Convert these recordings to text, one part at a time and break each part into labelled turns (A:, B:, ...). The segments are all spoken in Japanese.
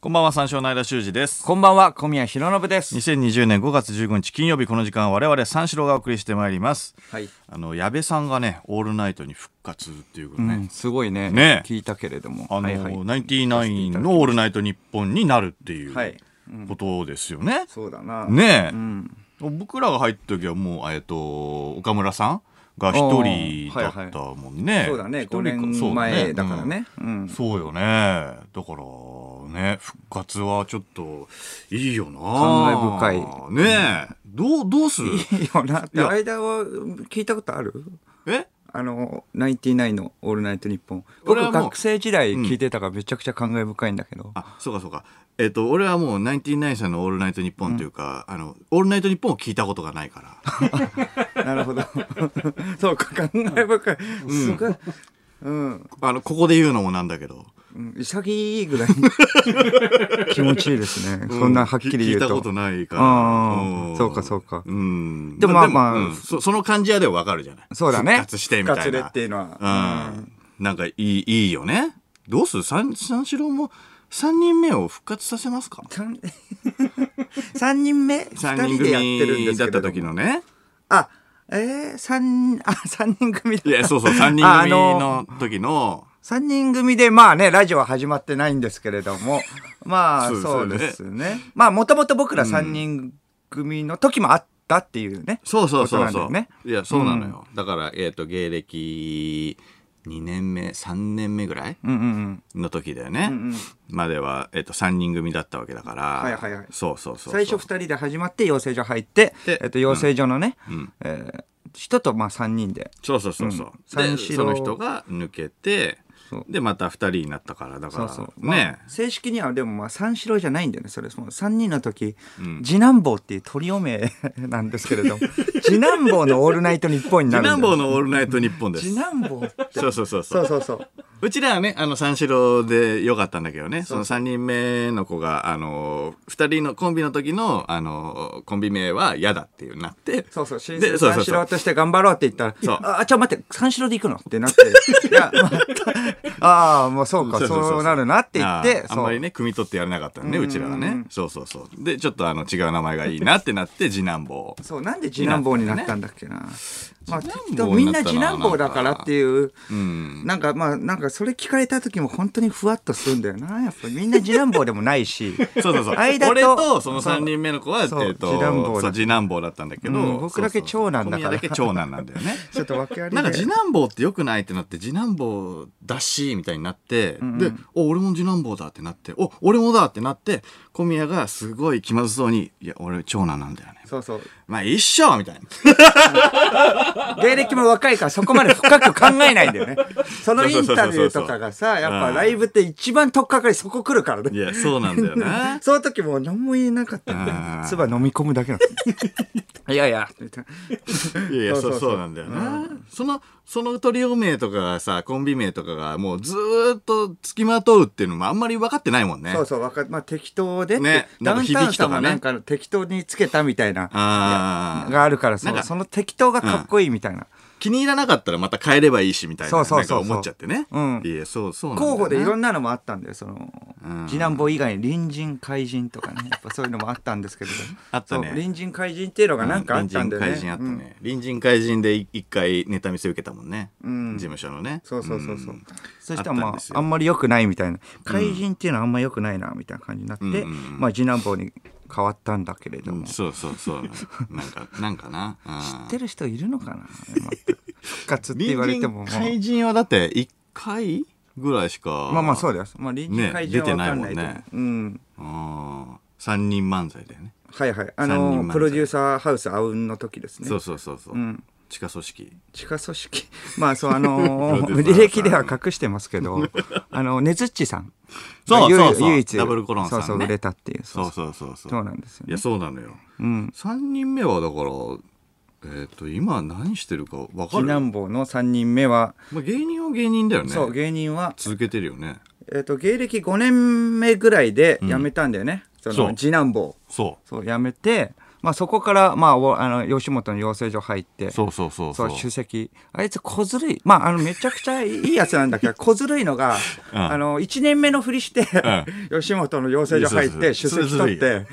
A: こんばんは、三照の間修司です。
B: こんばんは、小宮弘信です。
A: 2020年5月15日金曜日この時間我々三四郎がお送りしてまいります。
B: はい。
A: あの矢部さんがね、オールナイトに復活っていうこと
B: う
A: ね。
B: ん、すごいね。
A: ね
B: 聞いたけれども。
A: あの、
B: はいはい。
A: ナインティナインのオールナイト日本になるっていう
B: はい
A: ことですよね。
B: そうだな。。
A: ねえ、
B: うん。
A: 僕らが入った時はもうえっと岡村さんが一人だったもんね。
B: そうだね。
A: 一人か
B: 5年前だから。ね。うん。
A: そうだねうんそうよね。だからね復活はちょっといいよな。
B: 感慨
A: 深い。ねえ、どうどうする？
B: いいよな。
A: いや
B: 間は聞いたことある
A: え？
B: あの、ナインティナインのオールナイトニッポン。
A: 俺はも
B: 僕
A: う
B: 学生時代聞いてたからめちゃくちゃ感慨深いんだけど。
A: あそうかそうか。えっ、と俺はもうナインティナインさんのオールナイトニッポンというか、あのオールナイトニッポンを聞いたことがないから。
B: なるほど。 そうか、感慨深い。すごい。うん、
A: あの、ここで言うのもなんだけど。
B: うん潔 いぐらい気持ちいいですね、そんなはっきり言う
A: 聞いたこととないから。
B: うん
A: ん
B: そうかそうか
A: うん。
B: でもまあまあ
A: うんそ、その感じはでもわかるじゃない。
B: そうだね
A: 復活してみたいな。
B: 復活でっていうのは
A: うん。なんかいい、いいよね。どうする三、三四郎も三人目を復活させますか
B: 三 三人目
A: 三
B: 二人でやってるんです
A: だっ
B: けれ
A: た
B: ども
A: 時のね。
B: あえー、三あ三人組
A: い
B: で
A: や、 そうそう、三人
B: ああ
A: 組
B: の
A: の時の。
B: 三人組でまあねラジオは始まってないんですけれ どもまあ
A: そう
B: そう
A: そう
B: で
A: ですす
B: ねまあもともと僕ら三人組の時もあったっていうね
A: そうそう
B: こ
A: そ
B: と
A: う
B: な
A: ん
B: だ
A: そ
B: よ
A: う。
B: ね
A: いや、そうなのよ。だから、えっ、と、芸歴2年目、3年目ぐらい
B: うんうんうん
A: の時だよね、
B: んうん
A: までは、えっと3人組だったわけだから、
B: はいはいはい
A: そうそうそうそう
B: 最初二人で始まって養成所入って
A: で
B: えっと養成所のね、
A: うん
B: えー人とまあ三人で
A: そうそうそうそう、
B: うん三
A: で
B: 四
A: そ
B: 郎
A: の人が抜けて
B: そう
A: でまた2人になったからだか
B: そう
A: ら
B: そう、
A: ね
B: まあ正式にはでもまあ三四郎じゃないんだよねそれその三人の時、
A: うん
B: 次男坊っていうトリオ名 なんですけれども次男坊の「オールナイトニッポン」にな
A: 次
B: るんだ
A: 男
B: よ
A: 坊の「オールナイトニッポン」です
B: 次男坊って
A: そうそうそうそ
B: そううそうそう
A: うちらはねあの三四郎でよかったんだけどねその3人目の子があの2人のコンビの時のあのコンビ名は嫌だっていうなって
B: そうそう新
A: で
B: 生
A: そうそ
B: 三
A: う
B: 四
A: そ
B: 郎
A: う
B: として頑張ろうって言った
A: そう
B: ら「ああちょ待って三四郎で行くの?」って なって「いや、まあ、ああもうそうかそうなるな」って言って
A: あーあんまり
B: ね
A: ね汲み取ってやれなかったんで
B: うん
A: うちらはねそうそうそうでちょっとあの違う名前がいいなってなって次男坊
B: そうなんで次男坊になったんだっけな、まあ、
A: 男坊
B: きっとみんな
A: になったな
B: 次男坊だからっていう
A: うん
B: なんかまあなんかそれ聞かれた時も本当にふわっとするんだよなやっぱみんな次男坊でもないし
A: そうそうそう
B: 間と
A: 俺とその3人目の子はえっ
B: そう
A: と
B: 次男坊だ
A: そう次男坊だったんだけど
B: うん僕だけ長男だから
A: そうそう小宮だけ長男なんだよね
B: ちょっと訳ありで
A: なんか次男坊ってよくないってなって次男坊だしみたいになって、
B: んうん
A: でお俺も次男坊だってなってお俺もだってなって小宮がすごい気まずそうに「いや俺長男なんだよね
B: そうそう
A: まあ一緒!」みたいな
B: 芸歴も若いからそこまで深く考えないんだよねそのインタビューとかがさやっぱライブって一番とっかかりそこ来るから
A: い
B: ね
A: やそうなんだよな
B: その時もう何も言えなかったんだよ
A: あー
B: 唾飲み込むだけなんだいやいやみたいな い
A: やいや
B: そ
A: そうう
B: そ
A: そうう
B: そう
A: なんだよな、そのそのトリオ名とかさコンビ名とかがもうずーっとつきまとうっていうのもあんまり分かってないもんね
B: そうそうわかまあ適当でって、
A: ね
B: ダウンタウンさんもな
A: なんん
B: か適当につけたみたいな
A: ああ
B: があるからそ
A: なん
B: う
A: か
B: その適当がかっこいいみたいな、
A: 気に入らなかったらまた変えればいいしみたいな
B: そうそうそう
A: なんか思っちゃってね、
B: うん
A: いやそうそうなんだよ
B: 候
A: な
B: 補でいろんなのもあったんだよその、
A: うん
B: 次男坊以外に隣人怪人とかねやっぱそういうのもあったんですけれど
A: あったね
B: そう隣人怪人っていうのがなんかあったんだよね、
A: 隣人怪人あったね、隣人怪人でい一回ネタ見せ受けたもんね、
B: ん
A: 事務所のね
B: そうそうそうそう、
A: ん
B: そしたらま
A: あったん
B: あ
A: です
B: あ
A: よ
B: んまり良くないみたいな怪人っていうのはあんま良くないなみたいな感じになって、
A: うんうんうん
B: まあ次男坊に変わったんだけれども、知
A: そうそう そうなんかなんかな知
B: ってる人いるのかなまた復活って言われてももう
A: 怪人はだって1回ぐらいしか
B: まあまあそうだよ、まあ、隣人怪人は分かんない
A: ね出
B: けど、
A: てないもんね
B: うん
A: あ3人漫才だよね
B: はいはいあ
A: 三
B: の
A: 人漫才
B: プロデューサーハウスあうんの時ですね
A: そうそうそうそう、
B: ん
A: 地下組織
B: 地下組織 まあそうあのー
A: プロデューサーさん
B: 履歴では隠してます けどあのねずっちさん
A: そう
B: が
A: そうそう
B: 唯一
A: ダブルコロンさんね
B: そうそう売れたっていう
A: そ
B: そう
A: う
B: そ
A: そうそ
B: う
A: うそう
B: そうなんですよ
A: いや
B: ね
A: そうなのよ、
B: うん
A: 三3人目はだからえっ、と今何してるか分か
B: 次
A: る、
B: 男坊の3人目は、
A: まあ、芸人は芸人だよね
B: そう芸人は、
A: 続けてるよね
B: えー、と芸歴5年目ぐらいで辞めたんだよね、
A: ん
B: そ
A: そ
B: の
A: う
B: 次男坊
A: そ
B: そう辞めてまあ、そこから、まあ、おあの吉本の養成所入って
A: そうそうそうそ
B: そ
A: うう
B: 首席あいつ小ずるいまああのめちゃくちゃい いやつなんだけど小ずるいのが、
A: うん
B: あの1年目のふりして、吉本の養成所入って
A: そう
B: 首
A: そう
B: 席取って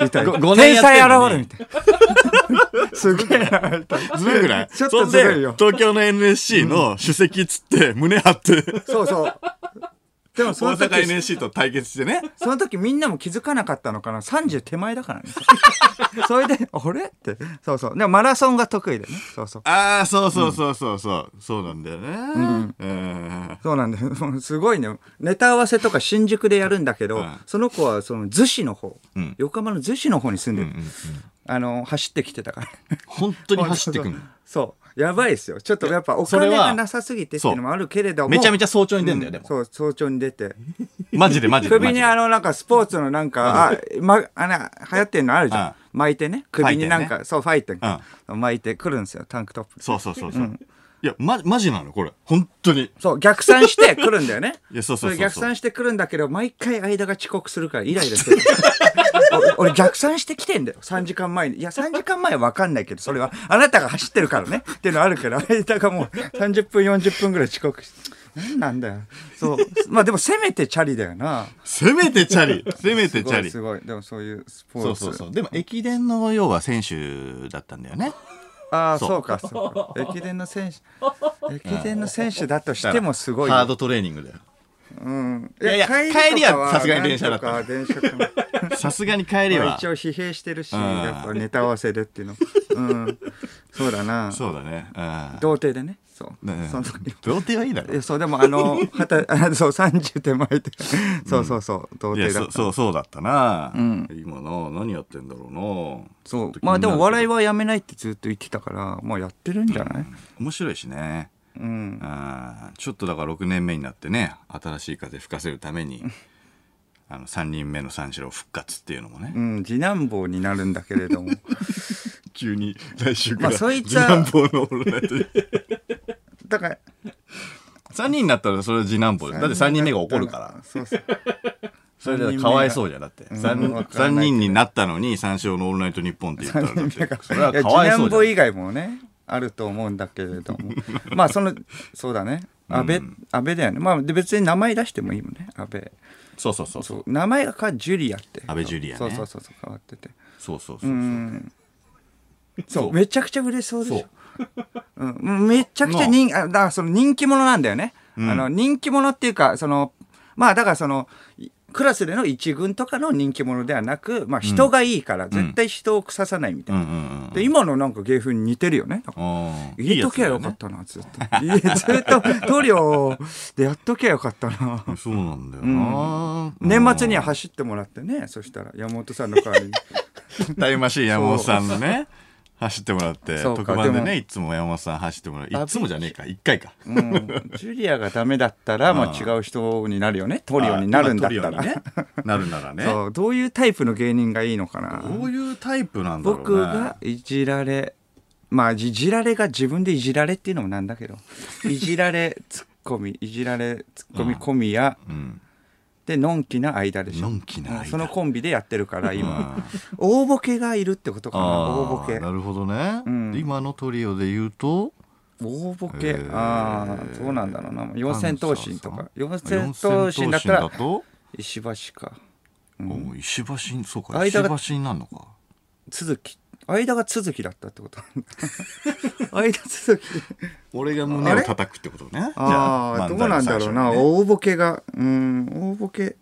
B: みたいな
A: ごご年
B: 天
A: やってんのに
B: 才現れみたいなすげえな
A: ずるく ない
B: ちょっとずるいよ
A: そんで東京の NSC の首席つって胸張 って
B: そうそうでもそ
A: 大
B: の
A: 阪
B: 時
A: NSC と対決してね
B: その時みんなも気づかなかったのかな30手前だからねそれで「あれ?」ってそうそうでもマラソンが得意でねそうそう
A: ああそうそうそうそうそう、そうなんだよねうん、うん、
B: そうなんだよ。す ごいね。ネタ合わせとか新宿でやるんだけど、
A: うん
B: その子はその逗子の方、
A: うん
B: 横浜の逗子の方に住んでる。あの、走ってきてたから。
A: 本当に走ってくる
B: そう。やばいですよ。ちょっとやっぱお
A: それ
B: 金
A: は
B: がなさすぎてっていうのもあるけれども。
A: めちゃめち
B: ゃ
A: ゃ早朝に出んだよ、でも
B: そう、早朝に出て。
A: マジでマジで
B: 首にあの、なんかスポーツのなんか、あ、ま、あの、流行ってんのあるじゃん。
A: うん
B: 巻いてね。首になんか、そう、ファイテン、巻いてくるんですよ、タンクトップ。
A: そうそうそうそう、いやまマジなのこれ本当に
B: そう、逆算してくるんだよね。
A: いやそう
B: そ
A: そう
B: れ
A: そう
B: 逆算してくるんだけど、毎回間が遅刻するからイライラしてる。 お俺逆算してきてんだよ。3時間前に。いや、3時間前わかんないけど、それは。あなたが走ってるからね。っていうのあるけど、間がもう30分、40分ぐらい遅刻して。なんなんだよ。そう。まあでもせめてチャリだよな。
A: せめてチャ リせめて
B: す
A: チ
B: ご
A: ャ
B: い
A: リ
B: すごい。でもそういうスポ
A: そ
B: ー
A: う
B: ツ。
A: そうそうでも駅伝の要は選手だったんだよね
B: ああ、
A: そう
B: そうか、そうか。駅伝の選手、駅伝の選手だとし
A: だから
B: てもすごいよ。
A: ハードトレーニングだよ
B: うん。
A: いやいや帰りはさすがに電車だった
B: なんとか電車かも
A: さすがに帰り
B: まあ
A: は
B: 一応疲弊してるし、
A: ん
B: やっぱネタ合わせでっていう の。うん。そうだな。
A: そうだねうん
B: 童貞でね。そう。
A: ね
B: その時。
A: 童貞はいいだろ
B: いやそうでもあのはたあそう30手前でそうそうそう童
A: いや
B: 貞
A: そ
B: だった
A: そうそうだったな、
B: ん
A: 今な何やってんだろうな
B: そう
A: ちょっと気にな
B: まあ
A: るけ
B: で
A: ど
B: も笑いはやめないってずっと言ってたからまあやってるんじゃない
A: 面白いしね
B: うん
A: あーちょっとだから6年目になってね新しい風吹かせるためにあの3人目の三四郎復活っていうのもね、
B: うん次男坊になるんだけれども
A: 急に来週から、
B: まあそいつ
A: 次
B: は
A: 男坊のオールナイ トで
B: だから
A: 3人になったらそれは次男坊だよだって3人目が怒るから
B: そうそう
A: それでかわいそうじゃんだって
B: ん
A: 3,
B: わかんないけど
A: 三人になったのに三四郎のオールナイトニッポンって言ったらだってそれはい
B: や
A: かわい
B: 次
A: そ
B: 男
A: うじゃ
B: 坊
A: ん
B: 以外もねあると思うんだけれどもまあそのそうだね安倍、安倍だよねまあで別に名前出してもいいもんね安倍
A: そうそうそうそ
B: そうう名前がかジュリアって
A: 安倍ジュリアね
B: そうそうそうそう変わってて
A: そうそうそうそう
B: うんそう
A: そう
B: めちゃくちゃ売れそうでしょうん、めちゃくちゃ人あだからその人気者なんだよね、あの人気者っていうかそのまあだからそのいクラスでの一軍とかの人気者ではなく、まあ、人がいいから絶対人を腐さないみたいな、
A: うんうんうん
B: で今のなんか芸風に似てるよね。
A: あー
B: 入れとけばよかったな、ずっと。いやずっと塗料でやっとけばよかったな。
A: そうなんだよな、
B: 年末には走ってもらってね、そしたら山本さんの代わりに。
A: タイムマシーン山本さんのね走ってもらって
B: そう
A: 特
B: か
A: 番で
B: でも
A: ねいつも山本さん走ってもらういつもじゃねえか一回か
B: うんジュリアがダメだったら、まあ違う人になるよね。トリオになるんだった
A: あまあトリオに
B: ら。
A: ねなるならね
B: そう、どういうタイプの芸人がいいのかな。
A: どういうタイプなんだろうね
B: 僕がいじられまあいじられが自分でいじられっていうのもなん だけどいじられツッコミいじられツッコミ込みや、
A: ん
B: でのんきな間でしょ
A: のんきな間
B: うんそのコンビでやってるから今大ボケがいるってことかな
A: あ
B: 大
A: ー
B: ボケ
A: なるほどね、
B: ん
A: 今のトリオで言うと
B: 大ボ
A: へ
B: ケ
A: ー
B: ああそうなんだろうな四千頭身とか四
A: 四
B: 千頭身だったら
A: 千頭身だと
B: 石橋か
A: おう石橋にそうか石
B: 間が
A: 橋になるのか
B: 続き間が続きだったってこと 間続き
A: 俺が胸を叩くってことねじゃ
B: あ
A: 漫才
B: あ、どう
A: の
B: なんだろうな、
A: 最初にね
B: 大ボケがうん大ボケ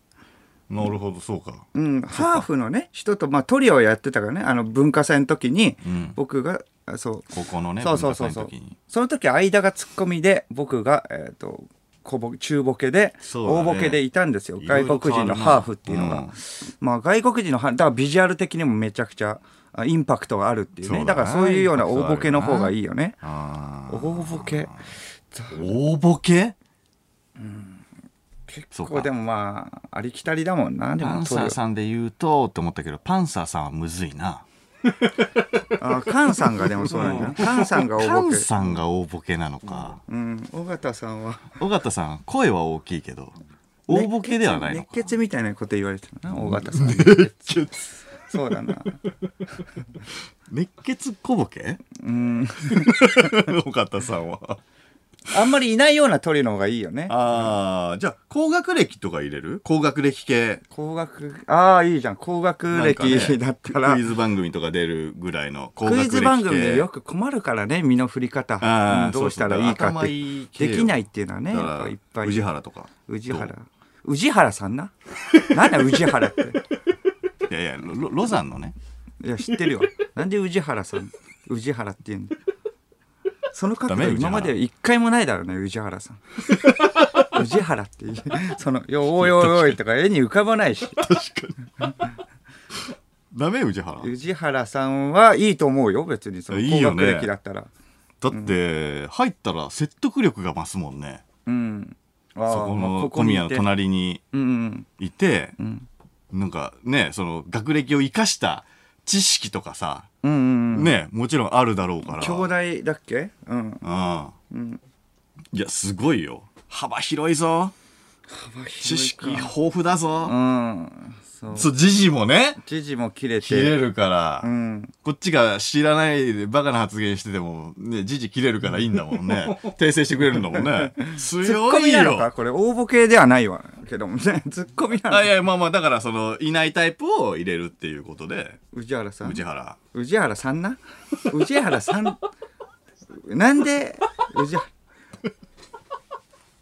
A: なるほどそうか
B: うんハーフのね人と、まあ、トリオやってたからねあの文化祭の時に、
A: うん
B: 僕があそう
A: 高校のね
B: そうそうそう
A: 文
B: そ
A: 化
B: う
A: 祭の時に
B: その時間がツッコミで僕が、えー、と小ボ中ボケで、
A: そうだ
B: 大
A: ね
B: ボケでいたんですよ
A: いろいろ
B: 外国人のハーフっていうのが、
A: 変わるなうん
B: まあ、外国人のハーフだからビジュアル的にもめちゃくちゃあインパクトがあるっていうね
A: そうだ
B: だ
A: な
B: からそういうような大ボケの方がいいよね
A: あ
B: 大
A: ー
B: ボケ
A: 大ボケ
B: 結
A: そうか
B: 構でもまあありきたりだもんなでも
A: パンサーさんで言うとって思ったけどパンサーさんはむずいな
B: あカンさんがでもそうなんだ。カンさんが
A: パ
B: 大ボ
A: ン
B: ケ。
A: さんが大ボケなのか
B: うん、尾形さんは。
A: 尾形さん声は大きいけど大ボケではないのか
B: 熱血みたいなこと言われてるな、尾形さん。
A: 熱血
B: そうだな。
A: 熱血小ボケ うん。岡田さんは。
B: あんまりいないような鳥の方がいいよね。
A: ああ、じゃあ、高学歴とか入れる高学歴系。
B: 高学、ああ、いいじゃん。高学
A: なんかね
B: 歴だったら。
A: クイズ番組とか出るぐらいの高学
B: ク
A: 歴
B: イ
A: 系。
B: ズ番組でよく困るからね、身の振り方。
A: あー
B: うんどうしたらいいか
A: そ
B: っ
A: うそうだから頭
B: て。
A: いい系よ
B: できないっていうのはね、
A: だ
B: やっ
A: か
B: ぱ
A: ら
B: いっぱい。
A: 宇治原とか。
B: 宇治原。宇治原さんな。なんだ宇治原って。
A: いやいや、ロロザンのね。
B: いや、知ってる よ。なんで宇治原さん、宇治原って言うんだ。その角
A: ダ
B: 度、
A: メ宇治
B: 今
A: 原
B: まで一回もないだろうね、宇治 原さん。宇治原って言う。その、よおいおいおいとか絵に浮かばないし。
A: ダメ宇治原。
B: 宇治原さんはいいと思うよ、別に。その
A: いいよ
B: 高
A: ね
B: 学歴だったら。
A: だって、入ったら説得力が増すもんね。
B: うん。あー
A: そこ
B: まあ
A: の
B: こ
A: 小
B: こにい
A: 宮
B: て
A: の隣に
B: うんうん。
A: いて、
B: ん
A: なんかね、その学歴を生かした知識とかさ、
B: うんうんうん。
A: ね、もちろんあるだろうから。
B: 兄弟だっけうん。
A: うん。いや、すごいよ。幅広いぞ。知識豊富だ
B: う
A: ぞ。
B: ん。そう。
A: そう、時事もね、
B: 知事も切れ
A: 切れ
B: て。
A: るから、
B: うん。
A: こっちが知らないでバカな発言してても、ね、時事切れるからいいんだもん ね。訂正してくれるんだもんね。
B: ツッ
A: 強
B: コミ
A: い
B: なのか
A: よ。
B: これ、応募系ではないわ。けどもね。ツッコミなの
A: あ
B: か
A: いや、まあまあ、だから、その、いないタイプを入れるっていうことで、
B: 宇治原さん
A: 宇。治原。
B: 宇治原さんな宇治原さんなんで宇治原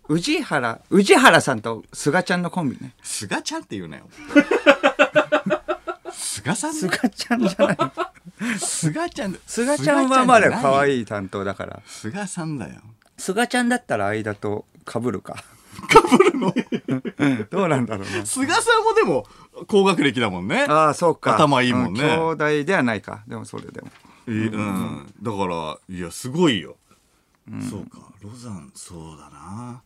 B: 宇治原宇治原さんと菅ちゃんのコンビね
A: 菅ちゃんって言うな よ。菅さんね
B: 菅ちゃんじゃない
A: 菅ちゃん。
B: 菅ちゃんはまだ可
A: い。
B: 愛い担当だから
A: 菅さんだよ。
B: 菅ちゃんだったら間と被るか被るのどうなんだろう
A: 菅さんもでも高学歴だもんね
B: なああそうか
A: 頭いいもんね
B: う兄弟ではないかでもそれでも
A: えうんだからいやすごいよ、そうかロザンそうだな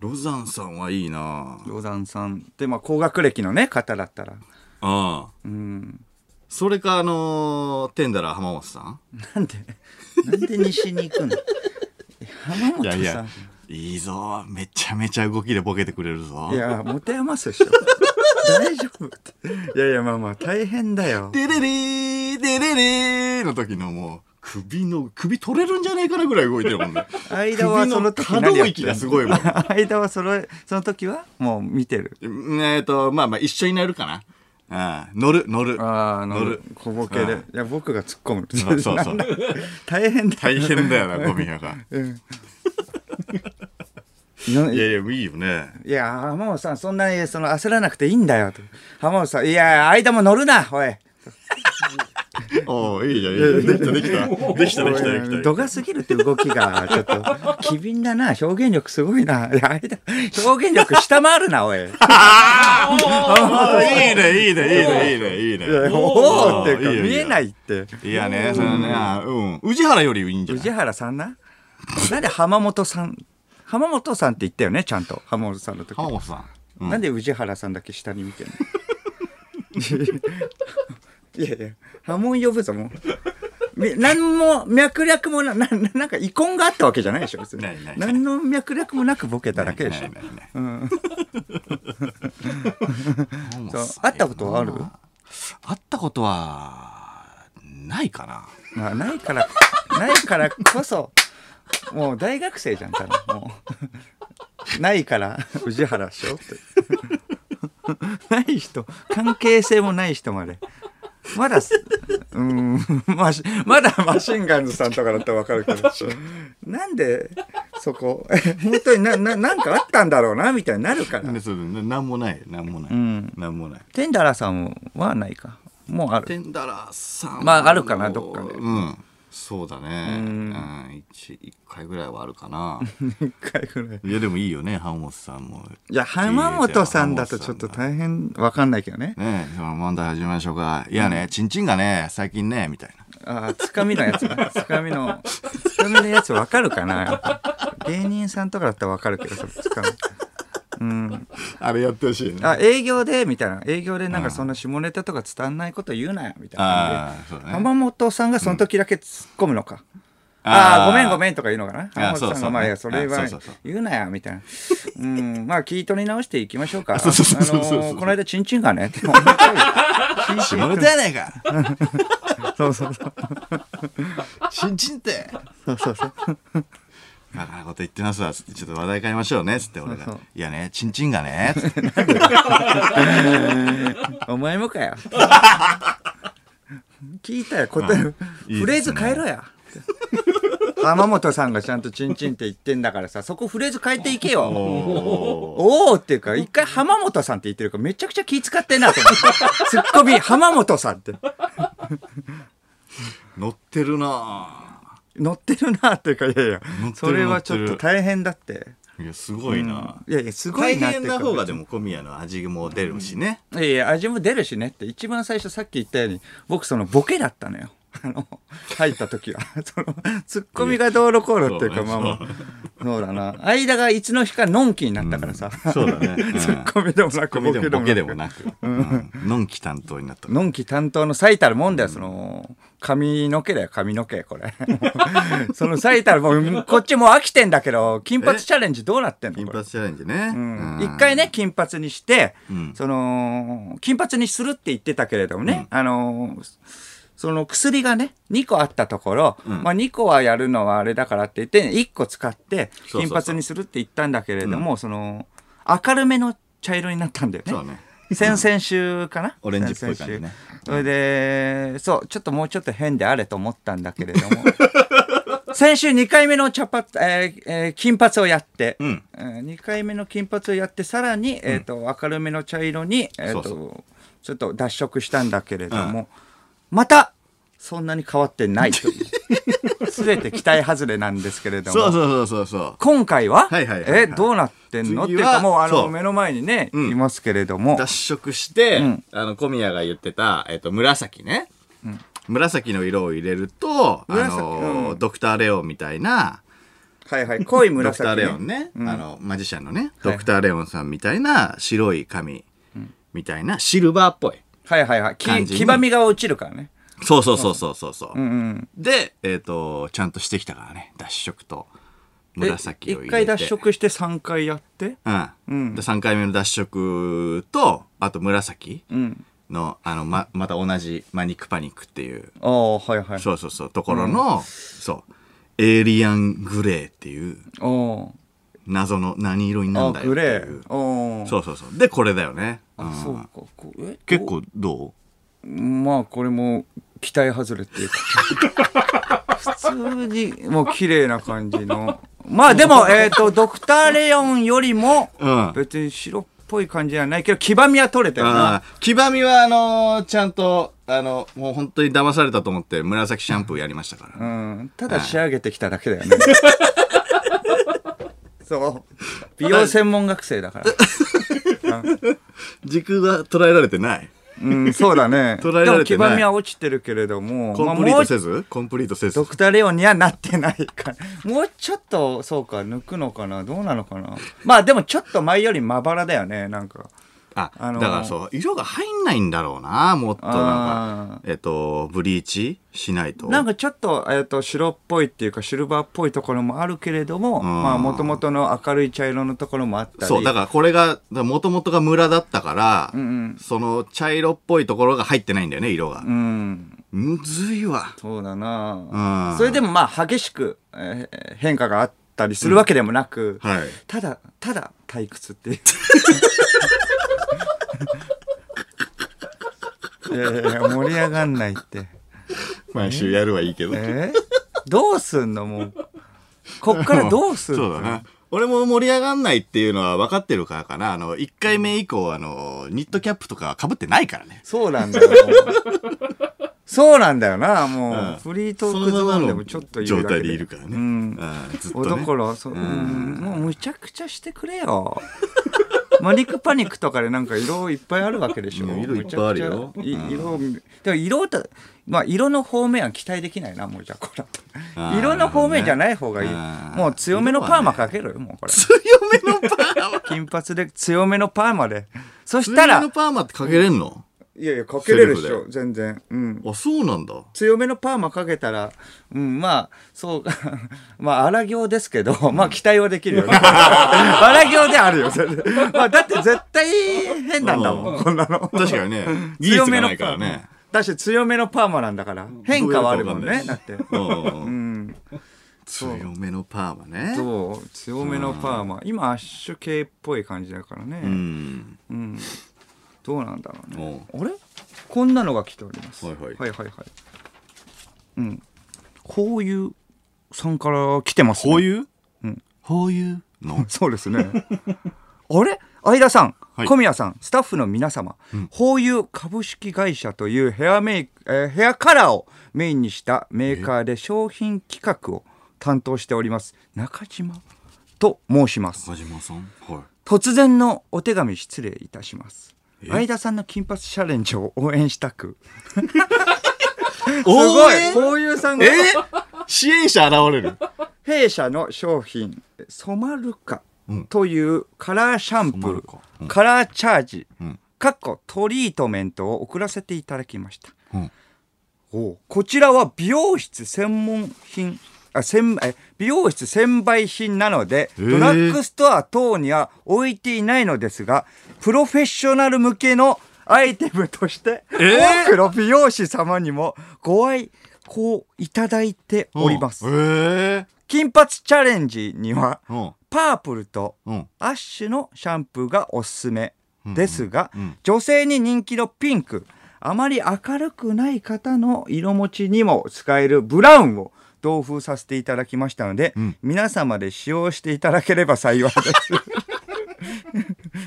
A: ロザンさんはいいな
B: ロザンさんでまあ高学歴のね方だったら
A: ああ
B: うん
A: それかあのー、テンダラー浜本さん
B: なんでなんで西に行くの浜本さん
A: いやいやいいぞめちゃめちゃ動きでボケてくれるぞ
B: いや、持て余すでしょ。大丈夫って。いやいや、まあまあ、大変だよ。
A: デレレーデレレーの時のもう首の首取れるんじゃねえかなぐらい動いてるもんね
B: 間はその時
A: 首の可
B: 何や
A: 動
B: ってん
A: 域
B: の
A: がすごいもん
B: 間はその、その時はもう見てる。
A: うんえっとまあまあ一緒になるかなああ乗る乗る
B: ああ、乗
A: 乗
B: る
A: る。
B: 小ボケで。
A: うん
B: いや、僕が突っ込む。
A: そうそうそう
B: 大変だ
A: 大
B: よ。
A: 変だよな、ゴミ屋が。い
B: いや
A: やいや、いいよね。
B: いや、浜本さん、そんなにその焦らなくていいんだよ。と浜本さん、いや、間も乗るな、おい。
A: おーいいじゃん、いいじゃん。できた、できた。できた、できた、できた。
B: 度が過ぎるって動きが、ちょ っと、機敏だな、表現力すごいな。いや、間、表現力下回る な、おい。
A: あーいいね、いいね、いいね、いいね、いいね。
B: おおっていうか
A: いいよ
B: 見えないいって
A: いよ。いやね、そのね、あうん。宇治原よりいいんじゃ
B: 宇
A: ない
B: 治原さんななんで浜本さん浜本さんって言ったよねちゃんと浜本さんの時
A: 浜本さん。うん
B: なんで宇治原さんだけ下に見てんの いやいや波紋呼ぶぞもうみ何も脈略もななななんか遺恨があったわけじゃないでしょ別に
A: ないないない
B: 何の脈略もなくボケただけでしょ
A: ねねねね
B: うん
A: 浜 本さ
B: そうん会ったことはある
A: 会ったことは、ないかな。
B: まあ、ないから、ないからこそ、もう大学生じゃん、多分。もう。ないから、宇治原しょって。ない人、関係性もない人まで。まだ、うん、マシまだマシンガンズさんとかだったらわかるけど、なんで、そこ、本当にな、な、なんかあったんだろうな、みたいになるから。
A: で。それななんもない、なんもないう
B: ん。
A: なんもない。
B: テンダラさんはないか。もうある。
A: テンダラーさん
B: まああるかなどっかで
A: うんそうだね
B: う
A: うんん一一回ぐらいはあるかな
B: 一回ぐらい。
A: いやでもいいよね浜本さんも
B: いや、浜本さんだとちょっと大変わかんないけどね。
A: ねえ問題始めましょうかいやねチンチンがね最近ねみたいな
B: ああ、つかみのやつな。つかみの、つかみのやつわかるかなやっぱ芸人さんとかだったらわかるけど、そのつかみ。うん、
A: あれやってほしいね
B: あ営業でみたいな営業でなんかそんな下ネタとか伝わんないこと言うなよみたいな
A: あーそうだね
B: 浜本さんがその時だけ突っ込むのか、
A: あー
B: ああごめんごめんとか言うのかな浜本さん
A: そうそ
B: が
A: う
B: まあいやそれ
A: あそ
B: は
A: うそうそう
B: 言うなよみたいなうんまあ聞い取り直していきましょうかあ
A: そうそうそうそうそう
B: のーこの間チンチンがねって
A: 下ネタやない か
B: そうそうそう。
A: 新人って
B: そうそうそう。
A: バカなこと言ってますわちょっと話題変えましょうねっつって俺が
B: そうそう
A: いやねチンチンがねつ って
B: お前もかよ。聞いたよ、答え、
A: いいですね
B: フレーズ変えろや。浜本さんがちゃんとチンチンって言ってんだからさ、そこフレーズ変えていけよ。
A: おー
B: おーっていうか、一回浜本さんって言ってるからめちゃくちゃ気使ってんなと思って。ツッコミ、浜本さんって。
A: 乗ってるな
B: 乗ってるなっていうか、いやいや
A: 乗ってる、
B: それはちょっと大変だって。
A: ぁいやすごいな、
B: いやいや、すご
A: 大
B: いなってい
A: 変
B: うか。
A: な方がでも小宮の味も出るしね、
B: いやいや、味も出るしねって、一番最初さっき言ったように、僕そのボケだったのよ。 あの、入った時は。 その、ツッコミがどうのこうのっていう
A: そ
B: か、
A: うね
B: まあまあ、そうだな。間がいつの日かのんきになったからさ。
A: そうだね、
B: ツッコミでもなく、
A: ボ
B: ボ
A: ケ
B: ケ
A: でもボケで
B: で
A: も
B: もなく。
A: なく、うん、のんき担当になった
B: のんき担当の最たるもんだよ、その、髪の毛だよ、髪の毛、これ。 その最たるもん、こっちもう飽きてんだけど、金髪チャレンジどうなってんの
A: 金
B: これ
A: 髪チャレンジね、
B: うん
A: うん
B: 一回ね金髪にして、
A: うん
B: その金髪にするって言ってたけれどもね、あのーその薬がね2個あったところ、
A: うん
B: まあ、2個はやるのはあれだからって言って1個使って
A: そうそう
B: 金
A: そう
B: 髪にするって言ったんだけれどもその明るめの茶色になったんだよね
A: そうね
B: 先々週かな
A: オレンジっぽい感じね
B: 先々週それでそうちょっともうちょっと変であれと思ったんだけ れども先週2回目の茶髪、えーえー金髪をやって、
A: うん
B: え2回目の金髪をやってさらに、えー、と明るめの茶色に、えーと
A: そう
B: ちょっと脱色したんだけれども、またそんなに変わってないという 全て期待外れなんですけれども
A: そうそうそうそうそう
B: 今回は,、
A: はいはいはいはい
B: えどうなってんのってい
A: 次
B: う
A: は
B: かもうあ
A: そ
B: の
A: う
B: 目の前にね、
A: うん
B: いますけれども
A: 脱色して、
B: うん
A: あの小宮が言ってた、えっと紫ね、紫の色を入れるとあの、
B: 紫うん
A: ドクター・レオンみたいな
B: はいはい濃い
A: ドクター・
B: 紫、
A: レオンね、
B: ん
A: あのマジシャンのね、
B: はい
A: ドクター・レオンさんみたいな白い髪みたいなシルバーっぽい
B: はいはいはい
A: 感
B: き
A: じに
B: 黄ばみが落ちるからね
A: そうそうそうそうそうそう、
B: うんうん
A: で、えっとちゃんとしてきたからね脱色と
B: で
A: 紫を入れて
B: 一回脱色して3回やって
A: うん、で3回目の脱色とあと紫
B: うん
A: のあのままた同じマニックパニックっていう
B: ああはいはい
A: そうそうそうところの、そうエイリアングレーっていう
B: お
A: 謎の何色にな
B: あ
A: んだよ
B: グ
A: ってい
B: レ
A: う
B: ーおー
A: そうそうそうでこれだよね、うん
B: あそうかこうえ
A: 結構ど
B: おまあこれも期待外れっていうか 普通にもう綺麗な感じのまあでもえっ、とドクターレオンよりも
A: ううん
B: 別に白っぽい感じじゃないけど黄ばみは取れたよな
A: あー黄ばみはあのーちゃんとあのもう本当に騙されたと思って紫シャンプーやりました から、
B: うん、ただ仕上げてきただけだよね。 そう。美容専門学生だから。
A: 時空が捉えられてない
B: うん、そうだね。
A: 捉えられてない
B: でも黄ばみは落ちてるけれども、
A: コンプリート
B: まあもう
A: せず、コンプリートせず
B: ドクターレオンにはなってないから。 もうちょっと、そうか、抜くのかな、どうなのかな。まあでもちょっと前よりまばらだよね、なんか。
A: あ、
B: あのー
A: だからそう色が入んないんだろうなもっとなん
B: あ
A: かえっとブリーチしないと
B: なんかちょっと,、えー、と白っぽいっていうかシルバーっぽいところもあるけれども
A: ん
B: まあもともとの明るい茶色のところもあったり
A: そう、だからこれが、もともとがムラだったから、
B: ん
A: その茶色っぽいところが入ってないんだよね、色が
B: う。ん
A: むずいわ。
B: そうだ
A: う
B: なんそれでもまあ激しく、えー変化があったりするわけでもなく、
A: はい。
B: ただただ退屈っていう いやいやいや盛り上がんないって
A: 毎週やるはいいけど。
B: えー、どうすんのもうこっからどうすん
A: そう
B: の
A: だな。俺も盛り上がんないっていうのは分かってるからかな。あの、1回目以降、あの、ニットキャップとか被ってないからね。
B: そうなんだよそうなんだよなもう、
A: うん
B: フリートークゾーンでもちょっといるだ
A: 状
B: け
A: 態でいるからね。
B: うん
A: うんずっと
B: お
A: ね。
B: だからそう、
A: う
B: うんん、もうむちゃくちゃしてくれよ マニックパニックとかでなんか色いっぱいあるわけでしょ
A: うん色いっぱいあるよ
B: むちゃくちゃい
A: うん
B: 色をでも色とまあ色の方面は期待できないなもうじゃあこれ
A: あー
B: 色の方面じゃない方がいい、
A: あー
B: もう強めのパーマかけろよもうこれ
A: 強めのパーマ。
B: 金髪で強めのパーマでそし
A: 強
B: た
A: め
B: ら
A: のパーマってかけれんの
B: いやいや、かけれるでし
A: セル
B: ょ、全然。うん。
A: あそうなんだ
B: 強めのパーマかけたら、うん、まあ、そう、 まあ、荒行ですけど、まあ、期待はでき るよね。荒行であるよ、 それ。まあ、だって絶対変なんだもん、こんなの。
A: 確かに ね技術がないからね
B: だし、強めのパーマなんだから、変化はあるもんね、だって。
A: うんう
B: うんん。
A: 強めのパーマね
B: そう、強めのパーマ。今、アッシュ系っぽい感じだからね。
A: うん
B: うん、どうなんだろうね
A: も
B: あれこんなのが来ております
A: はいはい
B: はいはいはいうんこういうさんから来てます、ね、
A: こういう
B: うん
A: こういうの
B: そうですね あれ相田さん、
A: はい
B: 小宮さんスタッフの皆様、ホーユー株式会社というヘアメイク、えーヘアカラーをメインにしたメーカーで商品企画を担当しております中島と申します
A: 中島さんは
B: 突然のお手紙失礼いたします
A: え
B: 相田さんの金髪チャレンジを応援したく
A: いす
B: すごいこういうさんが
A: 支援者現れる
B: 弊社の商品染まるか
A: うん
B: というカラーシャンプ
A: 染まる
B: ー
A: かうん
B: カラーチャージ
A: うん
B: かっこトリートメントを送らせていただきました
A: うん
B: おこちらは美容室専門品あ専え美容室専売品なので、
A: ー
B: ドラッグストア等には置いていないのですがプロフェッショナル向けのアイテムとして、
A: ー
B: 多くの美容師様にもご愛好いただいております、
A: うんえ
B: 金髪チャレンジには
A: えうん
B: パープルと
A: うん
B: アッシュのシャンプーがおすすめですが、
A: うんうん
B: 女性に人気のピンクあまり明るくない方の色持ちにも使えるブラウンを同封させていただきましたので、
A: うん
B: 皆様で使用していただければ幸 いです。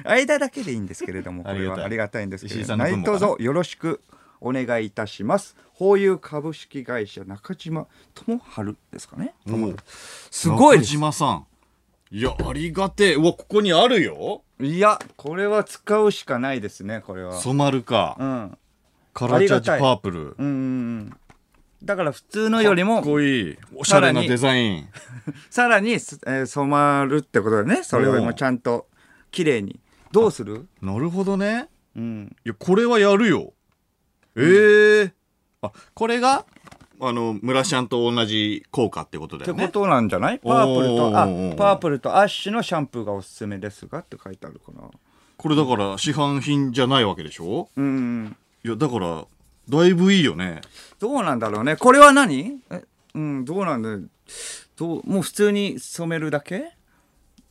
B: 間だけでいいんですけれどもこれは
A: あ
B: あり
A: り
B: がたいんですけ
A: 石井
B: れ
A: さ
B: ど
A: んの分
B: 何
A: もかな
B: 卒よろしくお願いいたします。法友株式会社中島智春ですかね。
A: おう
B: すごいで
A: 中
B: す
A: 島さんいやありがてえうわここにあるよ
B: いや、これは使うしかないですね、これは。
A: 染まるか
B: うん。うん
A: カラーチャージ
B: ありがたい
A: パープル
B: うんうん。だから普通のより
A: か
B: も
A: っ、こいいおしゃれなデザイン
B: さらに、すえー染まるってことだよね。それよりもちゃんと、綺麗に。どうする
A: なるほどね
B: うん。
A: いやこれはやるよええあこれがあの村シャンと同じ効果ってことだ
B: って
A: よ
B: こ
A: ね
B: となんじゃないパープル
A: お
B: と、
A: ー
B: あ
A: おーおー、
B: パープルとアッシュのシャンプーがおすすめですがって書いてあるかな。
A: これだから市販品じゃないわけでしょ
B: うんうん。
A: いやだからだいぶいいよね
B: どうなんだろうね。これは何えうん、どうなんだどうもう普通に染めるだけ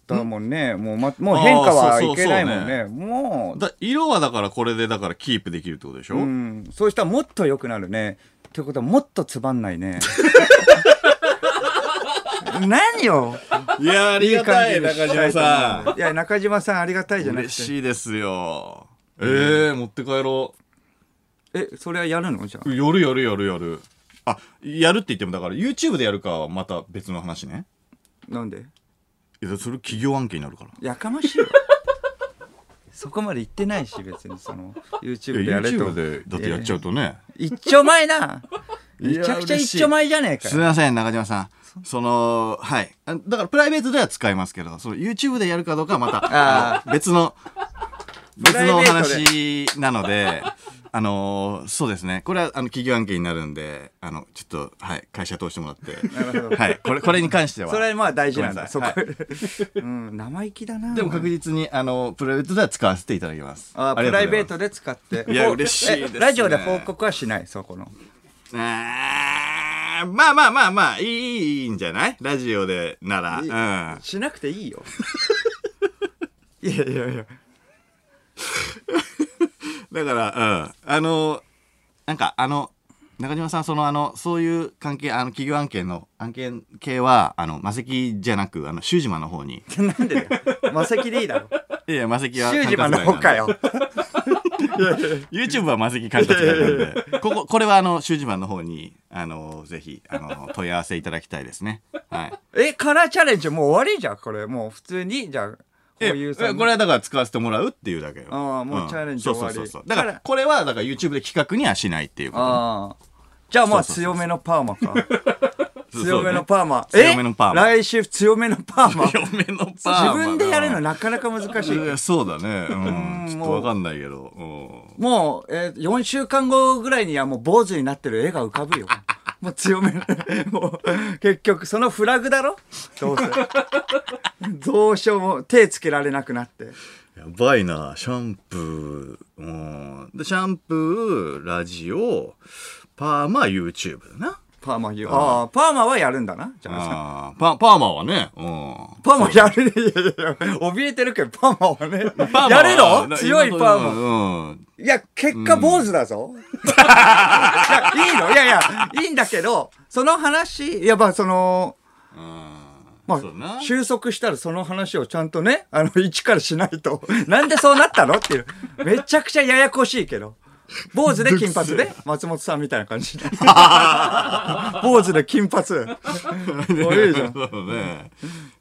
B: だもんね。もう、ま、もう変化
A: あー
B: は
A: そうそう
B: いけないもん
A: そ
B: ね。もう、
A: だ色はだからこれでだからキープできるってことでしょ、
B: うん、そうしたらもっと良くなるね。ってことはもっとつばんな いね。何よ
A: いやあ
B: い
A: り
B: い
A: がた
B: 感
A: い
B: じで
A: 中島さ
B: ん。いや、中島さんありがたいじ
A: ん
B: ゃなく
A: 嬉
B: て。
A: しいですよええ持って帰ろ
B: え、それはやるのじゃあ
A: うやるやるやるやるあやるって言ってもだから YouTube でやるかはまた別の話ね
B: なんで
A: いやそれ企業案件になるから
B: やかましいわ。 そこまで言ってないし、別にその、YouTube
A: い
B: で
A: や
B: やれと。
A: YouTube でだってやっちゃうとね
B: 一丁前な。
A: いや
B: めちゃくちゃ一丁前じゃねえか
A: す
B: よ
A: みません中島さんそのはいあだからプライベートでは使いますけどその YouTube でやるかどうかはま
B: あ
A: たあの別の別
B: ライベートで
A: のお話なので あのそうですねこれはあの企業案件になるんであのちょっとはい会社通してもらっ
B: なるほ
A: て
B: ど。
A: はいこれこれに関しては
B: それはまあ大事なんだ、そ
A: ご
B: こ
A: めんなさい。
B: うん、生意気だな。
A: でも確実にあのプライベートでは使わせていただきます
B: あ
A: りがと
B: プラ
A: う
B: イ
A: ござ
B: ベ
A: い
B: ー
A: ます
B: トで使って。
A: いや
B: ほ
A: 嬉しいですね
B: えラジオで報告はしない、そこの。
A: あーまあまあまあまあいいいいんじゃないラジオでなら
B: いい
A: うん
B: しなくていいよ。 いやいやいや。
A: だから、うん、あの、なんか、あの、中島さん、その、あの、そういう関係、あの、企業案件の、案件系は、あの、魔石じゃなく、あの、修島の方に。
B: なんでだよ。マセキでいいだろ。
A: いや、魔石は。
B: 修二マの方か。よ。
A: YouTube は魔石管轄外なんで、ここ、これは、あの、修島の方に、あの、ぜひ、あの、問い合わせいただきたいですね。はい。
B: え、カラーチャレンジもう終わりじゃん、これ。もう普通に、じゃあ、こう
A: え
B: いうさ
A: これはだから使わせてもらうっていうだけよ。
B: ああもうチャレンジ
A: そ
B: 終
A: うそ
B: わ
A: う
B: り
A: そうそう。だから、これは、だから YouTube で企画にはしないっていうことね。
B: ああ。じゃあまあ
A: そうそうそう
B: 強めのパーマか。強めのパーマ。
A: そうね強めのパーマ
B: え来週強めのパーマ。
A: 強めのパーマ
B: 自分でやるの
A: な
B: なかなか難しい。
A: そうだね、うん、
B: うん
A: ちょっとわかんないけど、うん
B: もう、えー、4週間後ぐらいにはもう坊主になってる絵が浮か ぶよ。もう強めの。もう、結局そのフラグだろどうせ。どうしようも手つけられなくなって。
A: やばいなシャンプー、うん、でシャンプーラジオパーマ YouTube だな
B: パーマ言う。ああ、パーマはやるんだな。じゃあ
A: あーパパーマはね、うん、
B: パーマやれねえ。いやいやいや怯えてるけど、パーマはね。
A: パーマ
B: や
A: は
B: れろ強いパーマ。
A: マうん
B: いや、結果坊主だぞ。いや、いいのいやいや、いいんだけど、その話、いや、まあ、その、ま
A: そうだ
B: あ、
A: な
B: 収束したらその話をちゃんとね、あの、一からしないと、 なんでそうなったのっていう。めちゃくちゃややこしいけど。坊主で金 髪で、松本さんみたいな感じで。坊主で金髪。もういいじゃん。
A: そうね。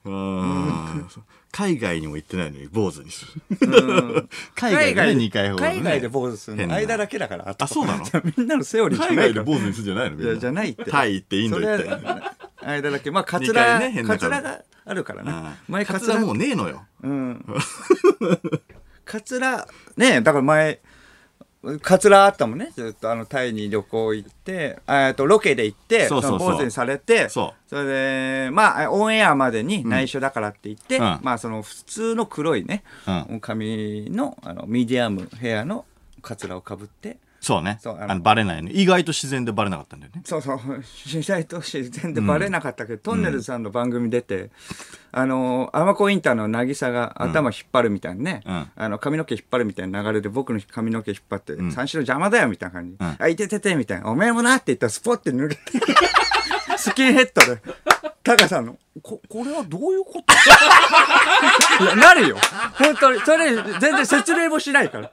A: うん海外にも行ってないのに坊主にする。 海外でね2回ほどね。
B: 海外で坊主する
A: 変
B: の。
A: な
B: 間だけだから。と
A: あそうなの
B: みんなのセオリーじゃ
A: 海
B: ない
A: 外で
B: の。
A: 坊主にするんじゃないのみん
B: いやじゃないって
A: タイ行ってインド行って
B: そ。れは間だけまあカツ
A: 二
B: ラ、
A: 回ね変な
B: カ
A: カ
B: ツ
A: ツラ
B: ラがあるから
A: うん
B: ね前カ
A: カツ
B: ツラ
A: ラもうねえのよ。
B: うん、カツラねだから前カツラあったもんねずっとあのタイに旅行行ってえっとロケで行って
A: そうそうそう
B: の坊主にされて
A: そ
B: れでまあオンエアまでに内緒だからって言って、
A: うんうん
B: まあその普通の黒いね、
A: うん
B: 髪のあのミディアムヘアのカツラをかぶって。
A: そうね。
B: そうあの
A: あのバレないの。意外と自然でバレなかったんだよね。
B: そうそう、取材通して全然バレなかったけど、トンネルズさんの番組出て、あの、アマコインターの渚が頭引っ張るみたいなね、
A: うん
B: あの、髪の毛引っ張るみたいな流れで僕の髪の毛引っ張って、三四郎邪魔だよみたいな感じ。
A: ん
B: あ、いてててみたいな。おめえもなって言ったらスポッて抜けて、 スキンヘッドで。タカさんの、こ、これはどういうこと いや、なるよ。本当に。それ、全然説明もしないから。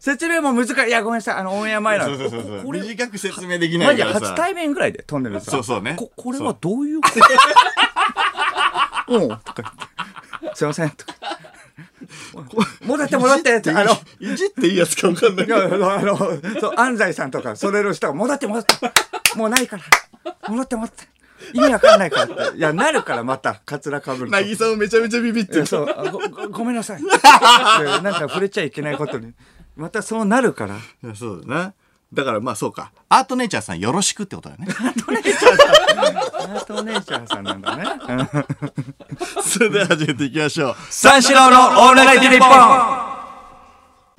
B: 説明も難しい。いや、ごめんなさい。あの、オンエア前な
A: そ
B: の
A: うそうそうそ
B: こ
A: う。
B: れ
A: 短く説明できな
B: マ
A: い
B: ジで
A: から
B: 初
A: さ。
B: 対面ぐらいで、トンネルさん。
A: そうそうね
B: ここれはどういう ことうん、とか言って。すいません、とか言って。 もらってもらってって、あの、い
A: いじっていいやつかわかんないけ
B: や
A: ど。
B: あの、あのそう、安西さんとか、それの人が、もらってもらって、もうないから、もらってもらって、意味わかんないからって。いや、なるから、また、カツラかぶると。
A: な
B: え
A: ぎさんめちゃめちゃビビってる。
B: そうあごごごめんな さいいやなんか触れちゃいけないことにまたそうなるから
A: いやそうだな。だからまあそうか。アートネイチャーさんよろしくってことだよね。
B: アートネイチャーさんなんだね
A: それでは始めていきましょう。
B: 三四郎のオールナイトニッポン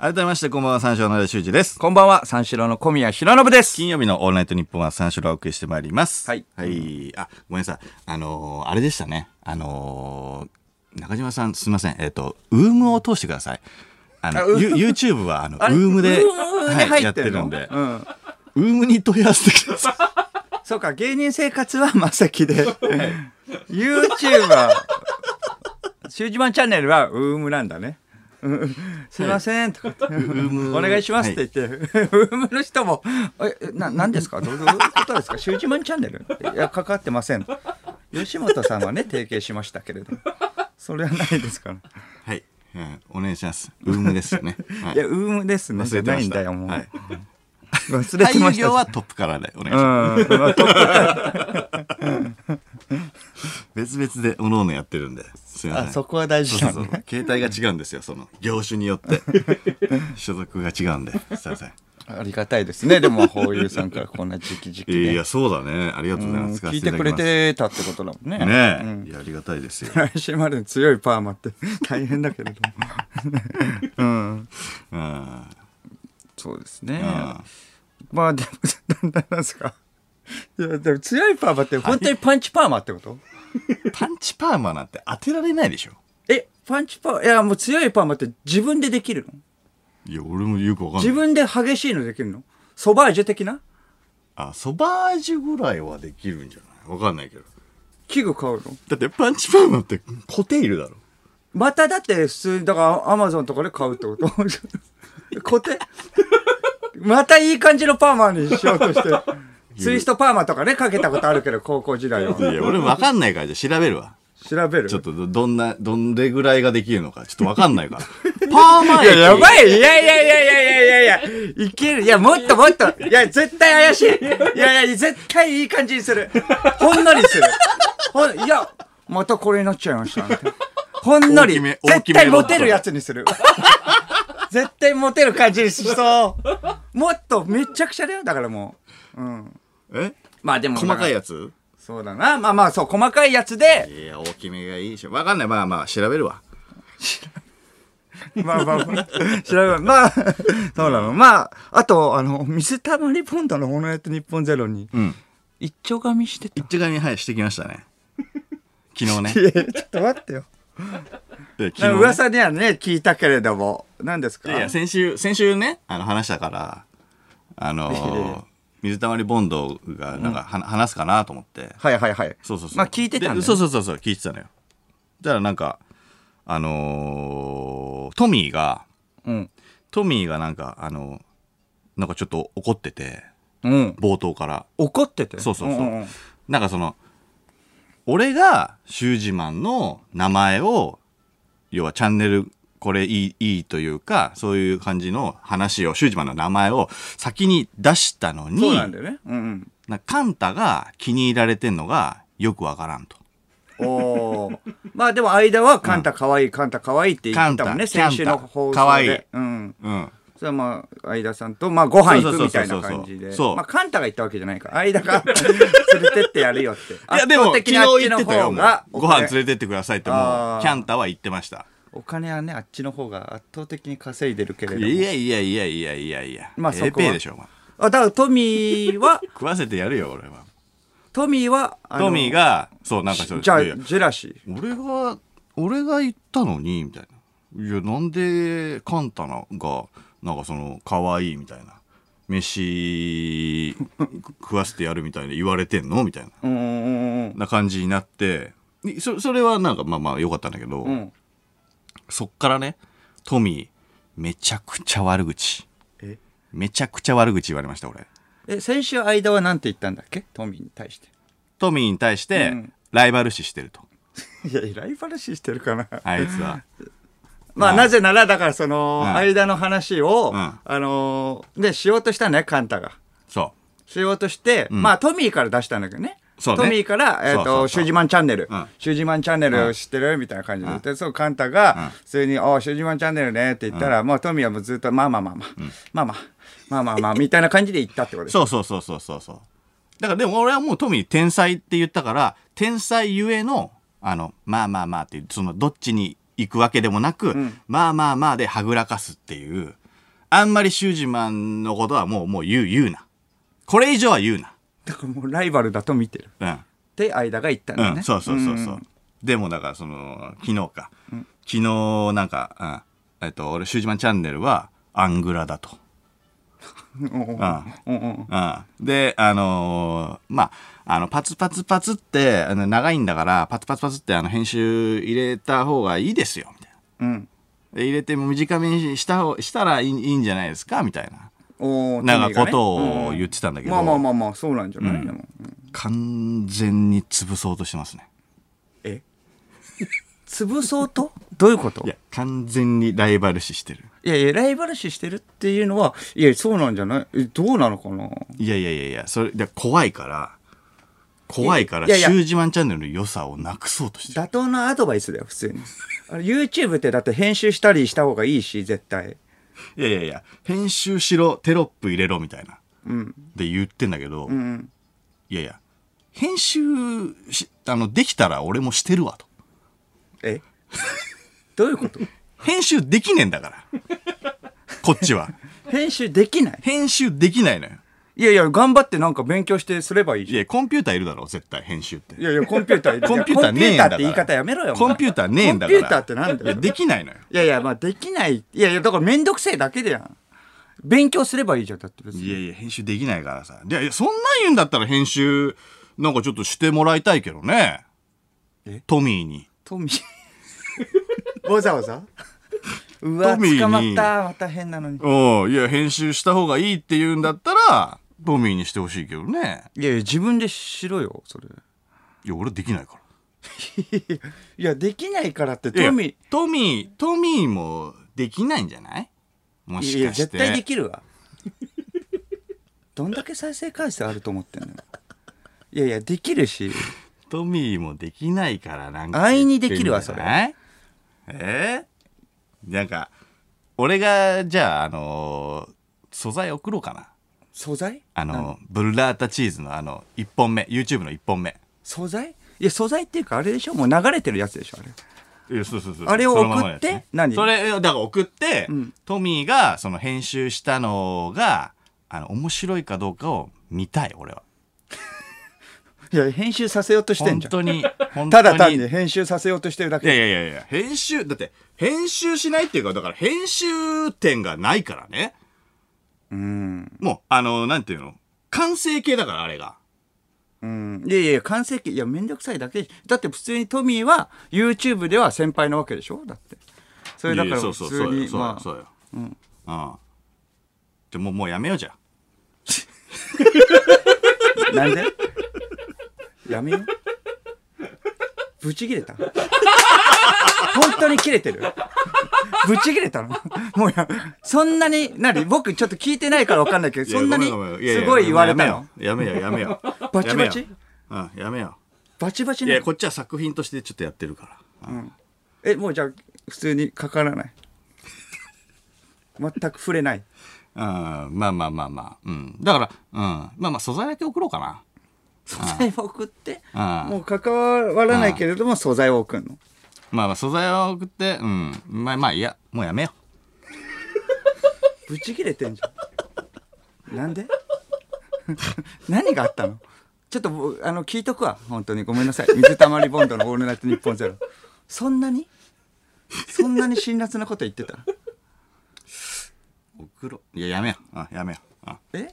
A: 改めましてこんばんは三四郎の間修二です。
B: こんばんは、三四郎の小宮浩信です。
A: 金曜日の「オールナイトニッポン」は三四郎をお送りしてまいります
B: はい
A: あごめんなさいあのーあれでしたねあのー中島さんすみませんえっ、とウームを通してくださいあの
B: あウーム
A: You- YouTube はあのウ
B: れ
A: ームで
B: ウームに
A: はい
B: 入
A: や
B: っ
A: ってて
B: る
A: る
B: の
A: んで、
B: うん。
A: ウームに問い合わせてください
B: そうか、芸人生活はまさきで、YouTube は、週字版チャンネルはウームなんだね。うんすいません、とか言って
A: ム
B: お願いしますって言って、ウームの人も、え、な、何ですかどういうことですか週字版チャンネルいや、関わってません。吉本さんはね、提携しましたけれども。それはないですから。
A: はい、うん、お願いしますウームですよね、はい
B: いや、ウームですね。
A: 忘れて
B: じゃ
A: ま
B: ないん
A: し
B: だ
A: た
B: よ、もう。
A: はい、
B: 忘れてま
A: 俳優
B: した
A: 業。はトップからでお願いしま
B: うん。まあトップ
A: す、別々でおのおのやってるんですみません
B: あそこは大事
A: そう
B: な
A: そ
B: の
A: う
B: ね。
A: 携帯が違うんですよその業種によって 所属が違うんですいません
B: ありがたいですね。でも、ホーユーさんからこんな直々
A: いやい
B: で。
A: や、そうだね。ありがとうございます。
B: 聞いてくれてたってことだもんね。
A: 使わせていただきますねえ。いや、ありがたいです よ。
B: 来週までに強いパーマって大変だけれども。うん。
A: うん。
B: そうですね。まあ、でも、なんなんですか。いや、でも強いパーマって本当にパンチパーマってこと
A: パンチパーマなんて当てられないでしょ。
B: え、パンチパーマ、いや、もう強いパーマって自分でできるの
A: いや、俺もよくわかん
B: 自
A: ない。
B: 分で激しいのできるのソバージュ的な
A: あ、ソバージュぐらいはできるんじゃないわかんないけど。
B: 器具買うの
A: だってパンチパーマって固定いるだ ろ。
B: まただって普通に、だからアマゾンとかで買うってこと 固定またいい感じのパーマにしようとして。ツイストパーマとかね、かけたことあるけど、高校時代は。
A: いや、俺わかんないからじゃあ調べるわ。
B: 調べる
A: ちょっとどどんな、どんでぐらいができるのか、ちょっとわかんないから。 パーマ
B: いや、
A: 液。
B: やばいいやいやいやいやいやいやいやいけるいや、もっともっといや、絶対怪しいいやいや、絶対いい感じにするほんのりするほんいや、またこれになっちゃいましたみたいなほんのり
A: 大きめ大
B: 絶
A: きめ
B: 対
A: の
B: モテるやつにする絶対モテる感じにしそうもっとめちゃくちゃだよだからもううん
A: え
B: まあでも
A: 細かいやつ
B: そうだなまあまあそう細かいやつで
A: いや、大きめがいいでしょ。わかんない。まあまあ、調べるわ。
B: まあまあまあ、調べますまあ、そうなの。まあ、あと、あの、水溜りボンドのオールナイト日本ゼロに、
A: うん。
B: 一丁噛みしてた。
A: 一丁紙、はい、してきましたね。昨 日ね。
B: いや、ちょっと待ってよ。
A: で昨日
B: なんか
A: ね
B: 噂にはね、聞いたけれども、何ですか
A: いやいや、先週、先週ね、あの、話したから、あの
B: いやいや
A: ー、水溜りボンドが、なんか、は話すかなと思って。
B: はいはいはい。
A: そうそうそう。
B: まあ聞いてたんだよ
A: でそうそうそうそう、聞いてたのよ。だからなんか、あのートミーが、
B: うん。
A: トミーがなんか、あのーなんかちょっと怒ってて、
B: うん。
A: 冒頭から。
B: 怒ってて。
A: そうそうそう。
B: んんん
A: なんかその、俺が、シュージマンの名前を、要はチャンネル、これいい、いいというか、そういう感じの話を、シュージマンの名前を先に出したのに、
B: そうなんだよね。うん
A: なカンタが気に入られてんのがよくわからんと。
B: うん。おー まあでも間は、カンタ可愛い、カンタ可愛いって言ってたもん
A: カ
B: ね、
A: ンタ
B: 先週の放送で。
A: カンタ可愛い
B: うん。
A: うん。
B: それはまあ、相田さんと、まあ、ご飯行くみたいな
A: そうそうそうそう
B: 感じで。
A: そう
B: まあ、カンタが言ったわけじゃないから。相田が連れてってやるよって。い
A: いやでも、昨日言ってたよ。もうご飯連
B: れ
A: れてってくださいっても
B: あ
A: う
B: ー、
A: キャンタは言ってました。
B: お金はね、あっちの方が圧倒的に稼いでるけれども。
A: いやいやいやいやいやいや。
B: まあそこは
A: ええペイでしょ、お前
B: あ、だからトミーは、
A: 食わせてやるよ、俺は。
B: トミーは、あの
A: トミー、が、そう、なんかそう
B: じゃあ、
A: いやいや
B: ジェラシー。
A: 俺が、俺が言ったのに、みたいな。いや、なんで、カンタが、なんかその、可愛いみたいな。飯、食わせてやるみたいな言われてんのみたいな。
B: うんうん
A: な感じになって、にそそれはなんか、まあまあ良かったんだけど、
B: うん。うん。
A: そっからね、トミー、めちゃくちゃ悪口。
B: え
A: めちゃくちゃ悪口言われました、俺。
B: え、先週間はなんて言ったんだっけトミーに対して。
A: トミーに対して、
B: うん
A: ライバル視してると。
B: いや、ライバル視してるかな。
A: あいつ は。
B: まあ、
A: はい
B: なぜなら、だから、その、
A: はい
B: 間の話を、
A: うん
B: あのー、で、しようとしたね、カンタが。
A: そ
B: しようとして、
A: ん
B: まあトミーから出したんだけどね。
A: そうね
B: トミーから、
A: そ
B: えっ、
A: うそうそ
B: と、
A: う
B: シュージマンチャンネル
A: うん。
B: シュージマンチャンネル知ってるみたいな感じで言って、そう、カンタが、普通に、おシュージマンチャンネルねって言ったら、もうトミーはもうずっと、まあまあまあまあ、まあまあ、まあまあまあ、みたいな感じで言ったってこと
A: う。
B: です。
A: そうそうそうそうそうそう。だからでも俺はもうトミー天才って言ったから、天才ゆえの、あの、まあまあまあっていう、そのどっちに行くわけでもなく、まあまあまあではぐらかすっていう、あんまりシュージマンのことはもう、もう言う、言うな。これ以上は言うな。
B: だからもうライバルだと見てる。っ
A: うん。
B: て間が言ったんだよね。
A: うん、そうそうそうそう、
B: ん
A: でもだからその昨日か、昨日なんか、うんえっと俺「シュージマンチャンネル」はアングラだと、
B: うん
A: うん
B: うんうん。
A: うん、であのーまああのパツパツパツってあの長いんだからパツパツパツってあの編集入れた方がいいですよみたいな
B: うん。
A: で入れても短めにした方したらいいいいんじゃないですかみたいな
B: おー
A: なんかこ
B: ト
A: と
B: ミーがね
A: を言ってたんだ
B: う
A: け
B: ん
A: ど、
B: まあまあまあまあ、そうなんじゃないでもうん
A: 完全に潰そうとしてますね
B: え 潰そうとどういうこと
A: いや完全にライバル視してる
B: いやいや、ライバル視してるっていうのは、いや、そうなんじゃないえどうなのかない
A: やいやいやいや、それ、で怖いから、怖いから、
B: いやいや
A: シュージマンチャンネルの良さをなくそうとしてる。
B: 妥当なアドバイスだよ、普通 に。あの YouTube ってだって編集したりした方がいいし、絶対。
A: いやいやいや、編集しろ、テロップ入れろ、みたいな。
B: うん。
A: で言ってんだけど、
B: うん。
A: いやいや、編集し、あの、できたら俺もしてるわと。
B: え どういうこと
A: 編集できねえんだから。 こっちは。
B: 編集できない
A: 編集できないのよ。
B: いやいや、頑張ってなんか勉強してすればいい
A: い
B: じゃ
A: や、コンピューターいるだろ、絶対、編集って
B: ん。い。やいや、コンピューターいる
A: コンピューターねえん
B: い
A: だ
B: や
A: か
B: コ
A: ら。
B: ンピューターって言い方やめろよ。お前
A: コンピューターねえんだから。
B: コンピューターってなんだ
A: いや
B: よ。
A: できないのよ。
B: いやいや、まあできない。いやいや、だからめんどくせえだけだやん。勉強すればいいじゃん、だって別に。
A: いやいや、編集できないからさ。いやいや、そんなん言うんだったら編集、なんかちょっとしてもらいたいけどね
B: え。
A: トミーに。
B: トミーわざわざうわ
A: トミーに
B: 捕まったまた変なのに
A: おういや、編集した方がいいって言うんだったら、トミーにしてほしいけどね。
B: いやいや自分でしろよそれ
A: いや、俺できないから。
B: いやできないからって
A: いや
B: トミー
A: トミー、トミーもできないんじゃないも
B: い
A: し
B: や
A: かし
B: 絶
A: て。
B: 対できるわどんだけ再生回数あると思ってんのよいやいやできるし
A: トミーもできないからなんか。
B: 安易にできるわ
A: れ。えーなんか、俺が、じゃあ、あのー素材送ろうかな。
B: 素材
A: あのーブルラータチーズのあの、1本目、YouTube の1本目。
B: 素材いや素材っていうかあれでしょもう流れてるやつでしょあれ
A: いやそうそうそう
B: あれを
A: そのままのやつね
B: 送って何
A: それいやだから送って、
B: ん
A: トミーがその編集したのがあの面白いかどうかを見たい俺はい
B: や編集させようとしてん
A: 本
B: じゃん
A: 当 に本当に
B: ただ単に編集させようとしてるだ
A: いやい
B: け
A: やいやいや編集だって編集しないっていうかだから編集点がないからね
B: うん
A: もうあのなんていうの完成形だからあれが
B: うんいやいや完成形いやめんどくさいだけでだって普通にトミーは YouTube では先輩なわけでしょだってそれだ
A: いや
B: から
A: いやそ
B: 普
A: うそうそ
B: 通
A: うよ
B: に
A: そうよ
B: ま
A: そ
B: あ
A: うようんでもうもうやめようじゃん
B: なんでやめようぶち切れた本当に切れてるぶち切れたのもうやそんなに何僕ちょっと聞いてないから分かんないけどそんなに
A: やごめんごめんやや
B: すごい言われたの
A: やめようやめようやめよう
B: バチバチ
A: やめよううんやめよう
B: バチバチ
A: い
B: ね
A: やこっちは作品としてちょっとやってるから、
B: えもうじゃあ普通にかからない全く触れない
A: うん、まあまあまあまあ、うん、だから、うん、まあまあ素材だけ送ろうかな
B: 素材を送って
A: ああ
B: もう関わらないけれども素材を送るの
A: まあまあ素材を送ってうんまあまあいやもうやめよ
B: ぶち切れてんじゃんなんで 何があったのちょっと僕あの聞いとくわ本当にごめんなさい水たまりボンドの「オールナイトニッポンゼロそんなにそんなに辛辣なこと言ってた
A: う送ろういややめようあやめようあ
B: え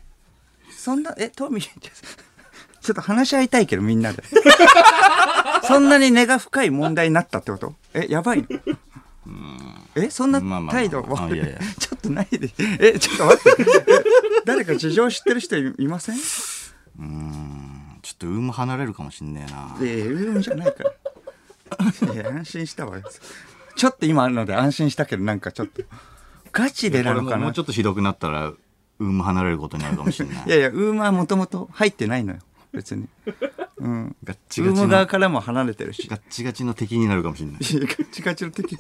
B: そんなえトミー ちょちょっと話し合いたいけどみんな でそんなに根が深い問題になったってことえやばいのえそんな
A: まあまあまあ
B: 態度
A: あいやいや
B: ちょっとないでえちょっと待ってえ誰か事情知ってる人いいません
A: うんちょっとウーム離れるかもしんねえない
B: やいや、ウームじゃないから。いや、安心したわよ。ちょっと今あるので安心したけど、なんかちょっと。ガチでな
A: これ
B: の
A: も
B: か
A: も
B: な
A: うちょっとひどくなったらウーム離れることになるかもしんない
B: いやいや、ウームはもともと入ってないのよ。別に。うん。
A: ガッチ
B: ウ
A: ガ
B: ー
A: チの
B: ム
A: ガ
B: 側からも離れてるし。いや
A: ッチガチの敵になるかもしんない
B: ガチガチの敵。い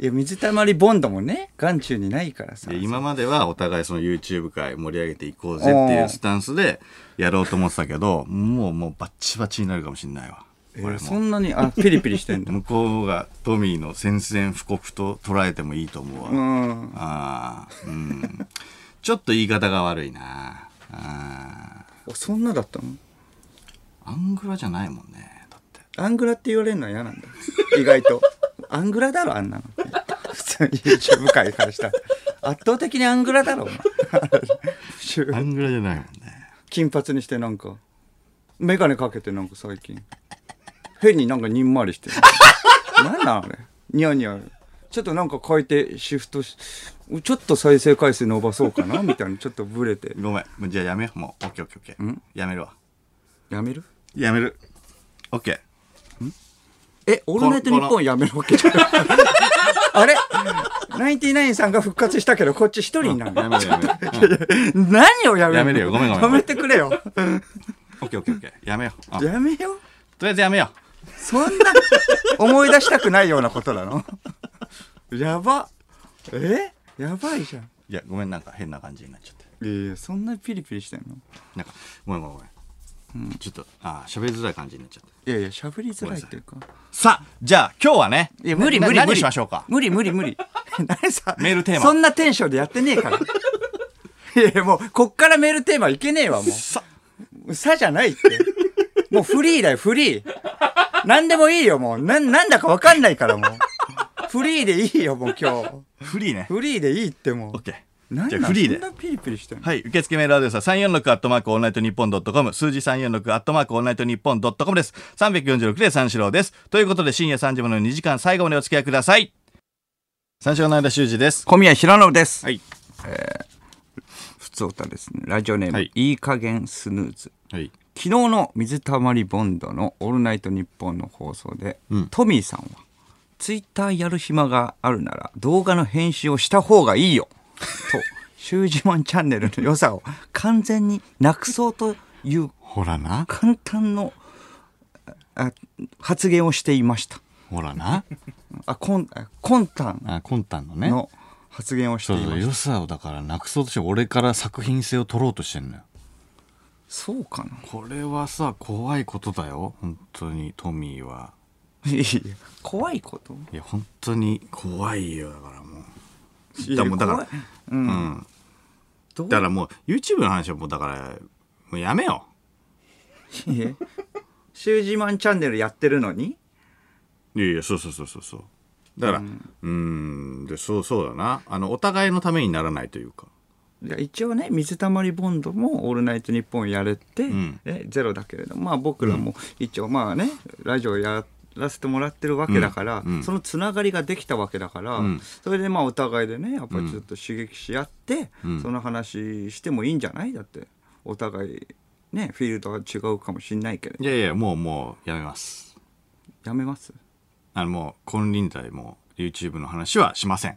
B: や、水たまりボンドもね、眼中にないからさ。
A: で今まではお互いその YouTube 界盛り上げていこうぜっていうスタンスでやろうと思ってたけどもうもうバッチバチになるかもしんないわ
B: えー
A: 俺も
B: そんなに、あ、ピリピリして んだ。
A: 向こうがトミーの宣戦布告と捉えてもいいと思うわ、
B: うん。
A: ああうんちょっと言い方が悪いなあ
B: そんなだったの
A: ーアングラじゃないもんねだって
B: アングラって言われるのは嫌なんだ。意外と。アングラだろ、あんなの。普通に YouTube 界からしたら。圧倒的にアングラだろ、お 前シュ
A: ア
B: ー
A: ングラじゃないもんね
B: 金髪にしてなんか、メガネかけてなんか最近。変になんかにんまりしてる。なんなんあれ。ニヤニヤ。ちょっとなんか変えてシフトし、ちょっと再生回数伸ばそうかな、みたいな。ちょっとブレて。
A: ごめんもうじゃあやめようもうオッケーオッケーオッケー
B: ん
A: やめるわ
B: やめる
A: やめるオッケー
B: え、オールナイトニッポンやめるわけじゃん。あれナインティナインさんが復活したけど、こっち一人になる
A: やめるやめる
B: 何をやめるの
A: やめるよごめんごめん
B: やめてくれよ。
A: オッケーオッケーオッケー やめようあとり
B: やめよう。
A: あえずやめよう
B: そんな、思い出したくないようなこと なのやば。えやばいじゃん。
A: いやごめんなんか変な感じになっちゃって
B: いやいや、そんなピリピリしてんの
A: なんかごめんごめんごめん、ちょっとああ喋りづらい感じになっちゃった
B: いやいや、喋りづらいっていうか。
A: さあじゃあ今日はね
B: いや、無理
A: な
B: 無理無理。
A: 何しましょうか
B: 無理無 理無理。何さ。
A: メールテーマ
B: そんなテンションでやってねえから。 いやいや、もう、こっからメールテーマいけねえわ、もう。
A: さ
B: さじ ゃないって。もうフリーだよ、フリー。何でもいいよ、もう。な、なんだかわかんないから、もう。フリーでいいよ、もう今日。
A: フリーね
B: フリーでいいって、も
A: オッ
B: う。
A: ケ
B: な
A: ー
B: ん
A: じ
B: な
A: ゃ
B: ん
A: あフリーで
B: そんなピリピリしてんの
A: はい。受付メールアドレスは346アットマークオールナイトニッポンドットコム。数字346アットマークオールナイトニッポンドットコムです。346で三四郎です。ということで深夜3時までの2時間最後までお付き合いください。三四郎の間修二です。
B: 小宮平信です。
A: はい。
B: 普通歌ですね。ラジオネーム、
A: はい
B: い、い加減スヌーズ。
A: はい。
B: 昨昨日の水たまりボンドの「オールナイトニッポン」の放送で、
A: うん
B: トミーさんは「ツイッターやる暇があるなら動画の編集をした方がいいよ」 と「シュージマンチャンネル」の良さを完全になくそうという
A: ほらな
B: 簡単のあ発言をしていました。
A: ほらな
B: あ、こん、あ魂胆
A: あ魂胆のね
B: の発言をして
A: そう
B: い
A: そ
B: ま
A: う
B: した。
A: 良さをだからなくそうとして俺から作品性を取ろうとしてんのよ
B: そうかな。
A: これはさ怖いことだよ本当にトミーはい
B: やいや怖いこと。
A: いや本当に怖いよだからもう
B: いや
A: だもうだから
B: 怖いうん。
A: うん
B: どう
A: だからもう YouTube の話はもうだからもうやめよ
B: いやシュージマンチャンネルやってるのに
A: いやいやそうそうそうそうそうだからうんんでそうそうだなあのお互いのためにならないというか
B: いや一応ね水たまりボンドも「オールナイトニッポン」やれて、
A: ん
B: えゼロだけれどもまあ僕らも一応まあね、ラジオやらせてもらってるわけだから、
A: うんうん
B: そのつながりができたわけだから、
A: ん
B: それでまあお互いでねやっぱりちょっと刺激し合って、
A: ん
B: その話してもいいんじゃないだってお互いねフィールドが違うかもしんないけど
A: いやいやもうもうやめます
B: やめます
A: あのもう金輪際もう YouTube の話はしません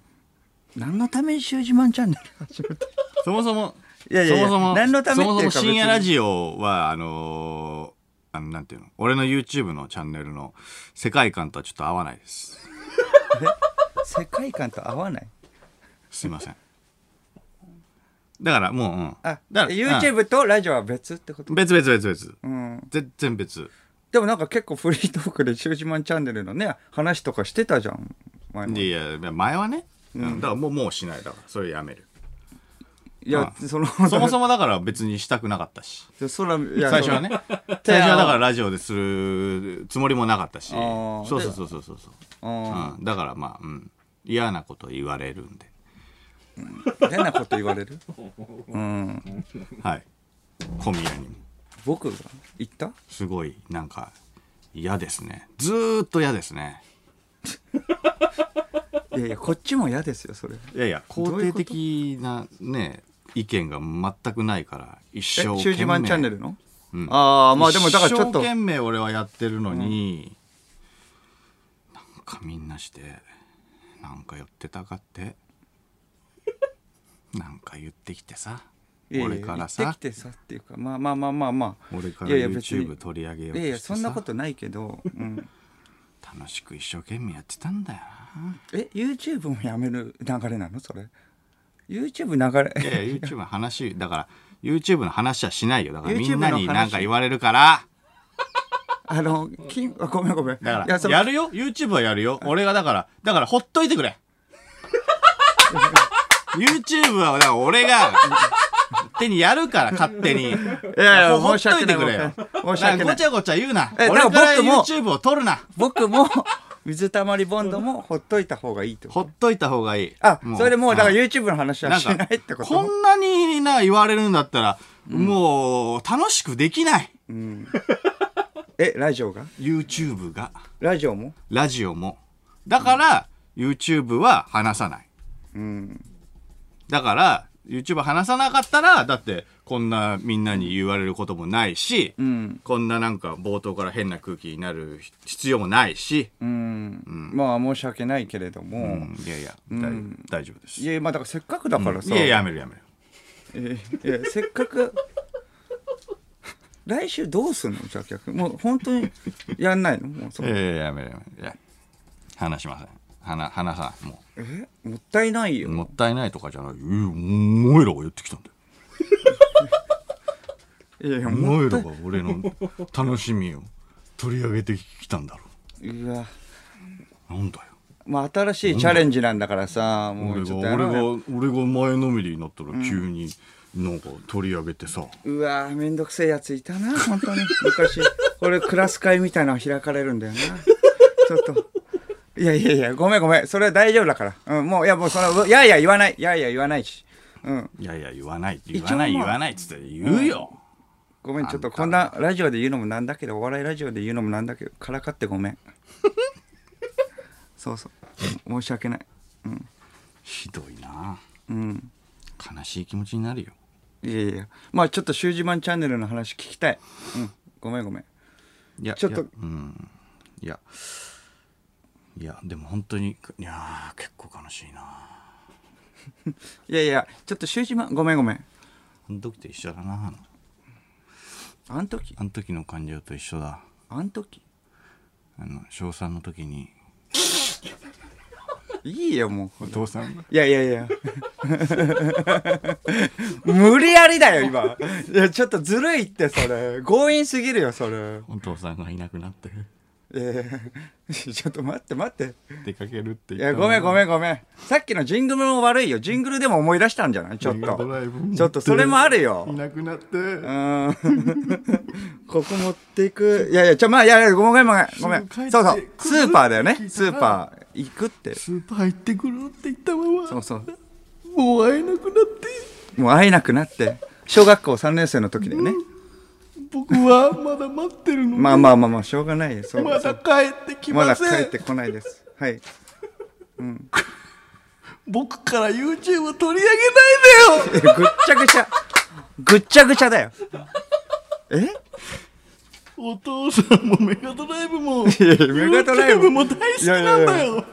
B: 何のために「シュージマンチャンネル」始めた
A: そもそも、
B: いやいやいや
A: そもそも、
B: 何のため
A: そも
B: っていうか
A: そも
B: 別に
A: 深夜ラジオは、あのーあの、なんていうの、俺の YouTube のチャンネルの世界観とはちょっと合わないです。
B: 世界観と合わない
A: すいません。だからもう、うん。
B: あ
A: だから
B: YouTube とラジオは別ってこと
A: うん別別別別。
B: うん
A: 全然別。
B: でもなんか結構フリートークで「シュージマンチャンネル」のね話とかしてたじゃん前もい
A: いやいや、前はね、うん、だからもう、もうしない。だから、それやめ る。
B: や
A: あ
B: その
A: そも
B: も
A: そもだから別にしたくなかったし。
B: そらいや
A: 最初はね。最初はだからラジオでするつもりもなかったし。
B: あー
A: そうそうそうそうそうそう。
B: その
A: うん、だからまあ、うん、嫌なこと言われるんで、
B: うん変なこと言われるうん
A: はい、小宮にも
B: 僕が言った
A: すごいなんか嫌ですねずーっと嫌ですね
B: いやいやこっちも嫌ですよそれ
A: いやいや
B: ど
A: 肯
B: うい
A: 定
B: うこと
A: 的なね意見が全くないから一
B: えシ
A: 生
B: ュ
A: 懸命
B: ージマンチャンネルの
A: うん
B: ああまあでもだからちょっ
A: 一生
B: と
A: 懸命俺はやってるのに、なんかみんなしてなんか寄ってたか ってなんか言ってきてさ
B: いやいや
A: 俺から
B: 言っ
A: さ
B: てきてさっていうかまあまあまあまあまあ
A: 俺から
B: いやいや別に
A: YouTube 取り上げよう
B: い
A: と
B: やいや
A: して
B: そ
A: さ
B: んなことないけど、うん、
A: 楽しく一生懸命やってたんだよな
B: え YouTube もやめる流れなのそれ YouTube 流れ
A: いやいや YouTube の話だから YouTube の話はしないよだからみ
B: YouTube
A: ん
B: の
A: な
B: 話
A: に何か言われるから
B: あの、金、あごめんごめん。
A: だか
B: い
A: ら
B: その
A: やるよ YouTube はやるよ俺がだからだからほっといてくれ YouTube はだから俺が勝手にやるから勝手にい
B: やいや
A: ほっといてくれよ
B: 申し訳ない申し訳な
A: だ
B: い
A: からごちゃごちゃ言うな
B: え
A: 俺か
B: だから
A: ら
B: 僕も
A: YouTube を撮るな
B: 僕も、水たまりボンドもほっといた方がいいってこと。
A: ほっといた方がいい
B: あ、それでもう、だから
A: ん
B: YouTube の話はし
A: なん
B: な
A: か
B: いってこと
A: こんなにな言われるんだったら、もう楽しくできない
B: え、ラジオが
A: YouTube が
B: ラジオも
A: ラジオもだから、YouTube は話さない
B: うん。
A: だから YouTube 話さなかったらだってこんなみんなに言われることもないし、
B: うん。
A: こんななんか冒頭から変な空気になる必要もないし、
B: うん。まあ、申し訳ないけれども。
A: うんいやいや、大
B: ん
A: 大丈夫です
B: いや、まあ、だからせっかくだから
A: い
B: さ。
A: やいややめるやめる
B: えいやせっかく。 来週どうすんのじゃあ逆にもう本当にやんないのもうそ
A: いやいややめるやめるいや話しません話話さないも
B: えもったいないうよ
A: もったいないとかじゃないいやお前らがやってきたんだよ
B: いやいや
A: お
B: もう
A: 前らが俺の楽しみを取り上げてきたんだろ
B: いや
A: うなんだよ
B: まあ、新しいチャレンジなんだからさ、も
A: 俺
B: うち
A: が
B: ょっと
A: 俺
B: やろう
A: が
B: よ。
A: 俺が前のめりになったら急になんか取り上げてさ、
B: うわーめんどくせえやついたな、本当に。昔、俺、クラス会みたいなの開かれるんだよな。ちょっと。いやいやいや、ごめんごめん。それは大丈夫だから。うん、もう、いや、もう、その、いやいや言わない。いやいや言わないし。うん。
A: いやいや言わない言
B: 一応
A: わない
B: ま
A: 言
B: あ
A: わないっつって言うよ、
B: ごめん、ちょっとこんなラジオで言うのもなんだけど、お笑いラジオで言うのもなんだけど、からかってごめん。そうそう。申し訳ない。
A: ひどいな
B: うん。
A: 悲しい気持ちになるよ
B: いいやいやまあちょっと「シュージマンチャンネル」の話聞きたい、うん、ごめんごめん
A: いや
B: ちょっと
A: いやうんいやいやでも本当にいやー結構悲しいない
B: やいやちょっと「シュージマン」ごめんごめん
A: あの時と一緒だな
B: あん時
A: あの時の感情と一緒だ
B: あん時
A: あの小3の時に
B: いいよもう
A: お父さんが
B: いやいやいや無理やりだよ今いやちょっとずるいってそれ強引すぎるよそれ
A: お父さんがいなくなって
B: ええちょっと待って待って
A: 出かけるって
B: い
A: 言
B: や
A: った
B: ごめんご
A: ん
B: めんごめんさっきのジングルも悪いよジングルでも思い出したんじゃないちょっとちょっとそれもあるよ
A: いなくなって
B: うーんここ持っていくいやいやちょまあいやいやごめんごめんごめ
A: すぐ
B: ん
A: 帰って
B: そうそう
A: くる
B: スーパーだよね
A: 聞いたら
B: スーパー行くって
A: スーパー行ってくるって言ったまま
B: そうそう
A: もう会えなくなって
B: もう会えなくなって小学校3年生の時だよね
A: 僕はまだ待ってるの
B: まあまあまあまあしょうがないよそう
A: まだ
B: そう
A: 帰ってき
B: ま
A: ま
B: だ
A: せ
B: 帰
A: ん
B: ってこないですはい
A: 僕から YouTube を取り上げ ないでよ
B: えぐっちゃぐちゃぐっちゃぐちゃだよえ
A: お父さんもメガドライブも
B: やいやメガドライブ
A: YouTube も大好きなんだ
B: いやいやい
A: よ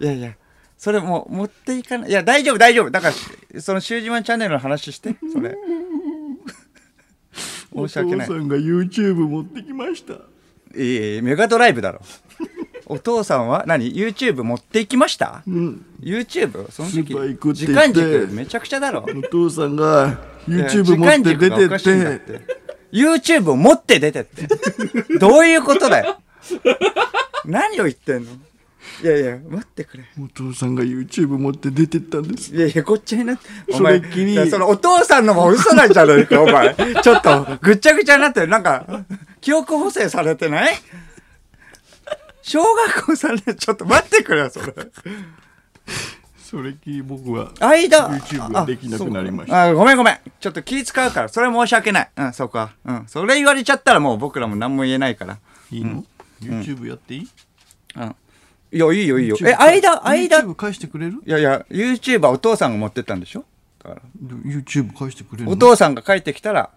B: いやいや、それもう持っていかない。いや、大丈夫、大丈夫。だから、そのシュージマンチャンネルの話して、それ。申し訳ない
A: お父。さんが YouTube 持ってきました
B: いやいやいやメガドライブ だろ。お父さんは何 ?YouTube 持っていきました、?YouTube? その
A: スー
B: 時
A: パー行くって
B: 時
A: 言って
B: 間軸めちゃくちゃだろ。
A: お父さんが
B: いや
A: YouTube 持って出てっ
B: 時間軸がおかしいんだってて YouTube を持って出てって。どういうことだよ。 何を言ってんのいやいや、待ってくれ。
A: お父さんが YouTube 持って出てったんです
B: いやいや、ごっちゃになって。お
A: それ
B: 前、
A: っきり
B: いやそのお父さんのも嘘なんじゃな いか、お前。ちょっと、ぐっちゃぐちゃになってる。なんか、記憶補正されてない小学校3年、ちょっと待ってくれよ、それ。
A: それっきり僕は
B: 間。
A: YouTube ができなくなりました
B: あ、ごめんごめん。ちょっと気使うから。それは申し訳ない。うん、そうか。うん。それ言われちゃったらもう僕らも何も言えないから。
A: いいの YouTube やっていい
B: うん。いや、いいよ、いいよ。え、
A: YouTube
B: 間、間。い
A: YouTube 返してくれる
B: やいや、YouTuber お父さんが持ってったんでしょだから。
A: YouTube 返してくれる
B: お父さんが帰ってきたら、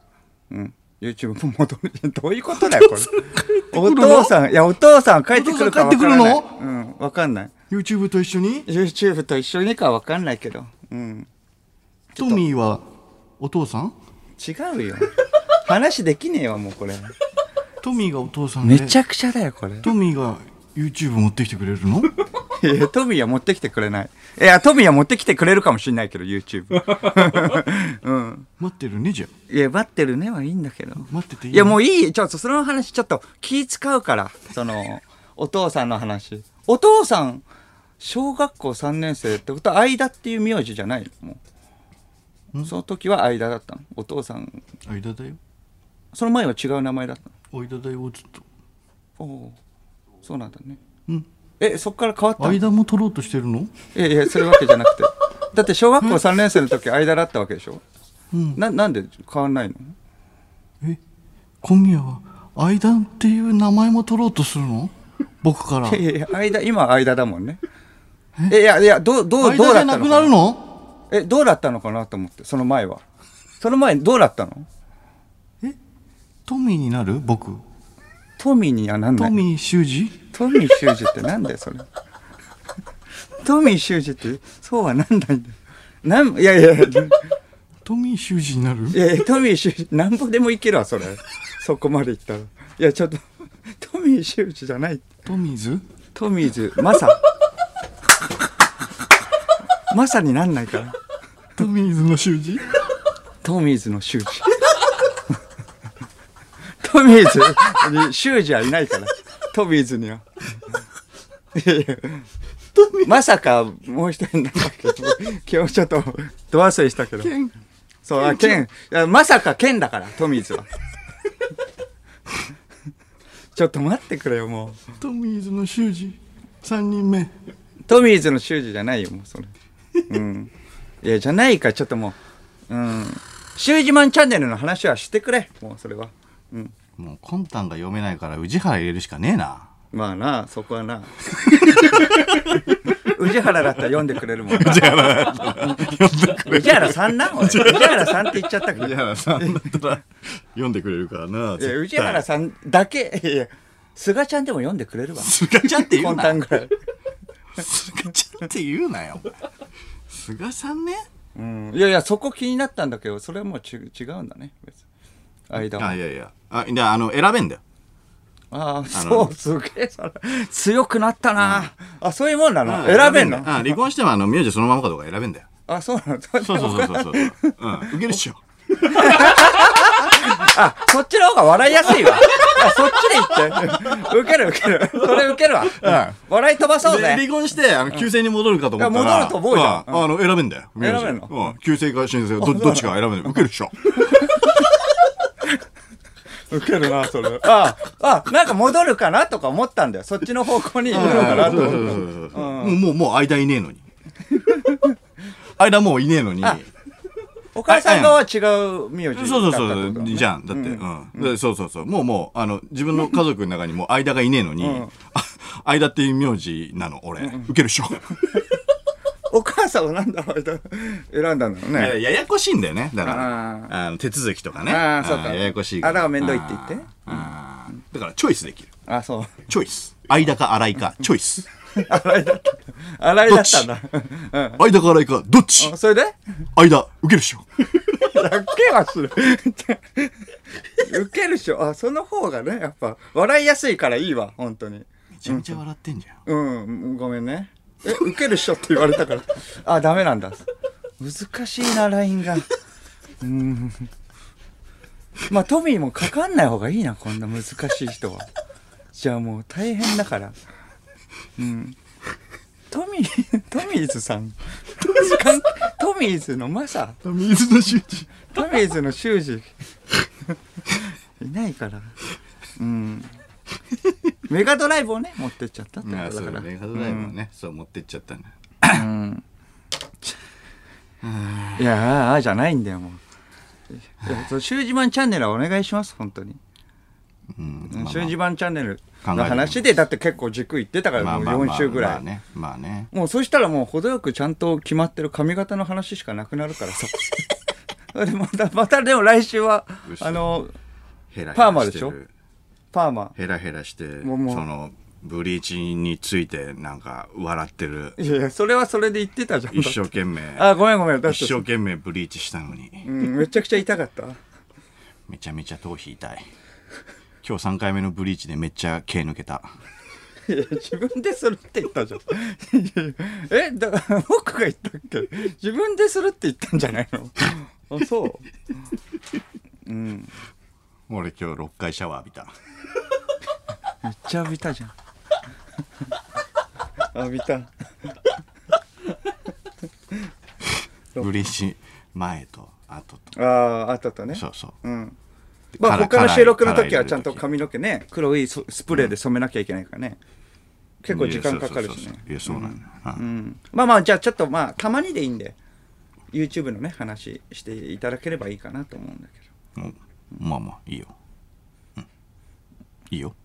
B: うん、YouTube も戻る。どういうことだよ、これ。お
A: くるの
B: 父さん、いや、お父さん帰ってくるかわからない。
A: お父さん帰って
B: うん、わかんない。
A: YouTube と一緒に
B: YouTube と一緒にかわかんないけど。うん。
A: トミーはお父さん
B: 違うよ。話できねえわ、もうこれ。
A: トミーがお父さんで
B: めちゃくちゃだよ、これ。
A: トミーが YouTube 持ってきてくれる の
B: いや、トミーは持ってきてくれない。いや、トミーは持ってきてくれるかもしれないけど、YouTube。うん。
A: 待ってるねじゃ
B: いや、待ってるねはいいんだけど。
A: あ待ってていい
B: いやもういいちょっとその話ちょっと気使うからそのお父さんの話お父さん小学校3年生ってことは間っていう名字じゃないのもうその時は間だったのお父さん
A: 間だよ
B: その前は違う名前だった
A: 間だよずっと
B: のおおそうなんだね
A: うん
B: えそっから変わったのい
A: 間も取ろうとしてるの
B: やいやそういうわけじゃなくてだって小学校3年生の時間だったわけでしょ
A: うん
B: ななんで変わんないの
A: え小宮は間っていう名前も取ろうとする の僕から
B: いやいや間今は間だもんねえいやいやどうどう
A: 間
B: どう
A: じ
B: だ
A: ゃ
B: った
A: なく
B: のか
A: な
B: な
A: るの
B: えどうだったのかなと思ってその前はその前どうだったの
A: えトミーになる僕
B: トミーにはなんな
A: ト
B: い
A: ミー修二
B: トミー修二ってなんだよそれ トミー修二ってそうはなんないんだよなんいやいやいやい
A: トミー修二になる
B: やいやトミー修二なんぼでもいけるわそれそこまでいったらいやちょっとトミー修二じゃない
A: トミーズ
B: トミーズマサマサになんないから
A: トミーズの修二
B: トミーズの修二 トミーズに修二はいないからトミーズには。いやいやまさかもう一人なんだけど今日ちょっとド忘れしたけど
A: ケン
B: そうあケンいやまさかケンだからトミーズはちょっと待ってくれよも
A: トミーズの修二3人目
B: うトミーズの修二じゃないよもうそれうんいやじゃないからちょっともううん修二マンチャンネルの話はしてくれもうそれはうん
A: もうコンタンが読めないから宇治原入れるしかねえな
B: まあなそこはな 宇治原だったら読んでくれるもんな
A: 宇治原だったら読んでくれ
B: 宇
A: る
B: 治原さんな俺宇治原さんって言っちゃったけど
A: 宇治原さんだったら読んでくれるからない
B: や宇治原
A: さ
B: さんだけいや菅ちゃんでも読んでくれるわ
A: ん菅ちゃんって言う
B: 魂
A: な
B: 胆ぐらい
A: 菅ちゃんって言うなよお前菅さんね
B: うんいやいやそこ気になったんだけどそれはもうち違うんだね別に間は
A: あいやいやあじゃああの選べんだよ
B: ああそうすげえそれ強くなったな、あそういうもんなの、選べんの
A: あ離婚してもあの名字そのままかどうか選べんだよ
B: あそう なのそう
A: そうそうそうそうそううん受けるっしょ
B: あそっちの方が笑いやすいわあそっちで言ってウケるウケるそれウケるわ、笑い飛ばそう
A: で
B: ぜ
A: 離婚してあの旧姓に戻るかと思った
B: い
A: ら
B: や戻ると思うじゃん
A: ああの選べんだよ名字
B: 選べんの
A: うん旧姓か新姓かどどっちか選べんだよ受けるっしょ
B: ウケるなそれああなんか戻るかなとか思ったんだよそっちの方向に行くのかなと
A: そう
B: 思
A: そ
B: っ
A: うそ
B: て
A: うそうもうもうもう間いねえのに間もういねえのに
B: お母さん側は違う名字だ
A: そ
B: っ
A: う
B: たっ
A: そ
B: てこ
A: うそう
B: とだ
A: そう
B: ね
A: じゃんだってうんでそうそうそうもうもうあの自分の家族の中にもう間がいねえのにあ間っていう名字なの俺受けるっしょ
B: お母さんはなんだろう 選んだんだろう
A: いや
B: ね
A: ややこしいんだよねだか
B: あ
A: らあの手続きとかね
B: ああそうか
A: あややこしいから
B: あだから面倒いって言ってね
A: ああだからチョイスできる
B: あそう
A: チョイス間か荒いかチョイス
B: 洗いだった洗いだったんだ
A: 間か荒いかどっち
B: うんそれで
A: 間受けるっしょ
B: だっけはする ウケるっしょあその方がねやっぱ笑いやすいからいいわ本当に
A: めちゃめちゃ笑ってんじゃん
B: うんごめんねえウケるっしょって言われたから あダメなんだ難しいなラインがうんまあトミーもかかんない方がいいなこんな難しい人はじゃあもう大変だからうんトミー トミーズさんトミーズ関係トミーズのマサ
A: 水の周知
B: トミーズの修士いないからうんメガドライブをね持ってっちゃったってこ
A: ああ
B: と
A: そう
B: だから
A: だねカドライブをね、そう持ってっちゃったね
B: うんいやあーあーじゃないんだよもういやその習字版チャンネルはお願いします本当に
A: うん
B: 習字版チャンネル
A: 考えて
B: の
A: みます
B: 話でだって結構軸いってたからもう4週ぐら
A: まあ
B: い
A: ねまあね
B: もうそしたらもう程よくちゃんと決まってる髪型の話しかなくなるからさ それでまたまたでも来週は
A: よっしゃ
B: あの
A: ヘラヘラしてる
B: パーマでしょパーマ
A: ヘラヘラして
B: もうもう
A: そのブリーチについてなんか笑ってる
B: いやいや、それはそれで言ってたじゃん。
A: 一生懸命
B: あ、ごめんごめん。だって
A: 一生懸命ブリーチしたのに
B: うん、めちゃくちゃ痛かった。
A: めちゃめちゃ頭皮痛い今日3回目のブリーチでめっちゃ毛抜けた
B: いや、 自分でするって言ったじゃん。 いやいやえ、だ 僕が言ったっけ自分でするって言ったんじゃないの あ、そう。うん、
A: 俺今日6回シャワー浴びた
B: めっちゃ浴びたじゃん。 浴びた。
A: ブリーチ前と後と
B: ああ、あったとね。
A: そうそう
B: うん。まあ、
A: カラ
B: 他の収録の時
A: カラー入れる
B: は
A: 時
B: ちゃんと髪の毛ね、黒いそスプレーで染めなきゃいけないからね。結構時間かかるしね。
A: いやそうそうそういやそうなんだよ、うん
B: うん、まあまあじゃあちょっとまあたまにでいいんで YouTube のね話していただければいいかなと思うんだけ
A: うんまあまあいいよ、うん、いいよ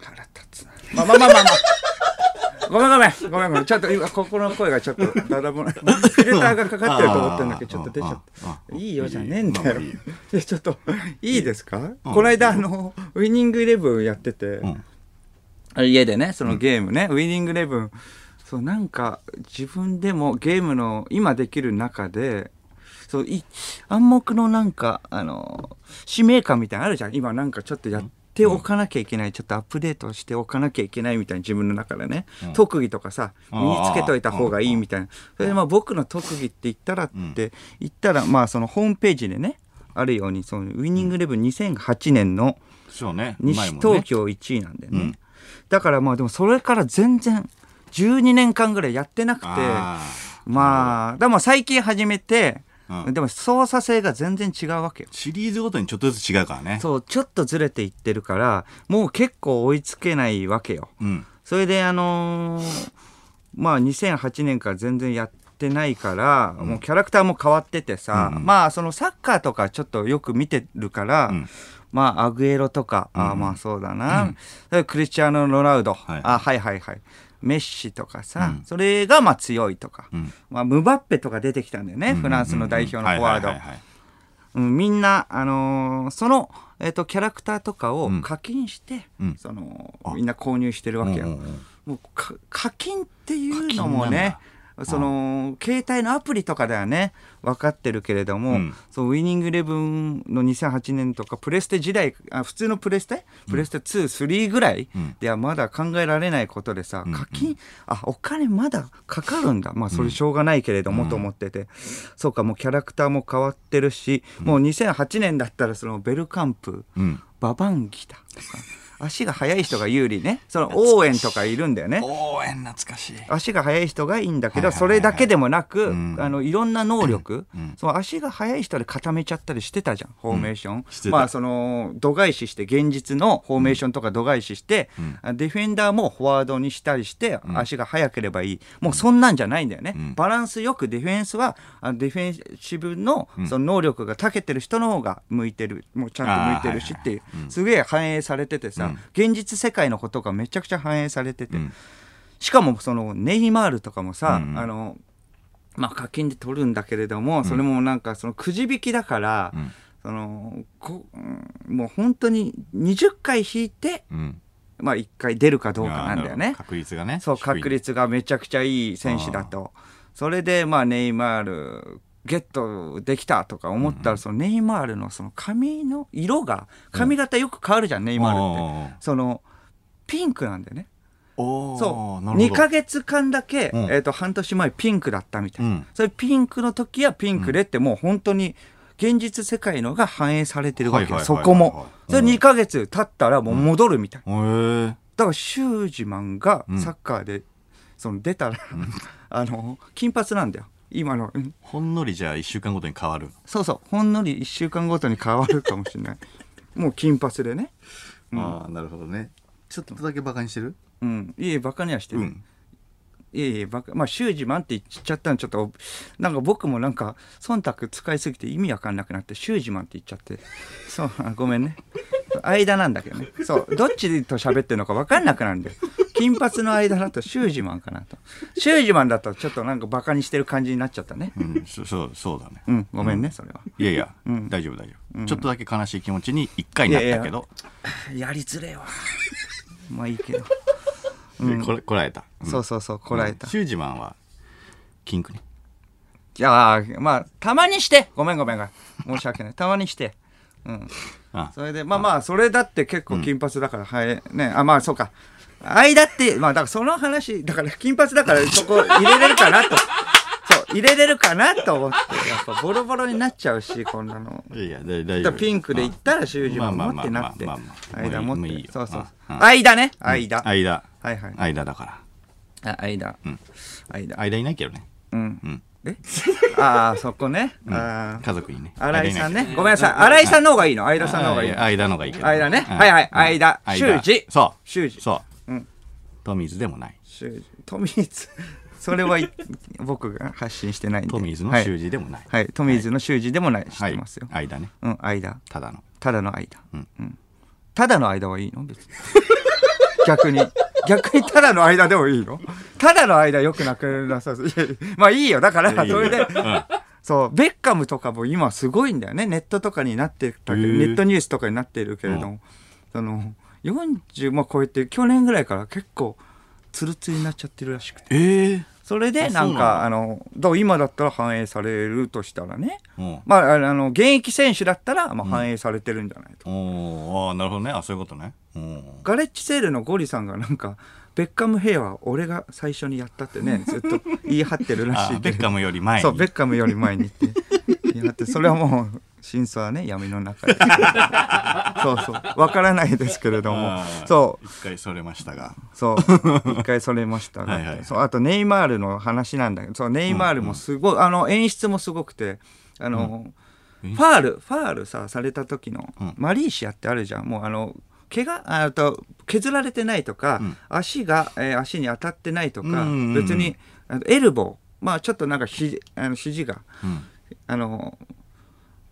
B: ど腹立つなまあまあまあまあ、まあ、ごめんごめんごめんごめんちょっと今ここの声がちょっとだだ ぼなフィルターがかかってると思ってんだけどちょっと出ちゃっ
A: あああ
B: た
A: あ
B: いいよじゃねえんだ
A: まあ
B: よ
A: まあいいよ
B: い やちょっといいですかこの間あのウイニングイレブンやってて、
A: うん
B: 家でねそのゲームね、ウィニングイレブンそうなんか自分でもゲームの今できる中でそうい暗黙のなんかあの使命感みたいなのあるじゃん今なんかちょっとやっておかなきゃいけない、ちょっとアップデートしておかなきゃいけないみたいな自分の中でね、
A: うん
B: 特技とかさ
A: あ
B: 身
A: ー
B: につけといた方がいいみたいなそれでまあ僕の特技って言ったらって言ったら、まあそのホームページでねあるようにそのウィニングイレブン2008年の、
A: そうね
B: 西東京1位なんだよね、
A: うん
B: だからまあでもそれから全然12年間ぐらいやってなくて
A: あー
B: まあでも最近始めて、
A: うん
B: でも操作性が全然違うわけよ
A: シリーズごとにちょっとずつ違うからね
B: そうちょっとずれていってるからもう結構追いつけないわけよ
A: うん
B: それであのーまあ2008年から全然やってないから、もうキャラクターも変わっててさ、
A: うん
B: まあそのサッカーとかちょっとよく見てるから、
A: ん
B: まあアグエロとか、ああまあそうだな、でクリスチャーノ・ロナウド、
A: い
B: あはいはいはいメッシとかさ、それがまあ強いとか、
A: ん
B: まあ、ムバッペとか出てきたんだよね、フランスの代表のフォワード
A: はいはいはいはい
B: うんみんな、あのーその、えっとキャラクターとかを課金して、
A: うん
B: そのみんな購入してるわけよ、
A: うんうんうん
B: もうか課金っていうのもねその携帯のアプリとかではね分かってるけれども、
A: うん
B: そうウィニングイレブンの2008年とかプレステ時代あ普通のプレステプレステ23ぐらい
A: うん
B: ではまだ考えられないことでさ、
A: ん
B: 課金あお金まだかかるんだまあそれしょうがないけれどもと思ってて、そうかもうキャラクターも変わってるし、もう2008年だったらそのベルカンプ、
A: うん
B: ババンギタと か足が速い人が有利ねその応援とかいるんだよね
A: 応援懐かしい
B: 足が速い人がいいんだけど、
A: はいはい
B: そ
A: はいはい
B: れだけでもなく、
A: ん
B: あのいろんな能力、
A: うん
B: その足が速い人で固めちゃったりしてたじゃんフォーメーション、
A: してた
B: まあその度外視して現実のフォーメーションとか度外視して、あディフェンダーもフォワードにしたりして、足が速ければいいもうそんなんじゃないんだよね、
A: ん
B: バランスよくディフェンスはあディフェンシブのその能力が長けてる人の方が向いてるもうちゃんと向いてるしっていう、すげえ反映されててさ、現実世界のことがめちゃくちゃ反映されてて。
A: ん
B: しかもそのネイマールとかもさ、
A: うん
B: あのまあ課金で取るんだけれども、それもなんかそのくじ引きだから、
A: ん
B: そのこうんもう本当に20回引いて、
A: うん
B: まあ、1回出るかどうかなんだよ
A: いや
B: ね。
A: 確率がね
B: そう確率がめちゃくちゃいい選手だとそれでまあネイマールゲットできたとか思ったらそのネイマールのその髪の色が髪型よく変わるじゃん、ネイマールって
A: ル
B: そのピンクなんだよね
A: おお
B: そう
A: 二
B: 2ヶ月間だけ、
A: うん
B: えー、と半年前ピンクだったみたいな、
A: うん
B: それピンクの時はピンクでってもう本当に現実世界のが反映されてるわけ
A: はいはいはい
B: そこ
A: はいはい
B: も
A: うん
B: それ2ヶ月経ったらもう戻るみたいな、
A: へえ
B: だからシュージマンが
A: うん
B: サッカーで、その出たら、 あの金髪なんだよ今の、うん
A: ほんのりじゃあ1週間ごとに変わる
B: そうそうほんのり1週間ごとに変わるかもしれない もう金髪でねうん
A: ああなるほどねちょっとだけバカにしてる
B: うんいえいえバカにはして
A: う
B: る、
A: ん
B: いえいえ、ばかまあ、シュージマンって言っちゃったの、ちょっと、なんか僕もなんか、忖度使いすぎて意味わかんなくなって、シュージマンって言っちゃって。 そう、あごめんね。間なんだけどね。そう、どっちと喋ってるのかわかんなくなるんだよ。金髪の間だとシュージマンかなと。シュージマンだとちょっとなんかバカにしてる感じになっちゃったね。
A: うんそそうそうだね
B: うん、ごめんね、それは。
A: いやいや大丈夫大丈夫ちょっとだけ悲しい気持ちに1回になったけど
B: やりづれえわ。まあいいけど。
A: でこらこらえたうん
B: そうそうそう、こらえた。
A: シュージマンはキンクね
B: じゃあ、まあ、たまにして。ごめんごめんごめん。申し訳ない。たまにして。うん。
A: あ
B: それでまあまあそれだって結構金髪だから、はいねあまあそうか間ってまあだからその話だから金髪だからそこ入れれるかなとそう入れれるかなと思ってやっぱボロボロになっちゃうしこんなの
A: いやいや大大
B: ち
A: 丈
B: ょっ
A: 夫
B: とピンクでいったら習字も
A: まあ
B: 持
A: ま
B: っ
A: あ
B: て
A: まあ
B: なって
A: まあまあまあ
B: 間持
A: もう
B: っ
A: いい
B: て
A: よ
B: そうそう
A: うんうん
B: 間ね間あ
A: 間
B: はいはい
A: 間だから
B: 間間
A: 間いないけどね
B: うん
A: うん
B: えああそこねあ
A: 家族にね
B: あ新井さ
A: 間い
B: ん
A: ないけ
B: ねごめんなさい新井さんの方がいいの相田
A: ど
B: さんの方がいい
A: あ間の方がいいけど
B: 間ね
A: うん
B: はいはい
A: うん
B: 間修二
A: そう
B: 修二
A: そう、
B: うん
A: トミーズでもない
B: トミーズそれはい僕が発信してないんで
A: トミーズの
B: はい
A: 習字でもない、
B: はい、トミーズの習字でもない、知っ
A: はい
B: てますよ、
A: 間ね
B: うん間
A: ただの
B: ただの間、
A: う
B: うんんただの間はいいの別に 逆に逆にただの間でもいいのただの間よくなくなさそういやいやまあいいよだから それで
A: うん
B: そうベッカムとかも今すごいんだよねネットとかになってたけど
A: へー
B: ネットニュースとかになってるけれども、その40も超えて去年ぐらいから結構ツルツルになっちゃってるらしくて
A: ええ
B: それ
A: あ
B: でなん
A: そうなんだ
B: かあのどう今だったら反映されるとしたらね
A: うん
B: まああのあの現役選手だったらまあ反映されてるんじゃないと、
A: おーあーなるほどねあそういうことねうん
B: ガレッジセールのゴリさんがなんかベッカムヘアは俺が最初にやったって ねずっと言い張ってるら
A: あ
B: しい
A: ベッ
B: けど
A: カムより前に
B: そうベッカムより前にって言い張ってそれはもう真相はね闇の中で そうそうわからないですけれども
A: あー
B: そう
A: 一回それましたが
B: そう 一回それましたが
A: はいはい
B: そうあとネイマールの話なんだけどそうネイマールもすごい、あの演出もすごくてあの、ファールファールさされた時の、
A: うん
B: マリーシアってあるじゃんもうあの怪我ああと削られてないとか、
A: うん
B: 足が、えー足に当たってないとか、
A: うんうんうん
B: 別にあのエルボーまあちょっとなんかひあの肘が
A: うん
B: あの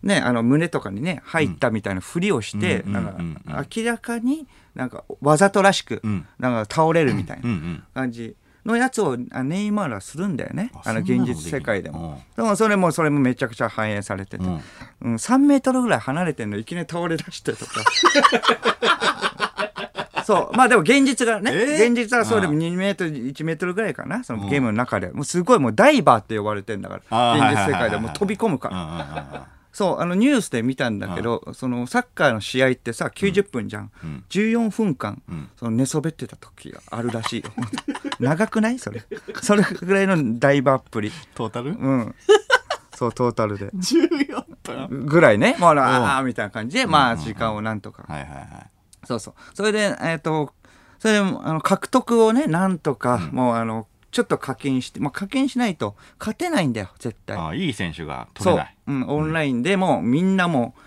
B: ね、あの胸とかにね入ったみたいなふりをして、
A: うん
B: なんか
A: うんうん
B: 明らかになんかわざとらしく、
A: うん
B: なんか倒れるみたい
A: うんう
B: なん感じのやつをあネイマールはするんだよね
A: あ
B: あの
A: そんなの
B: 現実世界でも
A: で
B: でもそれもそれもめちゃくちゃ反映されてて、
A: うん
B: うん3メートルぐらい離れてんのいきなり倒れ出してと かそうまあでも現実がね、
A: えー
B: 現実はそうでも
A: あ
B: 2メートル1メートルぐらいかなそのゲームの中で、もうすごいもうダイバーって呼ばれてんだか
A: あ
B: ら
A: ー
B: 現実世界でもう飛び込むから。
A: うんうんうんうん
B: そうあのニュースで見たんだけど、そのサッカーの試合ってさ90分じゃん、
A: ん
B: 14分間、
A: ん
B: その寝そべってた時があるらしいよ 長くないそれそれぐらいのダイバーっぷり
A: トータル
B: うんそうトー タルで
A: 14分
B: ぐらいねもうあの
A: ん
B: あーみたいな感じでまあ時間をなんとか、
A: はいはいはい
B: そうそうそれでえっ、とそれであの獲得をねなんとか、もうあのちょっと課金して、まあ、課金しないと勝てないんだよ絶対
A: ああいい選手が取
B: そ
A: れ
B: う
A: ない、
B: うん、オンラインでもうみんなもう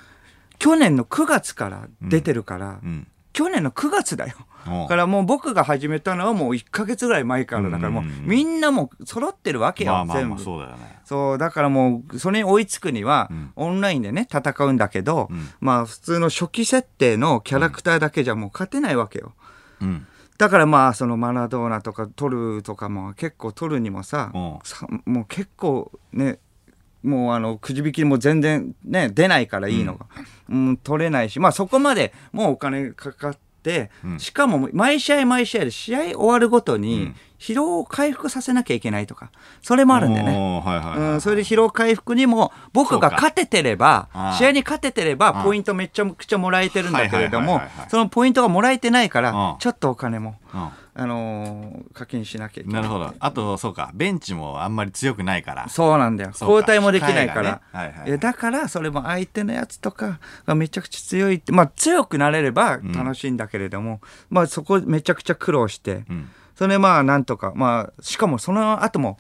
B: 去年の9月から出てるから、
A: うん
B: 去年の9月だよ
A: お
B: だ
A: う
B: からもう僕が始めたのはもう1か月ぐらい前からだからもう
A: うんうんうん
B: みんなもう揃ってるわけよ、
A: まあまあ
B: 全
A: まあ
B: 部そう
A: そうだよね
B: だからもうそれに追いつくには
A: ん
B: オンラインでね戦うんだけど、
A: ん
B: まあ普通の初期設定のキャラクターだけじゃもう勝てないわけよ、
A: うん
B: だからまあそのマラドーナとかトルとかも結構取るにもさ
A: うん
B: さもう結構ねもうあのくじ引きも全然ね出ないからいいのが、うん取れないしまあそこまでもうお金かかって、
A: うん
B: しかも毎試合毎試合で試合終わるごと
A: う
B: に
A: ん
B: 疲労を回復させなきゃいけないとかそれもあるんだよね。
A: おうはいはい、はい
B: うん、それで疲労回復にも僕が
A: そうか
B: 勝ててれば
A: ああ
B: 試合に勝ててれば
A: あ
B: ポイントめちゃくちゃもらえてるんだけれど
A: はい
B: も
A: はいはいはいはい
B: そのポイントがもらえてないか
A: あ
B: ら
A: あ
B: ちょっとお金も、
A: うん
B: あのー課金しなきゃいけ
A: な
B: な
A: いるほどあとそうかベンチもあんまり強くないから
B: そうなんだよ
A: そうか
B: 交代もできない
A: 控
B: から、
A: えがねはいはいはい
B: いやだからそれも相手のやつとかがめちゃくちゃ強いってまあ強くなれれば楽しいんだけれども、まあそこめちゃくちゃ苦労して、
A: うん
B: それまあなんとかまあしかもその後も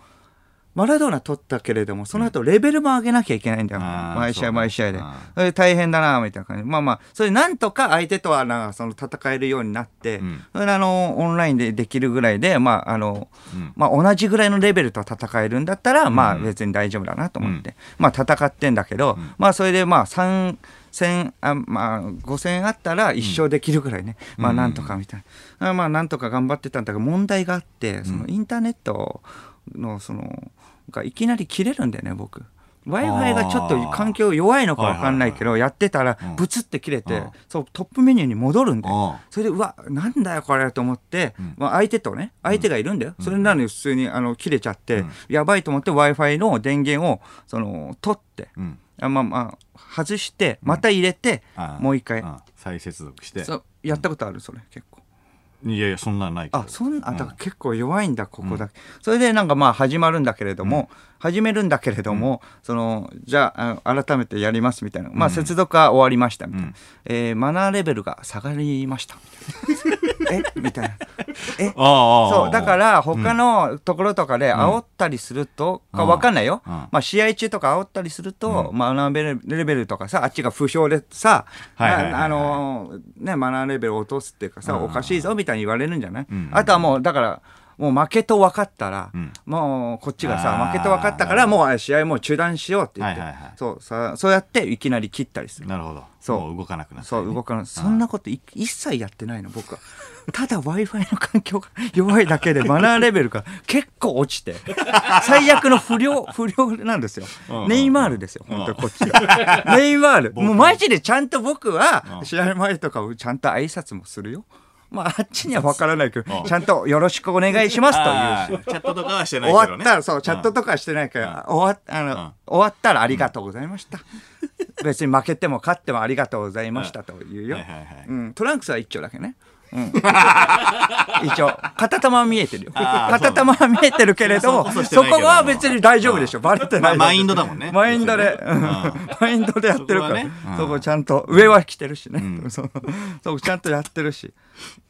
B: マラドーナ取ったけれどもその後レベルも上げなきゃいけないんだよ、
A: うんあー
B: 毎試
A: そう
B: 合毎試合で
A: あー
B: それ大変だなみたいな感じまあまあそれなんとか相手とはなんかその戦えるようになって、
A: うん
B: それであのオンラインでできるぐらいでまああの、
A: うん
B: まあ、同じぐらいのレベルと戦えるんだったら、まあ
A: うん
B: 別に大丈夫だなと思って、まあ戦ってんだけど、
A: ん
B: まあそれでまあ3戦あまあ5戦あったら一勝できるぐらいね、まあなんとかみたいな、まあなんとか頑張ってたんだけど問題があってそのインターネットのそのがいきなり切れるんだよね僕。w i f i がちょっと環境弱いのか分かんないけどやってたら
A: うん
B: ブツって切れて
A: うん
B: そうトップメニューに戻るんだよ
A: おう
B: それでうわなんだよこれと思って、
A: ん
B: まあ、相手とね相手がいるんだよ、それなのに普通にあの切れちゃって、やばいと思って w i f i の電源をその取って、
A: うん
B: あまあまあ外してまた入れて、
A: あー
B: もう一回、
A: ん再接続して
B: そうやったことあるそれ結構。
A: いやいやそんなんないけど
B: あそんあだから結構弱いんだここだけ、それでなんかまあ始まるんだけれども、始めるんだけれども、そのじゃああ改めてやりますみたいな、まあ、接続は終わりましたみたいな、えーマナーレベルが下がりま したみたいなえみたいなえ
A: ああああ
B: そうだか
A: あ
B: ら他のところとかで煽ったりすると、か分かんないよ、
A: うん
B: まあ、試合中とか煽ったりすると、マナーレベルとかさあっちが不評でさ、
A: はいはいはいはい
B: なあのーね、マナーレベル落とすっていうかさ、
A: うん
B: おかしいぞみたいに言われるんじゃない、
A: うんうん
B: あとはもうだからもう負けと分かったら、
A: うん
B: もうこっちがさ
A: あー
B: 負けと分かったからもう試合もう中断しようって言って、
A: はいはいはい
B: そうさそうやっていきなり切ったりする。
A: なるほど
B: そう
A: もう動かなくなった
B: そ
A: ね
B: う動かないそんなことい一切やってないの僕はただ w i f i の環境が 弱いだけでマナーレベルが 結構落ちて最悪の不 良不良なんですよ
A: うん
B: ネイマールですよ
A: うん
B: 本当こっちがネイマール
A: 僕
B: もうマジでちゃんと僕
A: う
B: は
A: ん
B: 試合前とかちゃんと挨拶もするよまああっちには分からないけ
A: う
B: ど
A: ん
B: ちゃんとよろしくお願いしますという
A: あー チャットとかはしてない
B: 終
A: けどね
B: わったらそうチャットとかはしてないから、終わあの、
A: うん
B: 終わったらありがとうございました、別に負けても勝ってもありがとうございましたというよ、
A: はいはいはい
B: うん、トランクスは一丁だけね、うん 一応片玉は見えてるよ
A: あー
B: 片玉は見えてるけれども
A: そうそ
B: そ
A: うそうしてないけど
B: こは別に大丈夫でしょバレてない、
A: まあマインドだもんね
B: マインドで、
A: 別
B: う
A: に
B: ん
A: ね
B: マインドでやってるからそ
A: そ
B: こ,、
A: こはねうん
B: ちゃんと上は着てるしね、
A: ん
B: そうそこちゃんとやってるし、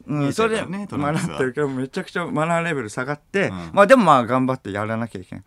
B: う
A: 見
B: ん、
A: えて
B: そ
A: る
B: れ
A: か
B: で
A: らねトランクスは
B: 学ってるけどめちゃくちゃマナーレベル下がって、
A: ん
B: まあでもまあ頑張ってやらなきゃいけない。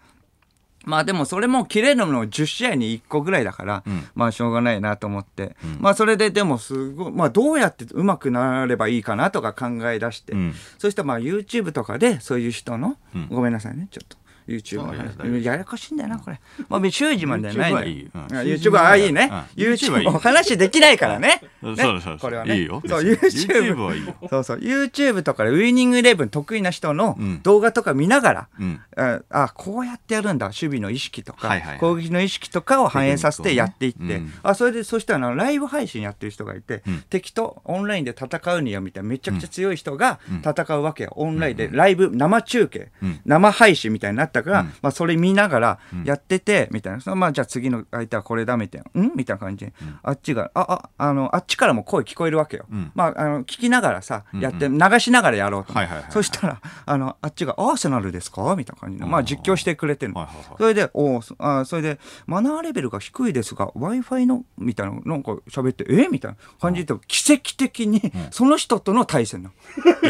B: まあでもそれも切れるのも10試合に1個ぐらいだから、
A: ん
B: まあしょうがないなと思って、まあそれででもすごい、まあどうやって上手くなればいいかなとか考え出して、
A: うん
B: そしたらまあ YouTube とかでそういう人の、
A: うん
B: ごめんなさいね、ちょっと。 YouTube
A: そうです
B: はややこしいんだよなこれまあ修二までは
A: YouTube
B: ないん
A: は
B: だ
A: いい
B: よ
A: うん
B: YouTube はあいいね
A: うん YouTube はいい
B: YouTube お話できないからね
A: そう
B: ね
A: そうそう
B: これはね
A: いいよ
B: そう
A: YouTube
B: YouTube
A: はいいよ
B: そうそう YouTube とかでウイニングイレブン得意な人の
A: うん
B: 動画とか見ながら、
A: うん
B: ああこうやってやるんだ守備の意識とか、
A: はいはいはい
B: 攻撃の意識とかを反映させてやっていって、
A: テクニックをね
B: あそれでそしたらあのライブ配信やってる人がいて、
A: うん
B: 敵とオンラインで戦うにはみたいなめちゃくちゃ強い人が
A: うん
B: 戦うわけよオンラインでライブ生中継、
A: うん
B: 生配信みたいになったから、
A: うん
B: まあ、それ見ながらやっててみたいな、そのまあ、じゃあ次の相手はこれだみたいな「ん?」みたいな感じで、あっちがあああのあっちからも声聞こえるわけよ、
A: うん
B: まあ、あの聞きながらさ
A: うんうん
B: やって、流しながらやろうと、
A: はいはいはい
B: そしたらあのあっちが「アーセナルですか?」みたいな感じで、まあ、実況してくれてるの、
A: はいはいはい
B: それで「おうそあそれでマナーレベルが低いですが w i f i の」みたいななんか喋って「えみたいな感じで奇跡的にその人との対戦なの。
A: え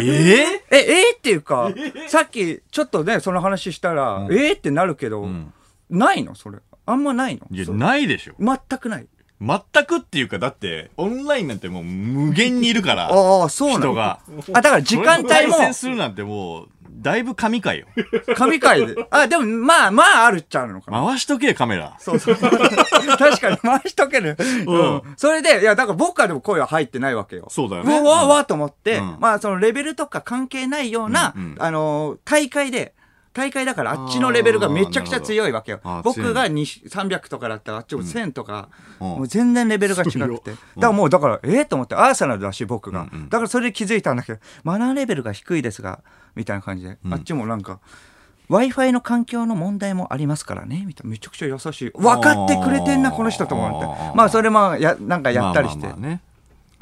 B: え、えーっていうか、さっきちょっとね、その話したら、えーってなるけど、
A: ん
B: ないのそれ。あんまないの
A: いや
B: そう
A: ないでしょ
B: 全くない。
A: 全くっていうかだってオンラインなんてもう無限にいるから
B: ああ、そうなの
A: 人が
B: あ、だから時間
A: それ
B: 帯
A: と
B: も
A: 対、戦するなんてもうだいぶ神回よ
B: 神回で。あ、でも、まあまああるっちゃあるのかな。
A: 回しとけよカメラ
B: そうそう。 確かに回しとける。
A: う
B: うんん。それで、いや、だから僕からでも声は入ってないわけよ。
A: そうだよね
B: わわわと思って、
A: うん
B: まあ、そのレベルとか関係ないような、
A: うんうん
B: あのー大会で、大会だからあっちのレベルがめちゃくちゃ強いわけよ
A: あーなる。ほどあー
B: 僕が2 300とかだったらあっちも1000とか、
A: うん
B: もう全然レベルが違くて。
A: 強い
B: だ
A: よ
B: からもう、だから、えー、と思って、アーサナルだし、僕が。
A: うんうん
B: だからそれで気づいたんだけど、マナーレベルが低いですが、みたいな感じで、あっちもなんか、Wi-Fi の環境の問題もありますからね、みたいな。めちゃくちゃ優しい。分かってくれてんな、この人と思
A: あ
B: っ
A: ー
B: て。まあ、それまあ、や、なんかやったりして。
A: まあまあまあね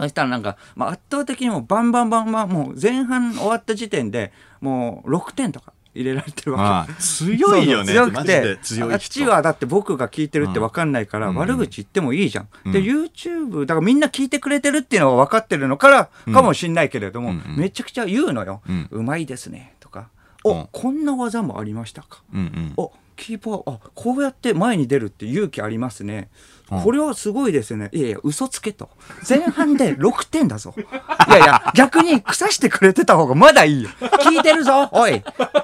B: そしたらなんか、まあ、圧倒的にもうバンバンバンバン、もう前半終わった時点で、もう6点とか入れられてるわ
A: あ
B: け。
A: あ強いよね
B: そうそう強
A: マジ
B: く
A: で
B: て
A: 強い人
B: あっちはだって僕が聞いてるって分かんないから、
A: うん
B: 悪口言ってもいいじゃん、
A: ん
B: で YouTube だからみんな聞いてくれてるっていうのは分かってるのからかもしんないけれども、
A: うんうん
B: めちゃくちゃ言うのよ「
A: うん
B: うまいですね」とか「お、
A: うん
B: こんな技もありましたか」
A: うんうん
B: あキーパーあこうやって前に出るって勇気ありますね、
A: うん
B: これはすごいですねいやいや嘘つけと前半 で6点だぞいやいや逆に腐してくれてた方がまだいいよ聞いてるぞおい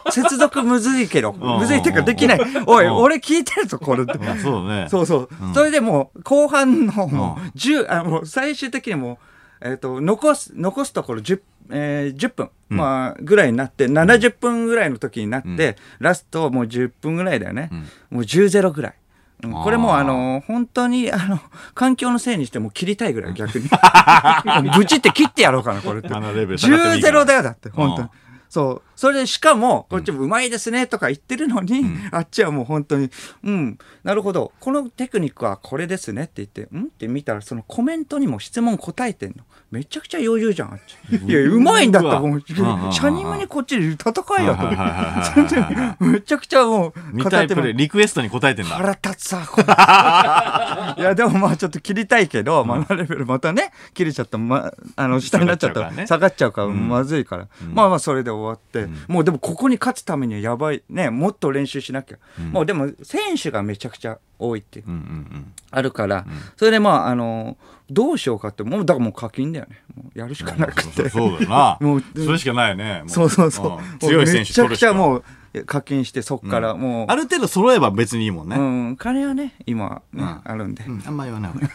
B: 接続むずいけど
A: ん
B: むずいっていうかできないおい
A: うん
B: 俺聞いてるぞこれって
A: まあそうだね
B: そうそう、
A: ん
B: それでもう後半のも
A: う
B: う10あもう最終的にもう、えっと残す残すところ 10,、えー10分、まあ、ぐらいになって70分ぐらいの時になって、
A: うん
B: ラストもう10分ぐらいだよね、
A: ん
B: もう10ゼロぐらい。うんこれもう
A: あー
B: あの本当にあの環境のせいにしてもう切りたいぐらい逆 にブチって切ってやろうかなこれって
A: あのレベル下がってもい
B: 10
A: いか
B: ゼ
A: ら
B: ロだよだって本当
A: うん
B: にそうそれでしかもこっちもうまいですねとか言ってるのに、あっちはもう本当にうんなるほどこのテクニックはこれですねって言ってうんって見たらそのコメントにも質問答えてんのめちゃくちゃ余裕じゃんあっちいやうまいんだったらもう
A: うわ
B: シャニムにこっちで戦えよと
A: はいはいはいはい
B: 全然めちゃくちゃもう
A: 見たいプ
B: も
A: レイリクエストに答えてんだ
B: 腹立つさ、これ いや、でもまあちょっと切りたいけど、マナーレベルまたね、切れちゃった、ま、あの、下になっちゃったら、
A: 下
B: 下がっちゃうから、まずいから。まあまあ、それで終わって、もうでもここに勝つためにはやばい、ね、もっと練習しなきゃ。もうでも、選手がめちゃくちゃ多いっていう
A: うんうん
B: あるから、それでまあ、あの、どうしようかって、もう、だからもう課金だよね。もうやるしかな
A: う
B: く
A: ん
B: て
A: そう。そうだな
B: もう
A: それしかないねも
B: そうそうそ
A: ん
B: う。
A: 強い選手取
B: めちゃ
A: る
B: く
A: し
B: ち
A: か
B: ゃもう課金して、そっからもう。
A: ある程度揃えば別にいいもんね
B: うん、金はね、今、
A: う
B: ね
A: ん
B: あるんで。
A: うんあんま言わない方がいい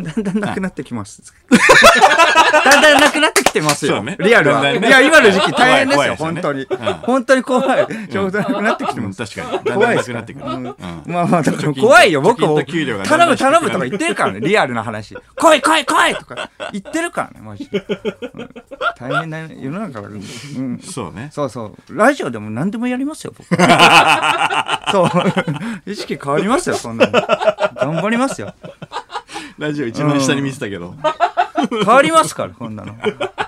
B: だんだんなくなってきます。だんだんなくなってきてます
A: そ
B: よ。
A: うね
B: リアルは。
A: だんだん
B: い
A: ね
B: や、今の時期大変ですよ、
A: 怖い怖
B: 本当
A: いで
B: に
A: すよねうん。
B: 本当に怖い。ちょうどなくなってきて
A: うん
B: ます。
A: 確かにだんだ ん
B: 怖いで
A: な
B: す
A: く
B: か
A: なってくるうん
B: まあまあ、
A: 貯
B: だから
A: 金と
B: 怖いよ、僕
A: 貯金
B: も。
A: と給料がだ
B: 頼む
A: んだ
B: 頼
A: ん
B: むとか言ってるからね、リアルな話。来い来い来いとか言ってるからね、マジで。うん大変な世の中だからうん。
A: そうね
B: そうそう。ラジオでも何でもやります よ、僕。そう。意識変わりますよ、そんなの。頑張りますよ。
A: ラジオ一番下に見てたけど
B: 変わりますから、こんなの。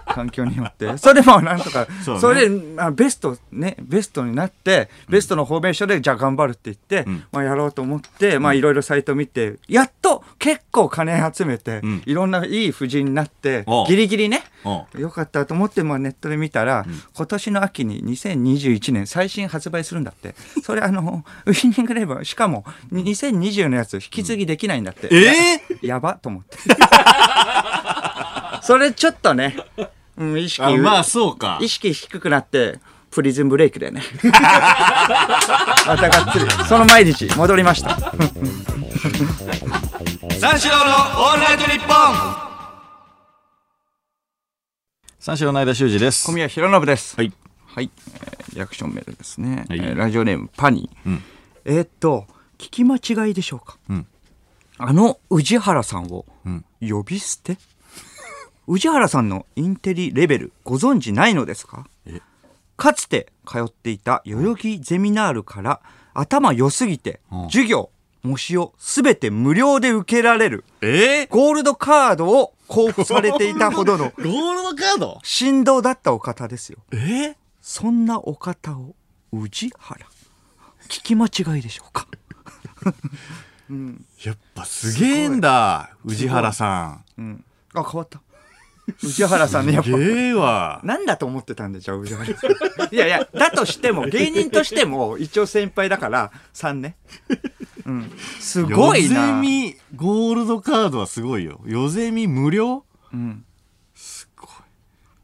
B: 環境によって。それでもなんとか、
A: そう
B: そ,、
A: ね
B: れで、まあ、ベスト、ね、ベストになって、ベストのフォーメーションで、じゃあ頑張るって言って、
A: ん
B: まあやろうと思って、まあいろいろサイト見て、やっと結構金集めて、
A: ん
B: いろんないい夫人になって
A: おう、
B: ギリギリね、
A: うん
B: よかったと思って、まあ、ネットで見たら、今年の秋に2021年最新発売するんだってそれあのウイニングレブンしかも2020のやつ引き継ぎできないんだって、
A: えー
B: やばと思って それちょっとね、うん、意識
A: あまあそうか
B: 意識低くなってプリズンブレイクだよね。 またがっつり。その毎日、戻りました。
A: 三四郎のオールナイトニッポン三四郎の間修二です
B: 小。宮弘信です。
A: はい。
B: はい、えーリアクションメールですね、
A: はい
B: えーラジオネームパニー、えーっと聞き間違いでしょうか、
A: ん
B: あの宇治原さんを
A: ん
B: 呼び捨て、 宇治原さんのインテリレベルご存知ないのですかかつて通っていた代々木ゼミナールから頭良すぎて
A: うん
B: 授業模試を全て無料で受けられる
A: えー、
B: ゴールドカードを交付されていたほどの
A: ゴールドカード
B: 振動だったお方ですよ
A: えー、
B: そんなお方を宇治原聞き間違いでしょうか
A: やっぱすげえんだ、宇治原さん。
B: あ変わった宇治原さんねやっぱ
A: げえわ。
B: なんだと思ってたんでじゃあ宇治原さんい やいやだとしても芸人としても一応先輩だから3ね、うん、すごい
A: ヨゼ
B: な
A: ミゴールドカードはすごいよ。ヨゼミ無料
B: うん
A: すごい。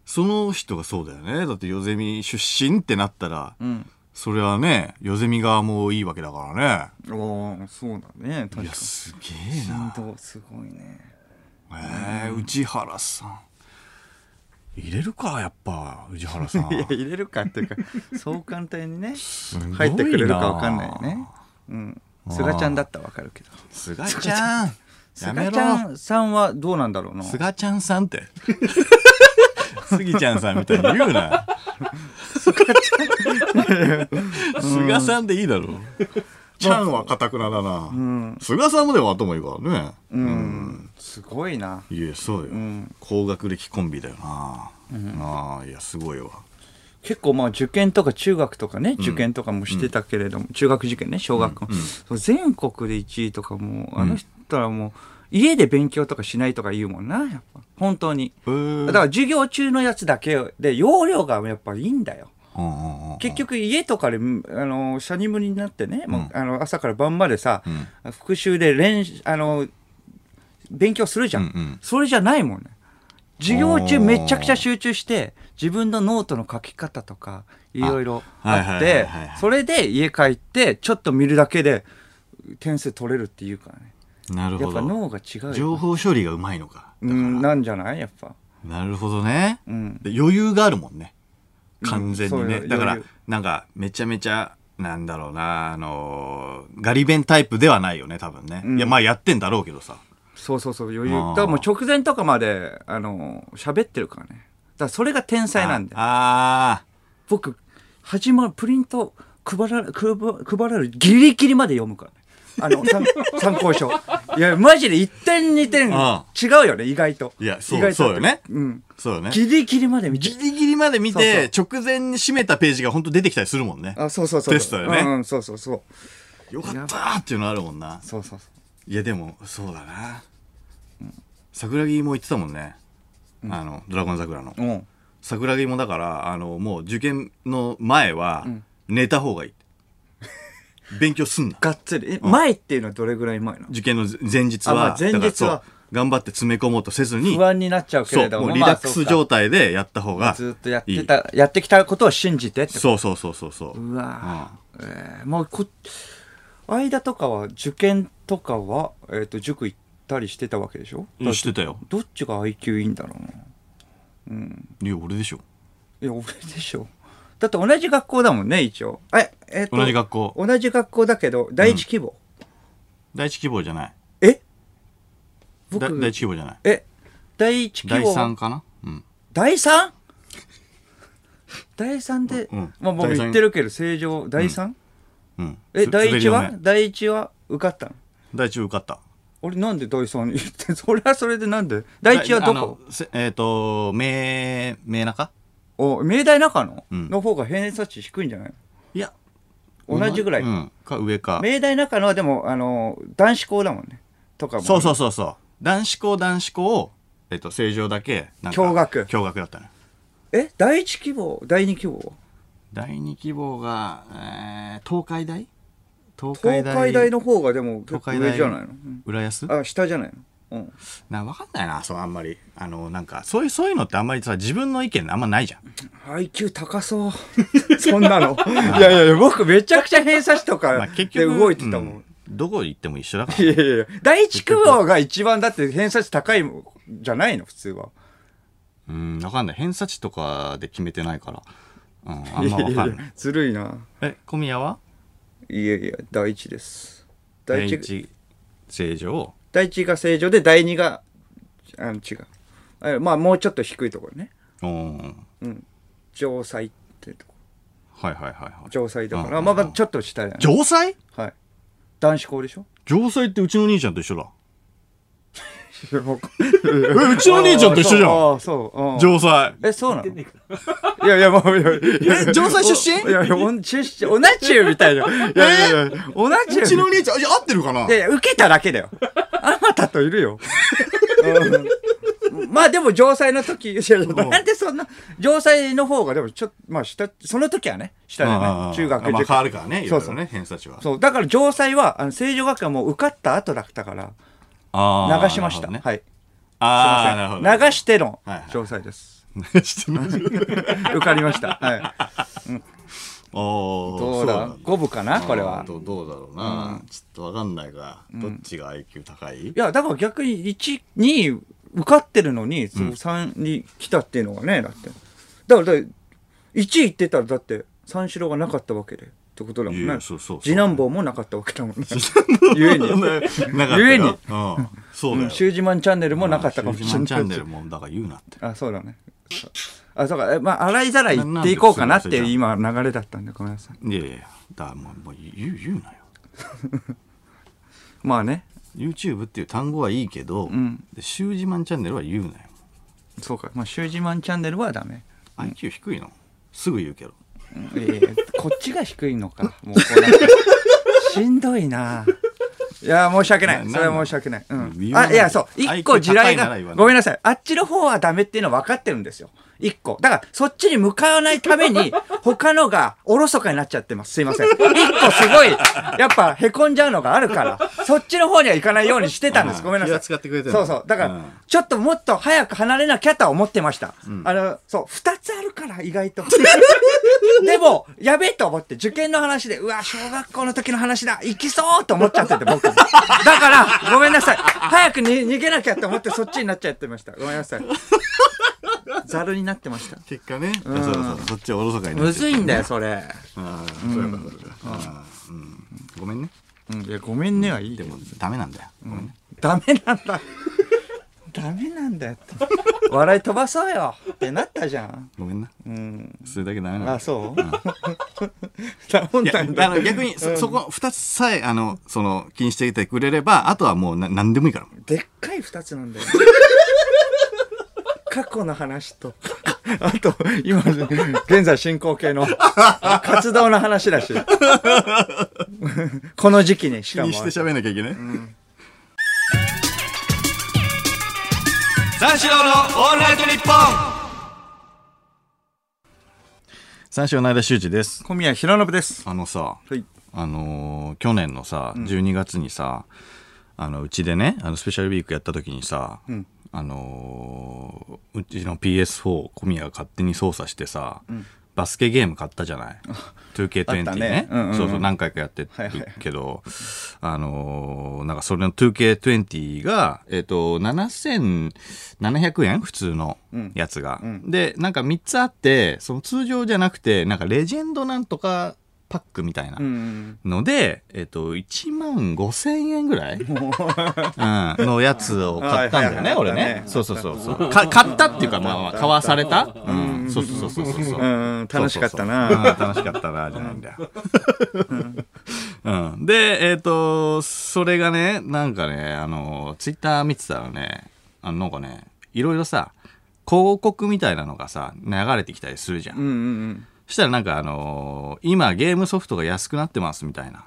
A: その人がそうだよね。だってヨゼミ出身ってなったら、
B: うん
A: それはね、ヨゼミ側もいいわけだから
B: おーそうだね
A: ね。い
B: 確
A: や、
B: かに
A: すげえな。
B: 振動すごいね
A: えー、内原さん。入れるか、やっぱ、宇治原さん。
B: いや入れるかっていうかそう簡単にね
A: すごいな
B: 入ってくれるか分かんないよね。うん菅ちゃんだったら分かるけど
A: すがちゃん。やめ
B: 菅ちゃ
A: ろ。
B: んさんはどうなんだろうな
A: すがちゃんさんって。すぎちゃんさんみたいに言うな。すがさんでいいだろう。ちゃんはかたくなだな。すがさんもでも頭いいからね。
B: うんすごいな。
A: いや、そうよ
B: ん。
A: 高学歴コンビだよな。ああ、いや、すごいわ。
B: 結構まあ受験とか中学とかね、受験とかもしてたけれども、中学受験ね、小学校、そう全国で1位とかもう、あの人はもう、家で勉強とかしないとか言うもんな、やっぱ。本当に。
A: うー
B: だから授業中のやつだけで、容量がやっぱいいんだよ。
A: うんうんうん
B: 結局家とかで、うんあの、シャニムリになってね、もうあの朝から晩までさ、復習で練習、あの、勉強するじゃん。
A: うんうん
B: それじゃないもんね。授業中めちゃくちゃ集中して、自分のノートの書き方とか、いろいろあ
A: は
B: っ
A: いはい
B: て
A: はいはいはい、
B: それで家帰って、ちょっと見るだけで、点数取れるっていうからね。
A: なる
B: や
A: ほ
B: っぱ
A: ど。
B: 脳が違うよ
A: 情報処理がうまいのか。
B: うん、なんじゃないやっぱ。
A: なるほどね。
B: うん。
A: で余裕があるもんね完全にね、
B: そうよ
A: だから
B: 余裕
A: なんかめちゃめちゃなんだろうなあのーガリ弁タイプではないよね多分ね、
B: うん
A: いやまあやってんだろうけどさ
B: そうそうそう、余裕。
A: あ
B: だ
A: ー
B: からもう直前とかまで、あの、喋ってるからね。だからそれが天才なんだよ。
A: あ
B: 僕始まるプリント配られ配配られるギリギリまで読むからねあの 参参考書いやマジで1点2点
A: ああ
B: 違うよね意外と
A: あいやそ
B: 意
A: う
B: 外と
A: そうよね
B: うん
A: そうよね
B: ギリギリまで見て
A: ギリギリまで見て直前に締めたページが本当出てきたりするもんね
B: あそうそうそう
A: テストよね
B: うんうん、そうそうそう
A: よかったーっていうのあるもんな
B: そうそうそ
A: いやでもそうだな桜木も言ってたもんね、あのドラゴン桜の
B: ううん
A: 桜木もだからあのもう受験の前は寝た方がいい、勉強すんな
B: がっつりえ前っていうのはどれぐらい前なの
A: 受験の前日
B: あ
A: は,、
B: まあ前日
A: だ
B: は
A: からそう頑張って詰め込もうとせずに
B: 不安になっちゃうけ
A: そ
B: れ
A: う
B: ど
A: も
B: も
A: うリラック
B: ま
A: ス
B: あそう
A: 状
B: か
A: 態でやった方が
B: ずっとやってたやってきたことを信じてってこと
A: そうそうそうそうそう
B: うわーえー、まあこ間とかは受験とかは、えー、と塾行ったりしてたわけでしょ
A: うんしてたよ
B: どっちが IQ いいんだろうない
A: や俺でしょ
B: いや俺でしょだって同じ学校だもんね一応え、えーと
A: 同じ学校
B: 同じ学校だけど第一希望、
A: 第一希望じゃない
B: え
A: だ
B: 僕
A: 第一希望じゃない
B: え第一希望
A: 第三かなうん
B: 第三第三で、
A: うん
B: まあもう
A: 第三
B: 言ってるけど正常第三、
A: うん
B: え
A: す
B: 第一
A: 滑
B: は
A: り止め
B: 第一は受かったの
A: 第一受かった
B: 俺なんで第三に言って それはそれでなんで第一はど
A: だあ
B: こ
A: のせえっ、と名名中
B: お明大中野、
A: うん
B: の方が平年差値低いんじゃない
A: いや
B: 同じぐらい、
A: うん、か上か
B: 明大中野はでもあの男子校だもんねとかも
A: そうそうそうそう男子校男子校を、えっと、正常だけなんか
B: 共学
A: 共学だったね
B: え第一希望第二希望
A: 第二希望が、えー、東海大東
B: 東海大の方がでも結
A: 東
B: 構
A: 海
B: 上
A: 大
B: じゃないの、うん
A: 浦安
B: あ下じゃないのうん。
A: な分かんないなそうあんまりあのなんかそういうそういうのってあんまりさ自分の意見あんまないじゃん
B: IQ 高そう。 そんなの。いやいやいや、僕めちゃくちゃ偏差値と
A: ま
B: か
A: あ結
B: で
A: 局
B: 動いてたもん。
A: うんどこ行っても一緒だから
B: いやいやいや、第一区号が一番だって偏差値高いもんじゃないの、普通は。
A: うん分かんない偏差値とかで決めてないから、うん、あ
B: い
A: んま
B: やい
A: 分か
B: や
A: ん
B: い
A: ない
B: や、ずるいな。
A: え小宮はい
B: やいや、第一です。第
A: 第
B: 一、
A: 一正常
B: 第一が正常で、第二が、あの、違う。あまあ、もうちょっと低いところね。
A: うん
B: 城西ってとこ。
A: はいはいはいはい
B: 城西だか
A: うんう
B: ら、
A: ん
B: まあまあ、ちょっと下だよね。
A: 城西
B: はい。男子校でしょ
A: 城西ってうちの兄ちゃんと一緒だ
B: いや僕
A: えうちの兄ちゃんと一緒じゃん
B: あーそうあーそう。う
A: 城
B: ん
A: 西
B: え、そうなのいやいや、もう、いやいや
A: え城西出身
B: いやいや、おん出身、同じゅみたいな。いやいやいや、同じゅ
A: うちの兄ちゃんいや合ってるかない
B: やいや、受けただけ だよ。あまたといるよ。うんまあでも、城西の時、いやいやなんでそんな、城西の方が、でもちょっと、まあ下、その時はね、下
A: うん
B: だ
A: うん
B: よ
A: うん
B: ね、中学
A: まあ
B: 受
A: 変わる
B: 験
A: からねい
B: そ
A: ろい
B: うそ
A: ろ
B: う
A: ね偏差値は
B: そう、だから城西は、あの、成城学科もう受かった後だったから、
A: あー
B: 流しました。
A: なるほどね
B: はい。すい
A: ああなるほ
B: ま
A: ど
B: せん。流しての
A: はいはい
B: 城西です。
A: 流してました
B: 受かりました。はい。
A: おー
B: どうだ五分かなこれは。
A: どどうだろうな、ちょっとわかんないが、どっちが IQ 高い
B: いや、だから逆に1、2受かってるのに、そう3に来たっていうのがね、だって。だから、だ1位行ってたら、だって、三四郎がなかったわけで。ってことだもん
A: いや
B: ね。
A: そうそうそう
B: 次男坊もなかったわけだもんね。ゆえに。
A: なかったよ
B: ゆえに
A: うん、そうだ
B: う
A: よ
B: ん、シュージマンチャンネルもなかったかもしれ
A: シュージマンチ
B: な
A: ャ
B: い
A: ンネ
B: し
A: ル。もだから言うなって
B: あ、そうだね。あ、そうか。えまあ、洗いざらい行っていこうかなっていう今流れだったんで、ごめんなさい。
A: いやいやだからもうもう言う言うなよ
B: まあね。
A: YouTube っていう単語はいいけど、
B: ん
A: でシュージマンチャンネルは言うなよ
B: そうか。まあ、シュージマンチャンネルはダメ。
A: IQ 低いのすぐ言うけど
B: うんいやいやこっちが低いのか。もうこうなってしんどいな。いや、申し訳ない。
A: な
B: それは申し訳ない。う
A: 言
B: ん。
A: わな
B: あ、
A: い
B: いや、そう。一個
A: IQ
B: 地
A: 高
B: 雷
A: いなら
B: が
A: 言わな、い
B: ごめんなさい。あっちの方はダメっていうのは分かってるんですよ。一個。だから、そっちに向かわないために、他のがおろそかになっちゃってます。すいません。一個すごい、やっぱ、へこんじゃうのがあるから、そっちの方には行かないようにしてたんで
A: あ
B: す。
A: ー
B: ごめんなさ
A: 気
B: い。
A: は使ってくれてる
B: そうそう。だか
A: うん
B: ら、ちょっともっと早く離れなきゃとは思ってました。あの、そう、二つあるから、意外と。 でも、やべえと思って、受験の話で、うわ、小学校の時の話だ、行きそうと思っちゃってて、僕。だから、ごめんなさい。早くに逃げなきゃと思って、そっちになっちゃってました。ごめんなさい。ざるになってました。
A: 結果ね、あそうそうそうそっちはおろそかにな
B: む
A: っちゃ
B: ずいんだよ、それ。
A: あーそうかそうかあーうんごめんね
B: うん、いや、ごめんねはいい
A: で
B: で
A: もダメなんだよ、ごめんね
B: ダメなんだ。ダメなんだよって。笑い飛ばそうよってなったじゃん。
A: ごめんな
B: うん。
A: それだけダメなんだ
B: あ、そう 頼ん
A: いや
B: だ
A: あ
B: んだ。
A: の逆にそそこ2つさえあのその気にしていてくれればあとはもうな何でもいいから
B: でっかい二つな んだよ。過去の話と、あと、今、現在進行形の活動の話だし。この時期にし
A: 気
B: かも
A: に。して喋んなきゃいけない、三四郎のオールナイトニッポン三四郎の間修二です
B: 小宮浩信です。
A: あのさ
B: はい。
A: あのー去年のさ12月にさ、あのうちでねあのスペシャルウィークやった時にさ、あのーうちの PS4 小宮が勝手に操作してさ、バスケゲーム買ったじゃない 2K20
B: あった
A: ね
B: ねうんうんうん
A: そうそう何回かやってるけど、あのーなんかそれの 2K20 が、えっと7700円普通のやつが、でなんか3つあってその通常じゃなくてなんかレジェンドなんとかパックみたいな、
B: うん。
A: ので、えっと、1万5千円ぐらい、うん、のやつを買ったんだよね、
B: はいはい
A: 俺
B: 買った
A: ね
B: ね。
A: そうそうそうそう。か買ったっていうか、まあまあ、買わされたうん。そうそうそうそうそう。
B: うん、楽しかったな。
A: そうそうそううん楽しかったな、じゃないんだよ。うん、で、えっ、と、それがね、なんかね、あの、ツイッター見てたらね、あの、なんかね、いろいろさ、広告みたいなのがさ、流れてきたりするじゃん
B: うんうん
A: そしたらなんかあのー今ゲームソフトが安くなってますみたいな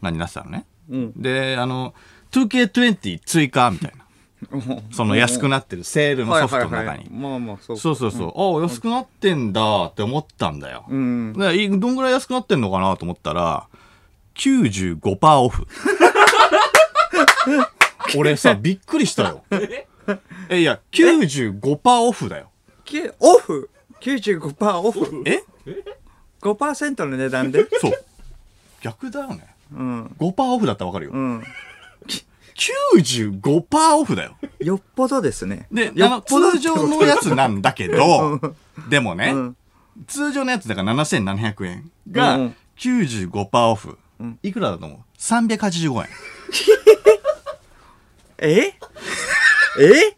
A: 感じになってたのね。
B: うん
A: で、あの、2K20 追加みたいな。
B: うん。
A: その安くなってるセールのソフトの
B: はい
A: 中
B: はいはい
A: に。
B: まあまあ、そうか。
A: そうそうそう。ああ、安くなってんだって思ったんだよ。
B: うん。
A: でいどんぐらい安くなってんのかなと思ったら、95%オフ。俺さ、びっくりしたよ。え、いや、95%オフだよ。
B: きオフ !95% オフ
A: え
B: !5% の値段で
A: そう。逆だよね。
B: うん。
A: 5%オフだったらわかるよ。
B: うん。
A: 95%オフだよ。
B: よっぽどですね。
A: で、
B: よ
A: あの、通常のやつなんだけ ど、でもね、
B: ん
A: 通常のやつだから7700円
B: うんう
A: が
B: ん
A: 95%オフ。いくらだと思う ?385 円。
B: ええ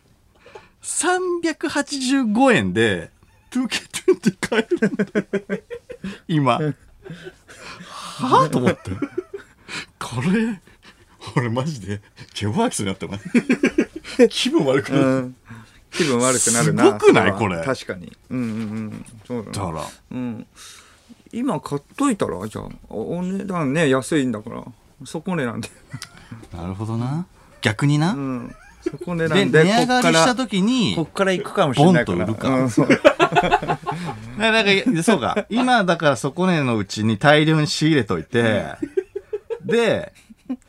A: 385円で、トゥーケトゥンって買えるんだよ今。はぁと思って。これ、俺マジで、ケボアキスになったな。 気分悪く
B: う
A: なっ
B: ん。気分悪くなるな。
A: すごくない
B: そは
A: これ
B: 確かに。うんうんうん。そうだ
A: た
B: な。
A: から、
B: うん。今買っといたら、じゃあ、おお値段ね、安いんだから。底値なんで。
A: なるほどな。逆に
B: う
A: な。
B: ん。底値な
A: で、
B: んで、
A: 値上がりした
B: こっから
A: 時に、
B: こっから行くかもしれないから。
A: ボンと売るか
B: うんそう
A: だからなんか そうか。今だからそこねのうちに大量に仕入れといて、で、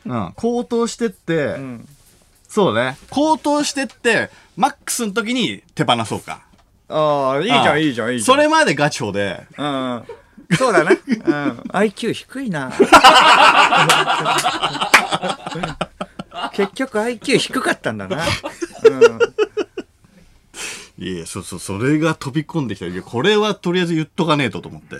A: うん、高騰してって、
B: ん
A: そうね。高騰してって、マックスの時に手放そうか。
B: ああ、いいじ
A: あ
B: ゃ
A: あ
B: ん、いいじゃん、いいじゃん。
A: それまでガチホで、
B: うん。そうだな。うん。IQ 低 いな。結局 IQ 低かったんだな。うん。
A: いやいや、そうそう、それが飛び込んできた。いや、これはとりあえず言っとかねえとと思って。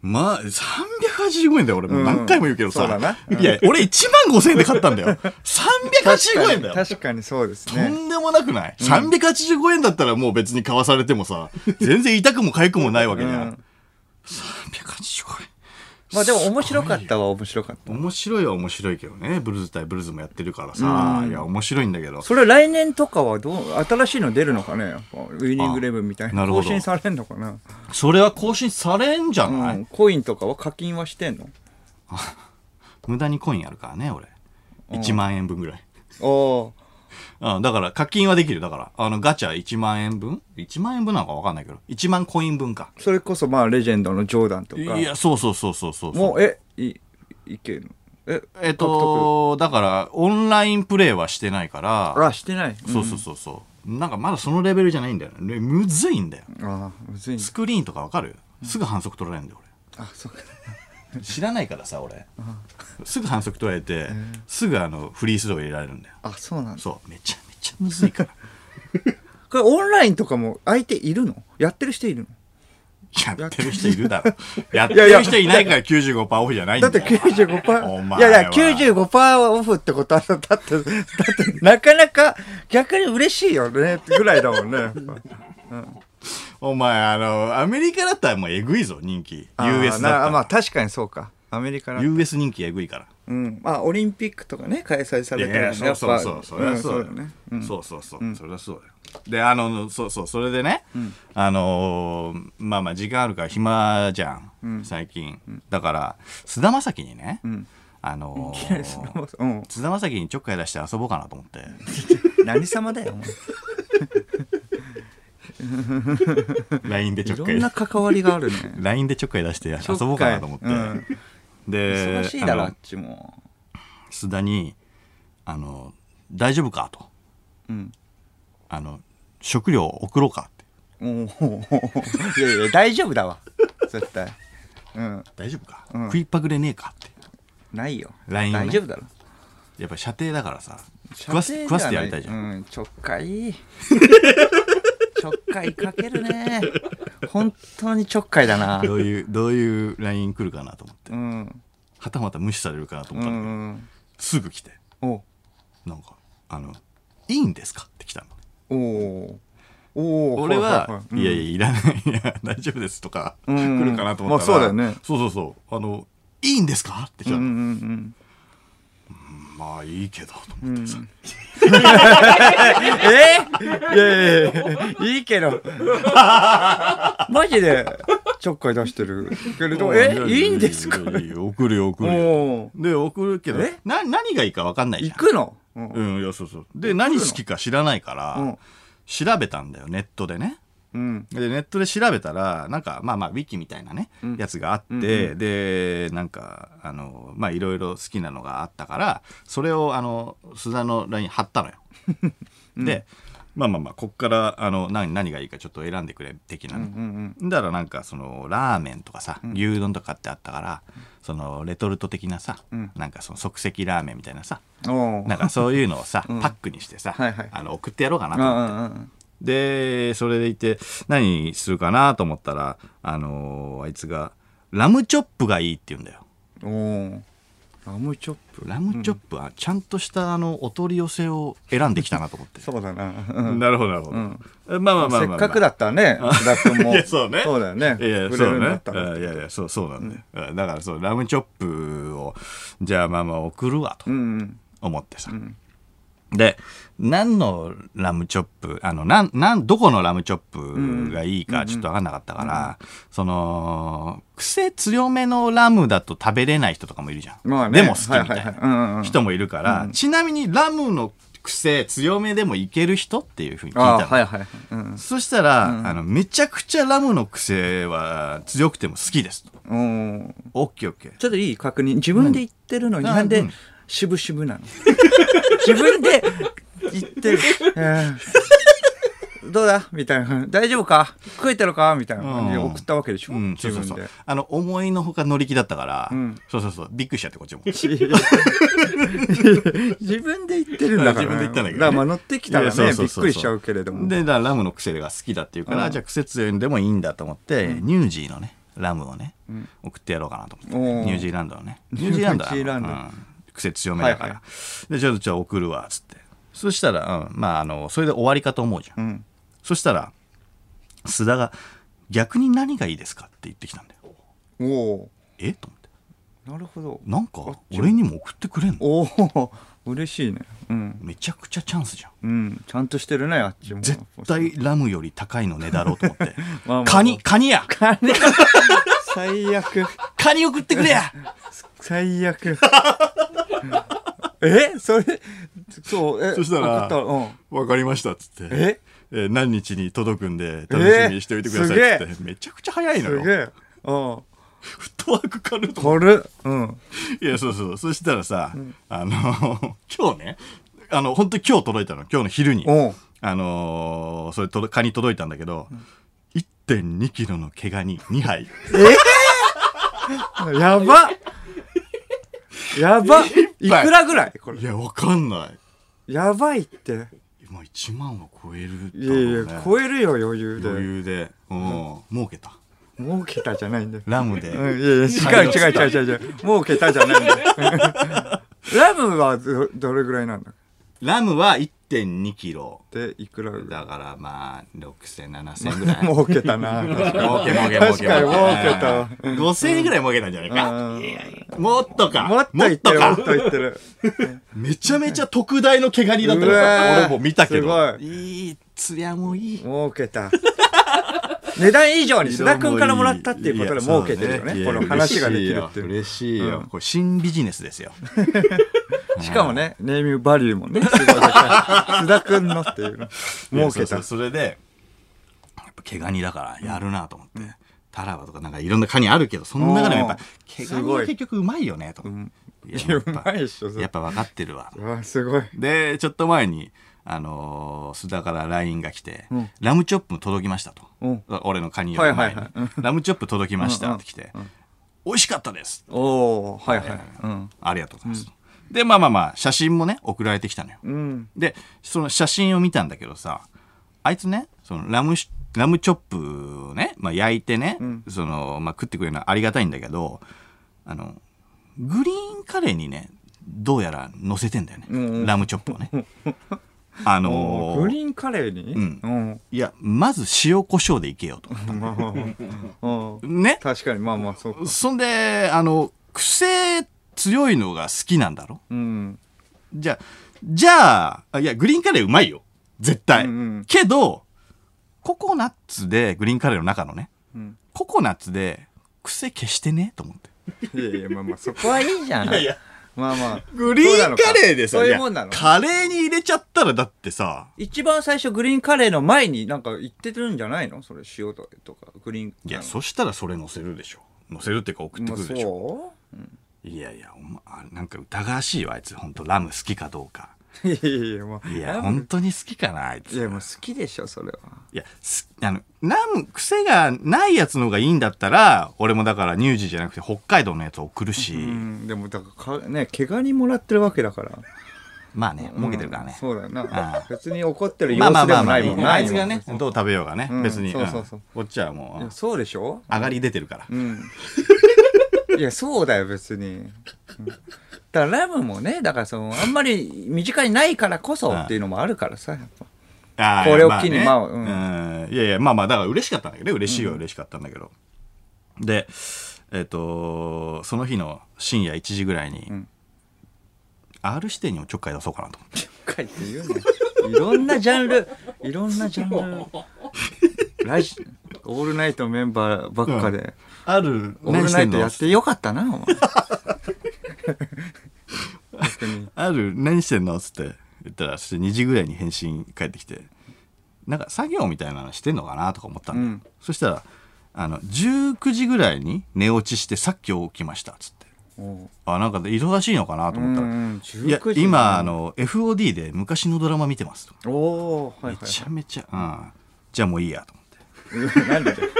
A: まあ、385円だよ、俺。もう何回も言うけどさ。
B: うんそうだなうん
A: いや、俺1万5000円で買ったんだよ。385円だよ。
B: 確かにそうです
A: と
B: ね。
A: んでもなくない、?385 円だったらもう別に買わされても さ、全然痛くも痒くもないわけじゃん。
B: うん
A: 385
B: まあでも面白かったは面白かった。
A: 円。面白いは面白いけどね。ブルーズ対ブルーズもやってるからさ。いや、面白いんだけど。
B: それ来年とかはどう、新しいの出るのかねやっぱウィニングレブンみたい
A: あな
B: な。
A: るほ
B: 更
A: ど
B: 新されんのかな
A: それは更新されんじゃない、
B: うん。コインとかは課金はしてんの
A: 無駄にコインあるからね、俺。1万円分ぐらい。
B: お
A: うん、だから課金はできる。だから、あの、ガチャ1万円分 ?1 万円分なのかわかんないけど。1万コイン分か。
B: それこそまあレジェンドのジョーダンとか
A: い。や、そうそうそうそうそうそう。
B: もう、え、い、いけるのえ、
A: えっと、だから、オンラインプレイはしてないから。
B: あ、してない。
A: そうそうそうそう、なんかまだそのレベルじゃないんだよねねむずいんだよ
B: ああ、むずいんだ
A: スクリーンとかわかるすぐ反則取られるんだよ
B: あ、そうか。
A: 俺知らないからさ俺すぐ反則取られてすぐあのフリースロー入れられるんだよ
B: あ、そうなんだ。
A: そうめちゃめちゃむずいから
B: これオンラインとかも相手いるのやってる人いるの
A: やってる人いるだろやってる人いないから95%オフじゃないんだ
B: だっ
A: よ
B: て95%パ
A: お前
B: ー。
A: はい
B: やいや、95%はオフってことは、だって、だって、なかなか逆に嬉しいよね、ぐらいだ もんね。やっぱ
A: お前あのアメリカだったらもうえぐいぞ人気
B: あー
A: US だった
B: な
A: ら、
B: まあ確かにそうか。アメリカな。
A: US 人気えぐいから
B: うん。まあオリンピックとかね、開催さ
A: い
B: れ
A: や
B: て
A: い
B: る
A: や
B: の
A: そうそうそう
B: やっぱ
A: そりゃそうだ
B: ん
A: よ
B: だね
A: ね。そうそうそうそりゃそうだよであのそうそうそれでねあのーまあまあ時間あるから暇じゃん最近だから菅田将暉にねあのー
B: うん。
A: 菅田将 暉にちょっかい出して遊ぼうかなと思って
B: 何様だよ、お 前
A: LINE でちょ
B: い
A: っ
B: ろ
A: かい
B: んな関わりがあるね。
A: LINE でちょっかい出して遊ぼうかなと思って
B: ちょっかいうん
A: で
B: 忙しいだろ、
A: あ
B: あ
A: の
B: っちも。
A: 須田に「あの大丈夫か?」と
B: うん。
A: 「あの食料送ろうか?」って
B: おーいやいや大丈夫だわ絶対うん
A: 「大丈夫か
B: うん
A: 食いっぱぐれねえか?」って
B: ないよ
A: LINE をね
B: 大丈夫だろ
A: やっぱ射程だからさ食わせ食
B: 射程
A: わ
B: で
A: せ
B: は
A: て
B: な
A: やりたいじゃん、
B: うんちょっか いちょっかいかけるね本当にちょっかいだな
A: どう いうどういう LINE 来るかなと思って
B: うん
A: はたまた無視されるかなと
B: う
A: 思ったら、
B: ん
A: すぐ来て
B: お
A: なんかあの「いいんですか?」って来たの
B: おおお
A: 俺は「いやいや
B: や
A: いらないいや大丈夫です」とか、
B: うん
A: 来るかなと思ったら、
B: まあそうだよね
A: そうそうそうあの「いいんですか?」って来
B: うん
A: た
B: うん
A: の、
B: うん
A: まあいいけどと思ってさ、
B: えー、いやいやいやいいけど マジでちょっかい出してるけれどえいいんですか
A: いやいや送るよ送るよ
B: おー
A: で送るけど
B: え
A: な何がいいか分かんないじゃ
B: 行
A: ん
B: くの、うん
A: うんいやそうそうで何好きか知らないから、
B: うん
A: 調べたんだよネットでね
B: うん。
A: でネットで調べたらなんかまあまあウィキみたいなね、やつがあって、でなんかあのまあいろいろ好きなのがあったからそれをあの須田の LINE 貼 ったのよ。でまあまあまあこっからあの何何がいいかちょっと選んでくれ的なね、だからなんかそのラーメンとかさ牛丼とかってあったから、そのレトルト的なさ、なんかその即席ラーメンみたいなさ
B: おー
A: なんかそういうのをさ、パックにしてさ、
B: はいはい
A: あの送ってやろうかな
B: う
A: と思って。
B: んうんうん。
A: でそれでいて何するかなと思ったらあのーあいつが「ラムチョップがいい」って言うんだよ。
B: おーラムチョップ
A: ラムチョップはちゃんとしたあのお取り寄せを選んできたなと思って。
B: そうだな、う ん
A: なるほどなるほど。えまあまあまあまあ、
B: せっかくだったらね須田君も
A: いやそうね。
B: だよ ね
A: いやいや
B: 売
A: そう
B: れるようにな
A: ね
B: ったら。
A: うんいやいやそうそうなんだよ、うんだからそうラムチョップをじゃあまあまあ送るわと
B: うんうん
A: 思ってさ。で何のラムチョップあのなんなんどこのラムチョップがいいかちょっと分かんなかったから、その癖強めのラムだと食べれない人とかもいるじゃん、
B: まあね
A: でも好きみたいな、
B: はいはいはいうんうんうん
A: 人もいるから、ちなみにラムの癖強めでもいける人っていうふうに聞いた
B: あ
A: の
B: あはいはいはい、うん
A: そしたら、あのめちゃくちゃラムの癖は強くても好きですと
B: うん、
A: オッケーオッケー
B: ちょっといい確認自分で言ってるのに
A: うん
B: なん
A: う
B: で
A: ん
B: 渋々なの 自分で言ってる、えーどうだみたいな大丈夫か食えてるかみたいな感じで
A: うん
B: 送ったわけでしょ、
A: うん、そ
B: 自
A: うそうそ
B: 分
A: う
B: で。
A: あの、思いのほか乗り気だったから、
B: ん
A: そうそうそう、びっくりしちゃって、こっ ちも。
B: 自分で言ってるんだか
A: 自
B: ら、
A: 分で言ったんだけどね
B: からまあ乗ってきたら
A: いやそう
B: ね
A: そ
B: び
A: う
B: っ
A: そうそう
B: くりしちゃうけれども
A: で、だからラムの癖が好きだっていうから、
B: うん
A: じゃあ癖強いのでもいいんだと思って、ニュージーのね、ラムをね、送ってやろうかなと思っ
B: おー
A: て、ニュージーランドのね。ニュージーランドだな
B: ニュージーランド
A: うん癖強めだから。
B: はいは
A: で、ちょっとじゃあ送るわ、つって。そしたら、うん、まあ、あの、それで終わりかと思うじゃん。
B: うん
A: そしたら、須田が、逆に何がいいですかって言ってきたんだよ。
B: おお
A: えと思って。
B: ーなるほど
A: なんか、俺にも送ってくれんの
B: おお嬉しいねうん
A: めちゃくちゃチャンスじゃん。
B: うんちゃんとしてるねあっちも
A: 絶対ラムより高いの値だろうと 思って。
B: まあまあ
A: カニ、カニや
B: 最悪
A: カニ送ってくれや
B: 最悪えそれそうえ
A: そしたら
B: 送ったうん、
A: わかりましたっつって。え
B: え
A: ー何日に届くんで楽しみにしておいてくださいっつって、めちゃくちゃ早いの
B: すげ
A: よ。
B: えうん
A: フットワーク軽いと思
B: これうん
A: ういや、そうそう。そしたらさ、あの 今日ね、あの、本当に今日届いたの。今日の昼に。
B: おう
A: あのーそれとど、カニ届いたんだけど、1.2キロの毛ガニ2杯。
B: やばやばいくらぐらいこれ
A: いや、わかんない。
B: やばいって
A: 今1万を超えるだ
B: いや
A: ろ
B: いう
A: ね
B: や超えるよ余裕
A: 余
B: で
A: 裕で、うん、儲けた。
B: 儲けたじゃないんだよ
A: ラムで。
B: うん、いやいや、違う違う違う違う違う。もう桁じゃないんだよ。 ラムはどどれぐらいなんだっ
A: ラムは1.2キロ。
B: て、いくらぐら
A: だからまあ、6000、7000ぐらい。
B: い
A: 儲
B: 儲けたな。
A: け儲け儲け。
B: 確かに儲けたわ
A: 5000円ぐらい儲けたんじゃないか。
B: うん
A: もっとか。
B: もっと言ってる、もっ
A: か。
B: と言ってる。
A: めちゃめちゃ特大の毛ガニだったか
B: うわ
A: ら、
B: ー
A: 俺も見たけど。
B: すご
A: いい、艶もいい。
B: 儲けた。値段以上に須田君からもらったっていうことで儲けてるよね。
A: いや
B: この話ができるっていう。
A: 嬉しいよ。嬉しいよ
B: うん
A: これ新ビジネスですよ。
B: しかもね、ネーミングバリューも ね、すごい高い。須田君のっていうの。儲
A: い
B: け
A: やそう。
B: た
A: そうそれでやっぱ毛ガニだからやるなと思って、タラバとかなんかいろんなカニあるけどその中でもやっぱ毛ガ
B: す
A: ニ
B: ご
A: はい結局うまいよねと、いや
B: いや
A: やっぱ
B: うまいっしょそれ
A: やっぱ分かってるわ
B: うわ、すごい。
A: でちょっと前にあのー須田から LINE が来て、ラムチョップも届きました」と、
B: うん
A: 俺のカニより前に、
B: はいはい
A: ラムチョップ届きました」って来て「美味しかったです」
B: おー、はいはい。うん。
A: ありがとうございます」でまあまあまあ写真もね送られてきたのよ、
B: うん。
A: でその写真を見たんだけどさあいつねそのラムシラムチョップをね、まあ、焼いてね、そのまあ、食ってくれるのはありがたいんだけどあのグリーンカレーにねどうやら乗せてんだよね、ラムチョップをね。あ のー
B: グリーンカレーにうん。
A: いやまず塩コショウでいけよと。
B: まあ、うん、
A: ね
B: 確かにまあまあそうか
A: そんであの癖強いのが好きなんだろ
B: うん
A: じゃあ、じゃあ、いや、グリーンカレーうまいよ。絶対。
B: うんうん
A: けど、ココナッツで、グリーンカレーの中のね、
B: ん
A: ココナッツで、癖消してねと思って。
B: いやいやまあまあそこはいいじゃん
A: いや
B: まあまあ。
A: グリーンカレーでさ、
B: そういうもんなの
A: いやカレーに入れちゃったらだってさ、
B: 一番最初グリーンカレーの前になんか言ってるんじゃないのそれ塩とかグリーン
A: いや、
B: あの
A: そしたらそれ乗せるでしょ。乗せるっていうか送って
B: まあ
A: くるでしょ。
B: そ
A: いやいや、お前、あなんか疑わしいよ、あいつ。本当ラム好きかどうか。
B: ういやいやいやもう
A: いや、
B: ラム
A: 本当に好きかな、あいつ。
B: いやもう好きでしょそれはい
A: や、すあの、なん、癖がないやつの方がいいんだったら、俺もだから乳児じゃなくて北海道のやつ送るし、
B: うんでもだからかね毛ガニもらってるわけだから
A: まあね、儲けてるからね。
B: そうだよな
A: あ
B: 別に怒ってる
A: まあ
B: 様
A: まあ
B: 子で
A: まあ
B: も
A: まあ、
B: ないもん
A: あいつがね、
B: ないもん
A: どう食べようがね、
B: うん
A: 別に、
B: そうそうそうん
A: こっちはも
B: いうや、そうでしょ
A: 上がり出てるから。
B: うん。いや、そうだよ、別に。うんだからラムもね、だからその、あんまり身近にないからこそっていうのもあるからさ、やっぱ。
A: あー
B: これを機に
A: まあね
B: ま
A: うんいやいやまあまあだから嬉しかったんだけどね嬉しいは嬉しかったんだけど、でえっ、とその日の深夜1時ぐらいに、
B: ん
A: R 指定にもちょっかい出そうかなと思って
B: 深いって言うね。いろんなジャンル、いろんなジャンル。ラジオールナイトメンバーばっかで、
A: ある
B: オールナイトやってよかったな、お 前。
A: ある何してんのっつって言ったらそして2時ぐらいに返信返ってきてなんか作業みたいなのしてんのかなとか思ったんだよ、
B: うん
A: そしたらあの19時ぐらいに寝落ちしてさっき起きましたっつって
B: おう
A: あなんか忙しいのかなと思ったら、
B: うん19
A: いや
B: 時
A: 今あの FOD で昔のドラマ見てますと
B: おおはい
A: め
B: は
A: ちゃめちゃ、うん、じゃあもういいやと思って
B: い。なんでだよ。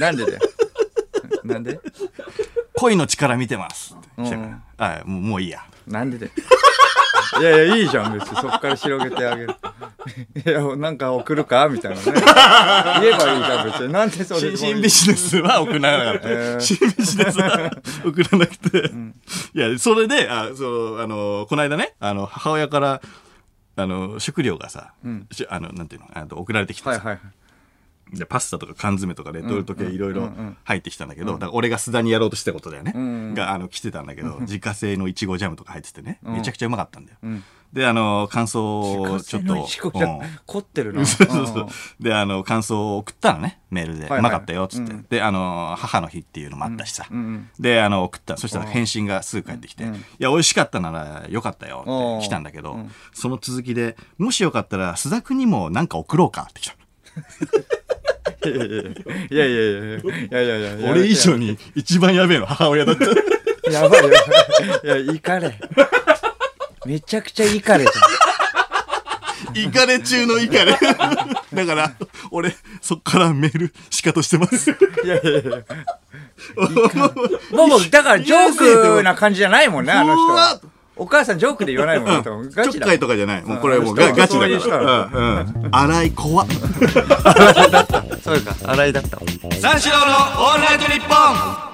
B: なんでだよ。なんで
A: 恋の力見てますって来たか
B: うん
A: ら、はいもうもういいや
B: なんでだよ。いやいや、いいじゃん、別に。そっから広げてあげる。いや、なんか送るかみたいなね。言えばいいじゃん、別に。なんでそれ
A: し新ビジネスは送らなかった、
B: えー
A: 新ビジネスは送らなくて、いやそれであそうあのこの間ねあの母親からあの食料がさ、しあのなんていうのあの送られてきてさ、
B: はいはいはい。
A: でパスタとか缶詰とかレトルト系いろいろ入ってきたんだけど、
B: うん
A: だから俺が須田にやろうとしてたことだよね、
B: うん
A: があの来てたんだけど自家製のいちごジャムとか入っててね、
B: ん
A: めちゃくちゃうまかったんだよ、
B: ん
A: であの感想をちょっと
B: ちゃ凝ってる
A: うん
B: な。
A: そうそうそうであの感想を送ったのねメールで「
B: はいう
A: まかったよ」っつって、
B: うん
A: であの母の日っていうのもあったしさ、
B: うんうん
A: であの送ったそしたら返信がすぐ返ってきて「
B: うん
A: いや美味しかったならよかったよ」って来たんだけど、
B: うん
A: その続きで「もしよかったら須田君にも何か送ろうか」って来たの
B: いやいやいやいやいやいやいや。
A: 俺以上に一番やべえの母親だった
B: やばいやばい。いや、イカレ。めちゃくちゃイカレじ
A: イカレ中のイカレ だから俺そっからメールしかとしてます
B: ゃん。いやいやいや。もう、だからジョークな感じじゃないもんね、あの人は。お母さんジョークで言わないもんね多分。ガ
A: ちょっ
B: チ
A: か
B: だもん
A: いとかじゃないもうこれはもうガガチだ
B: そういう人
A: か
B: な
A: らうんうん荒い怖っ
B: そうか、洗いだった。
A: 三四郎のオールナイトニッポン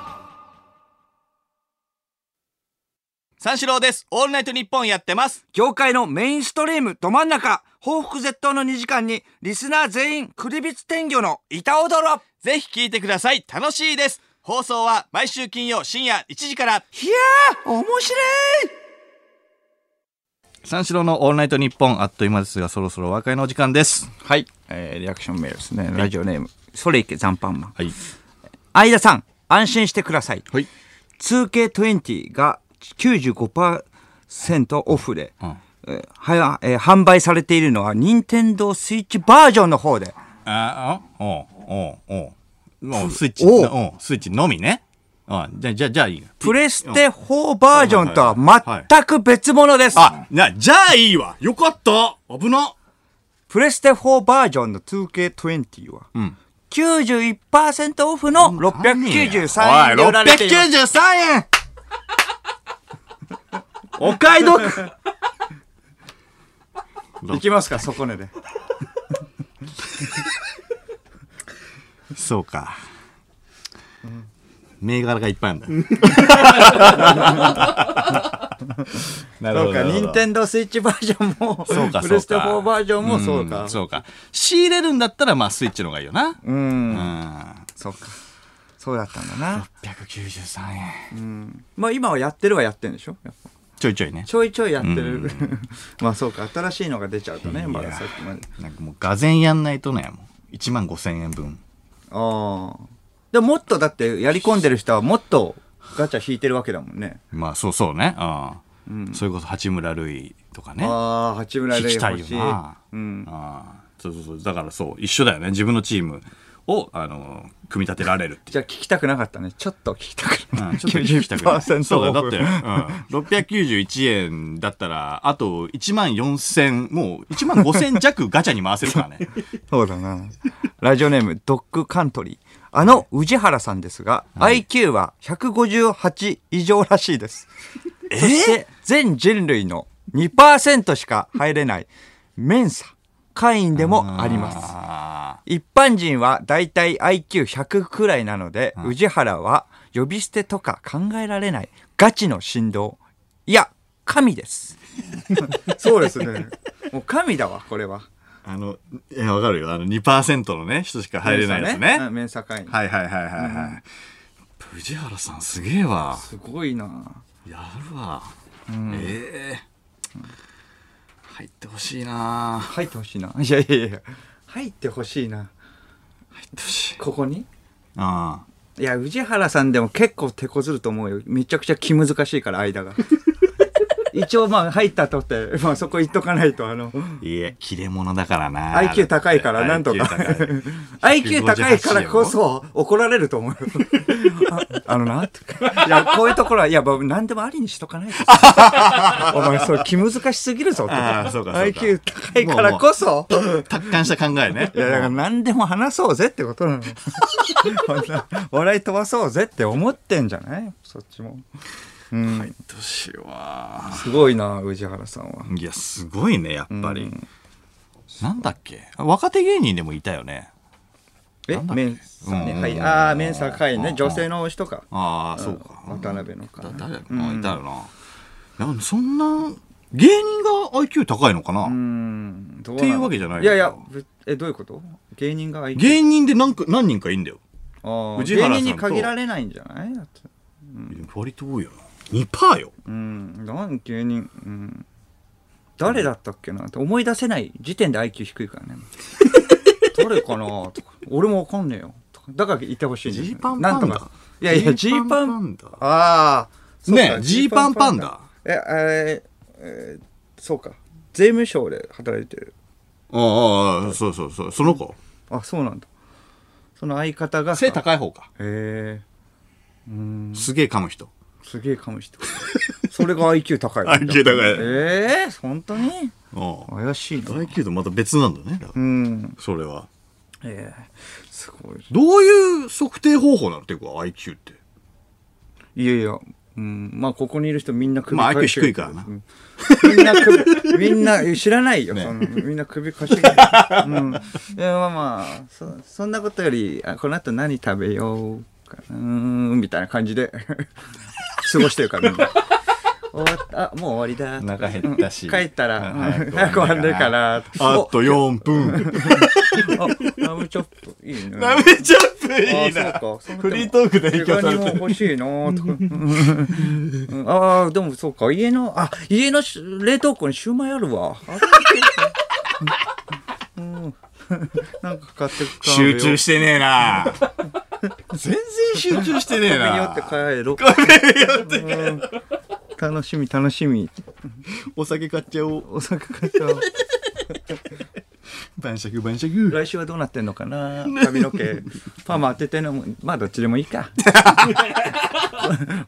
A: 三四郎ですオールナイトニッポンやってます
B: 業界のメインストリームど真ん中、報復絶倒の2時間に、リスナー全員、クリビツ天魚の板踊ろ
A: ぜひ聞いてください楽しいです放送は毎週金曜深夜1時から
B: いやー、面白い
A: 三四郎のオールナイトニッポンあっという間ですがそろそろお別れのお時間です
B: はい、えー、リアクションメールですね。ラジオネーム、それいけ残飯マン。
A: はい
B: 相田さん、安心してください。
A: はい
B: 2K20 が95%オフで、
A: うん
B: えーはえー販売されているのは、任天堂スイッチバージョンの方で、
A: ああおうおうおうもうスイッチ
B: おう
A: おスイッチのみねあじゃあじゃあじゃあいいよ
B: プレステ4バージョンとは全く別物です。
A: あなじゃあいいわよかった危な
B: プレステ4バージョンの 2K20 は、
A: ん
B: 91%オフの693円で
A: お
B: 売
A: い
B: られています。
A: 693円お買い得
B: いきますか、そこねで。
A: そうか銘柄がいっぱいあるんだ な
B: そうか、任天堂スイッチバージョンも、
A: そうかそうか
B: プレステ4バージョンもそうか。
A: んそうか仕入れるんだったらまあスイッチの方がいいよな
B: う、
A: うんん
B: そうか。そうだったんだな。
A: 693円
B: まあ今はやってるはやってるんでしょやっぱ
A: ちょいちょいね
B: ちょいちょいやってる。 まあそうか、新しいのが出ちゃうとね、まださっきまで。
A: なんかもうがぜんやんないとねもう1万5000円分
B: ああ。でももっとだってやり込んでる人はもっとガチャ引いてるわけだもんね。
A: まあそうそうねうんそれこそ八村塁とかね
B: ああ八村塁
A: 聞きたいよ
B: 欲しい
A: な、
B: うん、
A: ああそうそうそうだからそう一緒だよね自分のチームをあの組み立てられるっていう
B: じゃあ聞きたくなかったねちょっと聞きたくな
A: うん
B: かった、
A: ちょっと聞きた くない
B: 90%
A: そうだ
B: オ
A: よ
B: フ
A: だって、うん、691円だったらあと1万4000もう1万5000弱ガチャに回せるからね
B: そうだな。ラジオネーム、ドッグカントリー。あの、宇治原さんですが、IQ は158以上らしいです。そして、全人類の2%しか入れない、メンサ、会員でもあります。
A: あ
B: 一般人はだいたい IQ100 くらいなので、宇治原は呼び捨てとか考えられないガチの振動。いや、神です。 そうですね。もう神だわ、これは。
A: ーあのいやわかるよあの2%のね人しか入れないやつね
B: うんメンサ会員。
A: はいはいはいはいはい、藤原さんすげえわ
B: すごいな
A: やるわ、ええ入ってほしいな
B: 入ってほしいないやいやいや入ってほしいな
A: 入ってほしい
B: ここに
A: あ
B: いや宇治原さんでも結構手こずると思うよめちゃくちゃ気難しいから間 が一応まあ入ったとって、まあ、そこ行っとかないとあの
A: あいや切れ者だからな
B: IQ 高いからなんとか
A: IQ 高い
B: IQ 高いからこそ怒られると 思うよああのなとかいやこういうところはいやまあ何でもありにしとかない とお前それ気難しすぎるぞと
A: あーそうかそうか
B: IQ 高いからこそ
A: 達観した考えね。
B: いやだから何でも話そうぜってことなの こんな笑い飛ばそうぜって思ってんじゃないそっちも、うん
A: どうしようわ
B: すごいな宇治原さんはい
A: や、すごいね、やっぱり。
B: うん
A: なんだっけあ若手芸人でもいたよね。
B: え
A: なんだっけ
B: メンサね、
A: うん
B: はいああメンサ会
A: う
B: ね
A: ん
B: 女性の人か
A: ああ、そうか。
B: 渡辺のか
A: だ
B: な
A: 誰だろうな、いたよな。でもそんな、芸人が IQ 高いのかな、
B: うんどう
A: っていうわけじゃない
B: いやいやぶえどういうこと芸人が IQ
A: 芸人で何か何人かいんだよ。
B: あー
A: 宇治原さんと
B: 芸人に限られないんじゃないだって
A: 割と多いよな。2%よ。
B: うんなん芸人うん誰だったっけなって思い出せない時点で IQ 低いから ね誰かなとか俺もわかんねえよとかだから言ってほしいんですよ
A: ジーパン
B: なんと
A: パン
B: か
A: ダ
B: いやいやジ
A: ジ
B: ー
A: ー
B: パ
A: パ
B: ン
A: ン
B: パ
A: パ
B: ン
A: ン
B: ダ
A: ダ
B: ああそうか
A: ねえジーパンパンダ
B: えあれえーそうか税務省で働いてる
A: ああああ、そうそうそう。その子。
B: あそうなんだその相方が
A: 背高い方か。
B: へえうん
A: すげえ噛む人。
B: すげえか もしれないそれが IQ 高い
A: IQ 高い
B: ええ本当に
A: うん
B: 怪しいな
A: IQ とまた別なんだね。だか
B: う
A: ら
B: ん。
A: それは。
B: ええすごい。
A: どういう測定方法なのっていうか IQ って。
B: いやいや、うん、まあここにいる人みんな首
A: まあ
B: かし
A: IQ
B: げ
A: 低いからな
B: うんみんな首、みんな知らないよ。
A: ね
B: そのみんな首かしげてる。うん。いやまあまあ、そそんなことより、あこの後何食べようかな、みたいな感じで 過ごしてるからみんな。終わったあもう終わりだ
A: お腹減ったし
B: うん帰ったら
A: はい
B: うん早く終わるから
A: あと4分。
B: おあラムチョップいいね
A: ラムチョップいい
B: あ
A: な。
B: そうかその
A: フリートークで影響されて
B: 手紙
A: る
B: も欲しいなとか。うんああ、でもそうか。家の、あ、家のし冷凍庫にシューマイあるわ。あれうんなんか買ってくか
A: 集中してねえな。全然集中してねえ
B: 食べようって
A: な。
B: 帰 ろう。うん楽しみ、楽しみ。
A: お酒買っちゃおう。
B: お酒買ったわ。
A: 晩酌晩 酌。
B: 来週はどうなってんのかな髪の毛。パーマ当ててんのも、まあどっちでもいい か。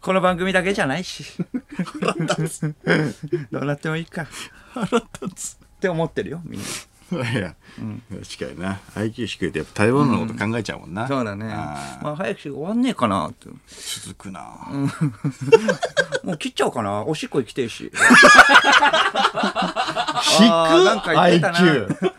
B: この番組だけじゃないし。どうなってもいいか。
A: 腹立
B: って思ってるよみんな
A: つ。いや、確かにな。IQ 低いとやっぱ台湾のこと考えちゃうもんな。
B: そうだね
A: あー
B: まあ早く終わんねえかなって
A: 続くな。
B: もう切っちゃおうかなおしっこ行きてえし
A: 低っ
B: あーなんか言ってたな
A: IQ。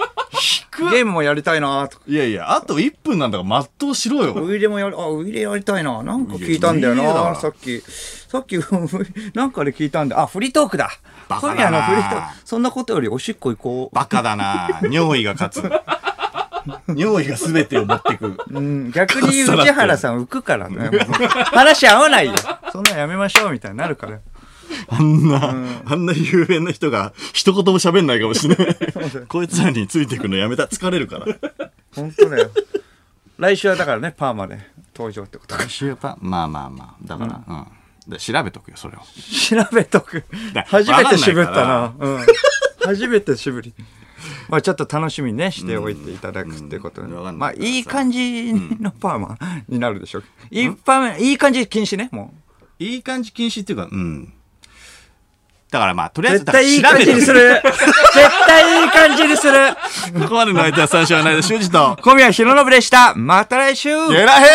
B: ゲームもやりたいなとか
A: いやいや、あと1分なんだから全うしろよ。
B: ウイイレもやりあウイイレやりたいななんか聞いたんだよ
A: いやウイイレだか
B: な
A: ら
B: さっきさっき なんかで聞いたんだあフリートークだ
A: バカだな
B: 今夜のフリートークそんなことよりおしっこ行こう
A: バカだな。尿意が勝つ。尿意が全てを持ってく。
B: うん、逆 に宇治原さん浮くからね。もう話合わないよ。そんなんやめましょうみたいになるから。
A: あんな、あんな有名な人が一言も喋んないかもしれない。こいつらについていくのやめた。疲れるから。
B: 本当だよ。来週はだからね、パーマで登場ってことか。
A: 週パまあまあまあ。だから、うん。だ調べとくよそれを
B: 調べとく
A: だ。
B: 初めて渋っ
A: わ
B: た
A: か
B: な。うん。初めて渋り。まあちょっと楽しみにね、しておいていただくってことね
A: うんわかん
B: ま
A: な
B: あ
A: い
B: いい感じのパーマになるでしょう。いいパーマ、いい感じ禁止ね、も
A: いい感じ禁止っていうかうんだからまあと
B: う。
A: りあえず
B: 絶対いい
A: だから調
B: 感じ
A: べ
B: に
A: と
B: する絶対いい感じにする
A: くここまでの相手は三四の間修二と
B: 小宮宏信でした。また来週
A: ゲラヘ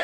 A: イ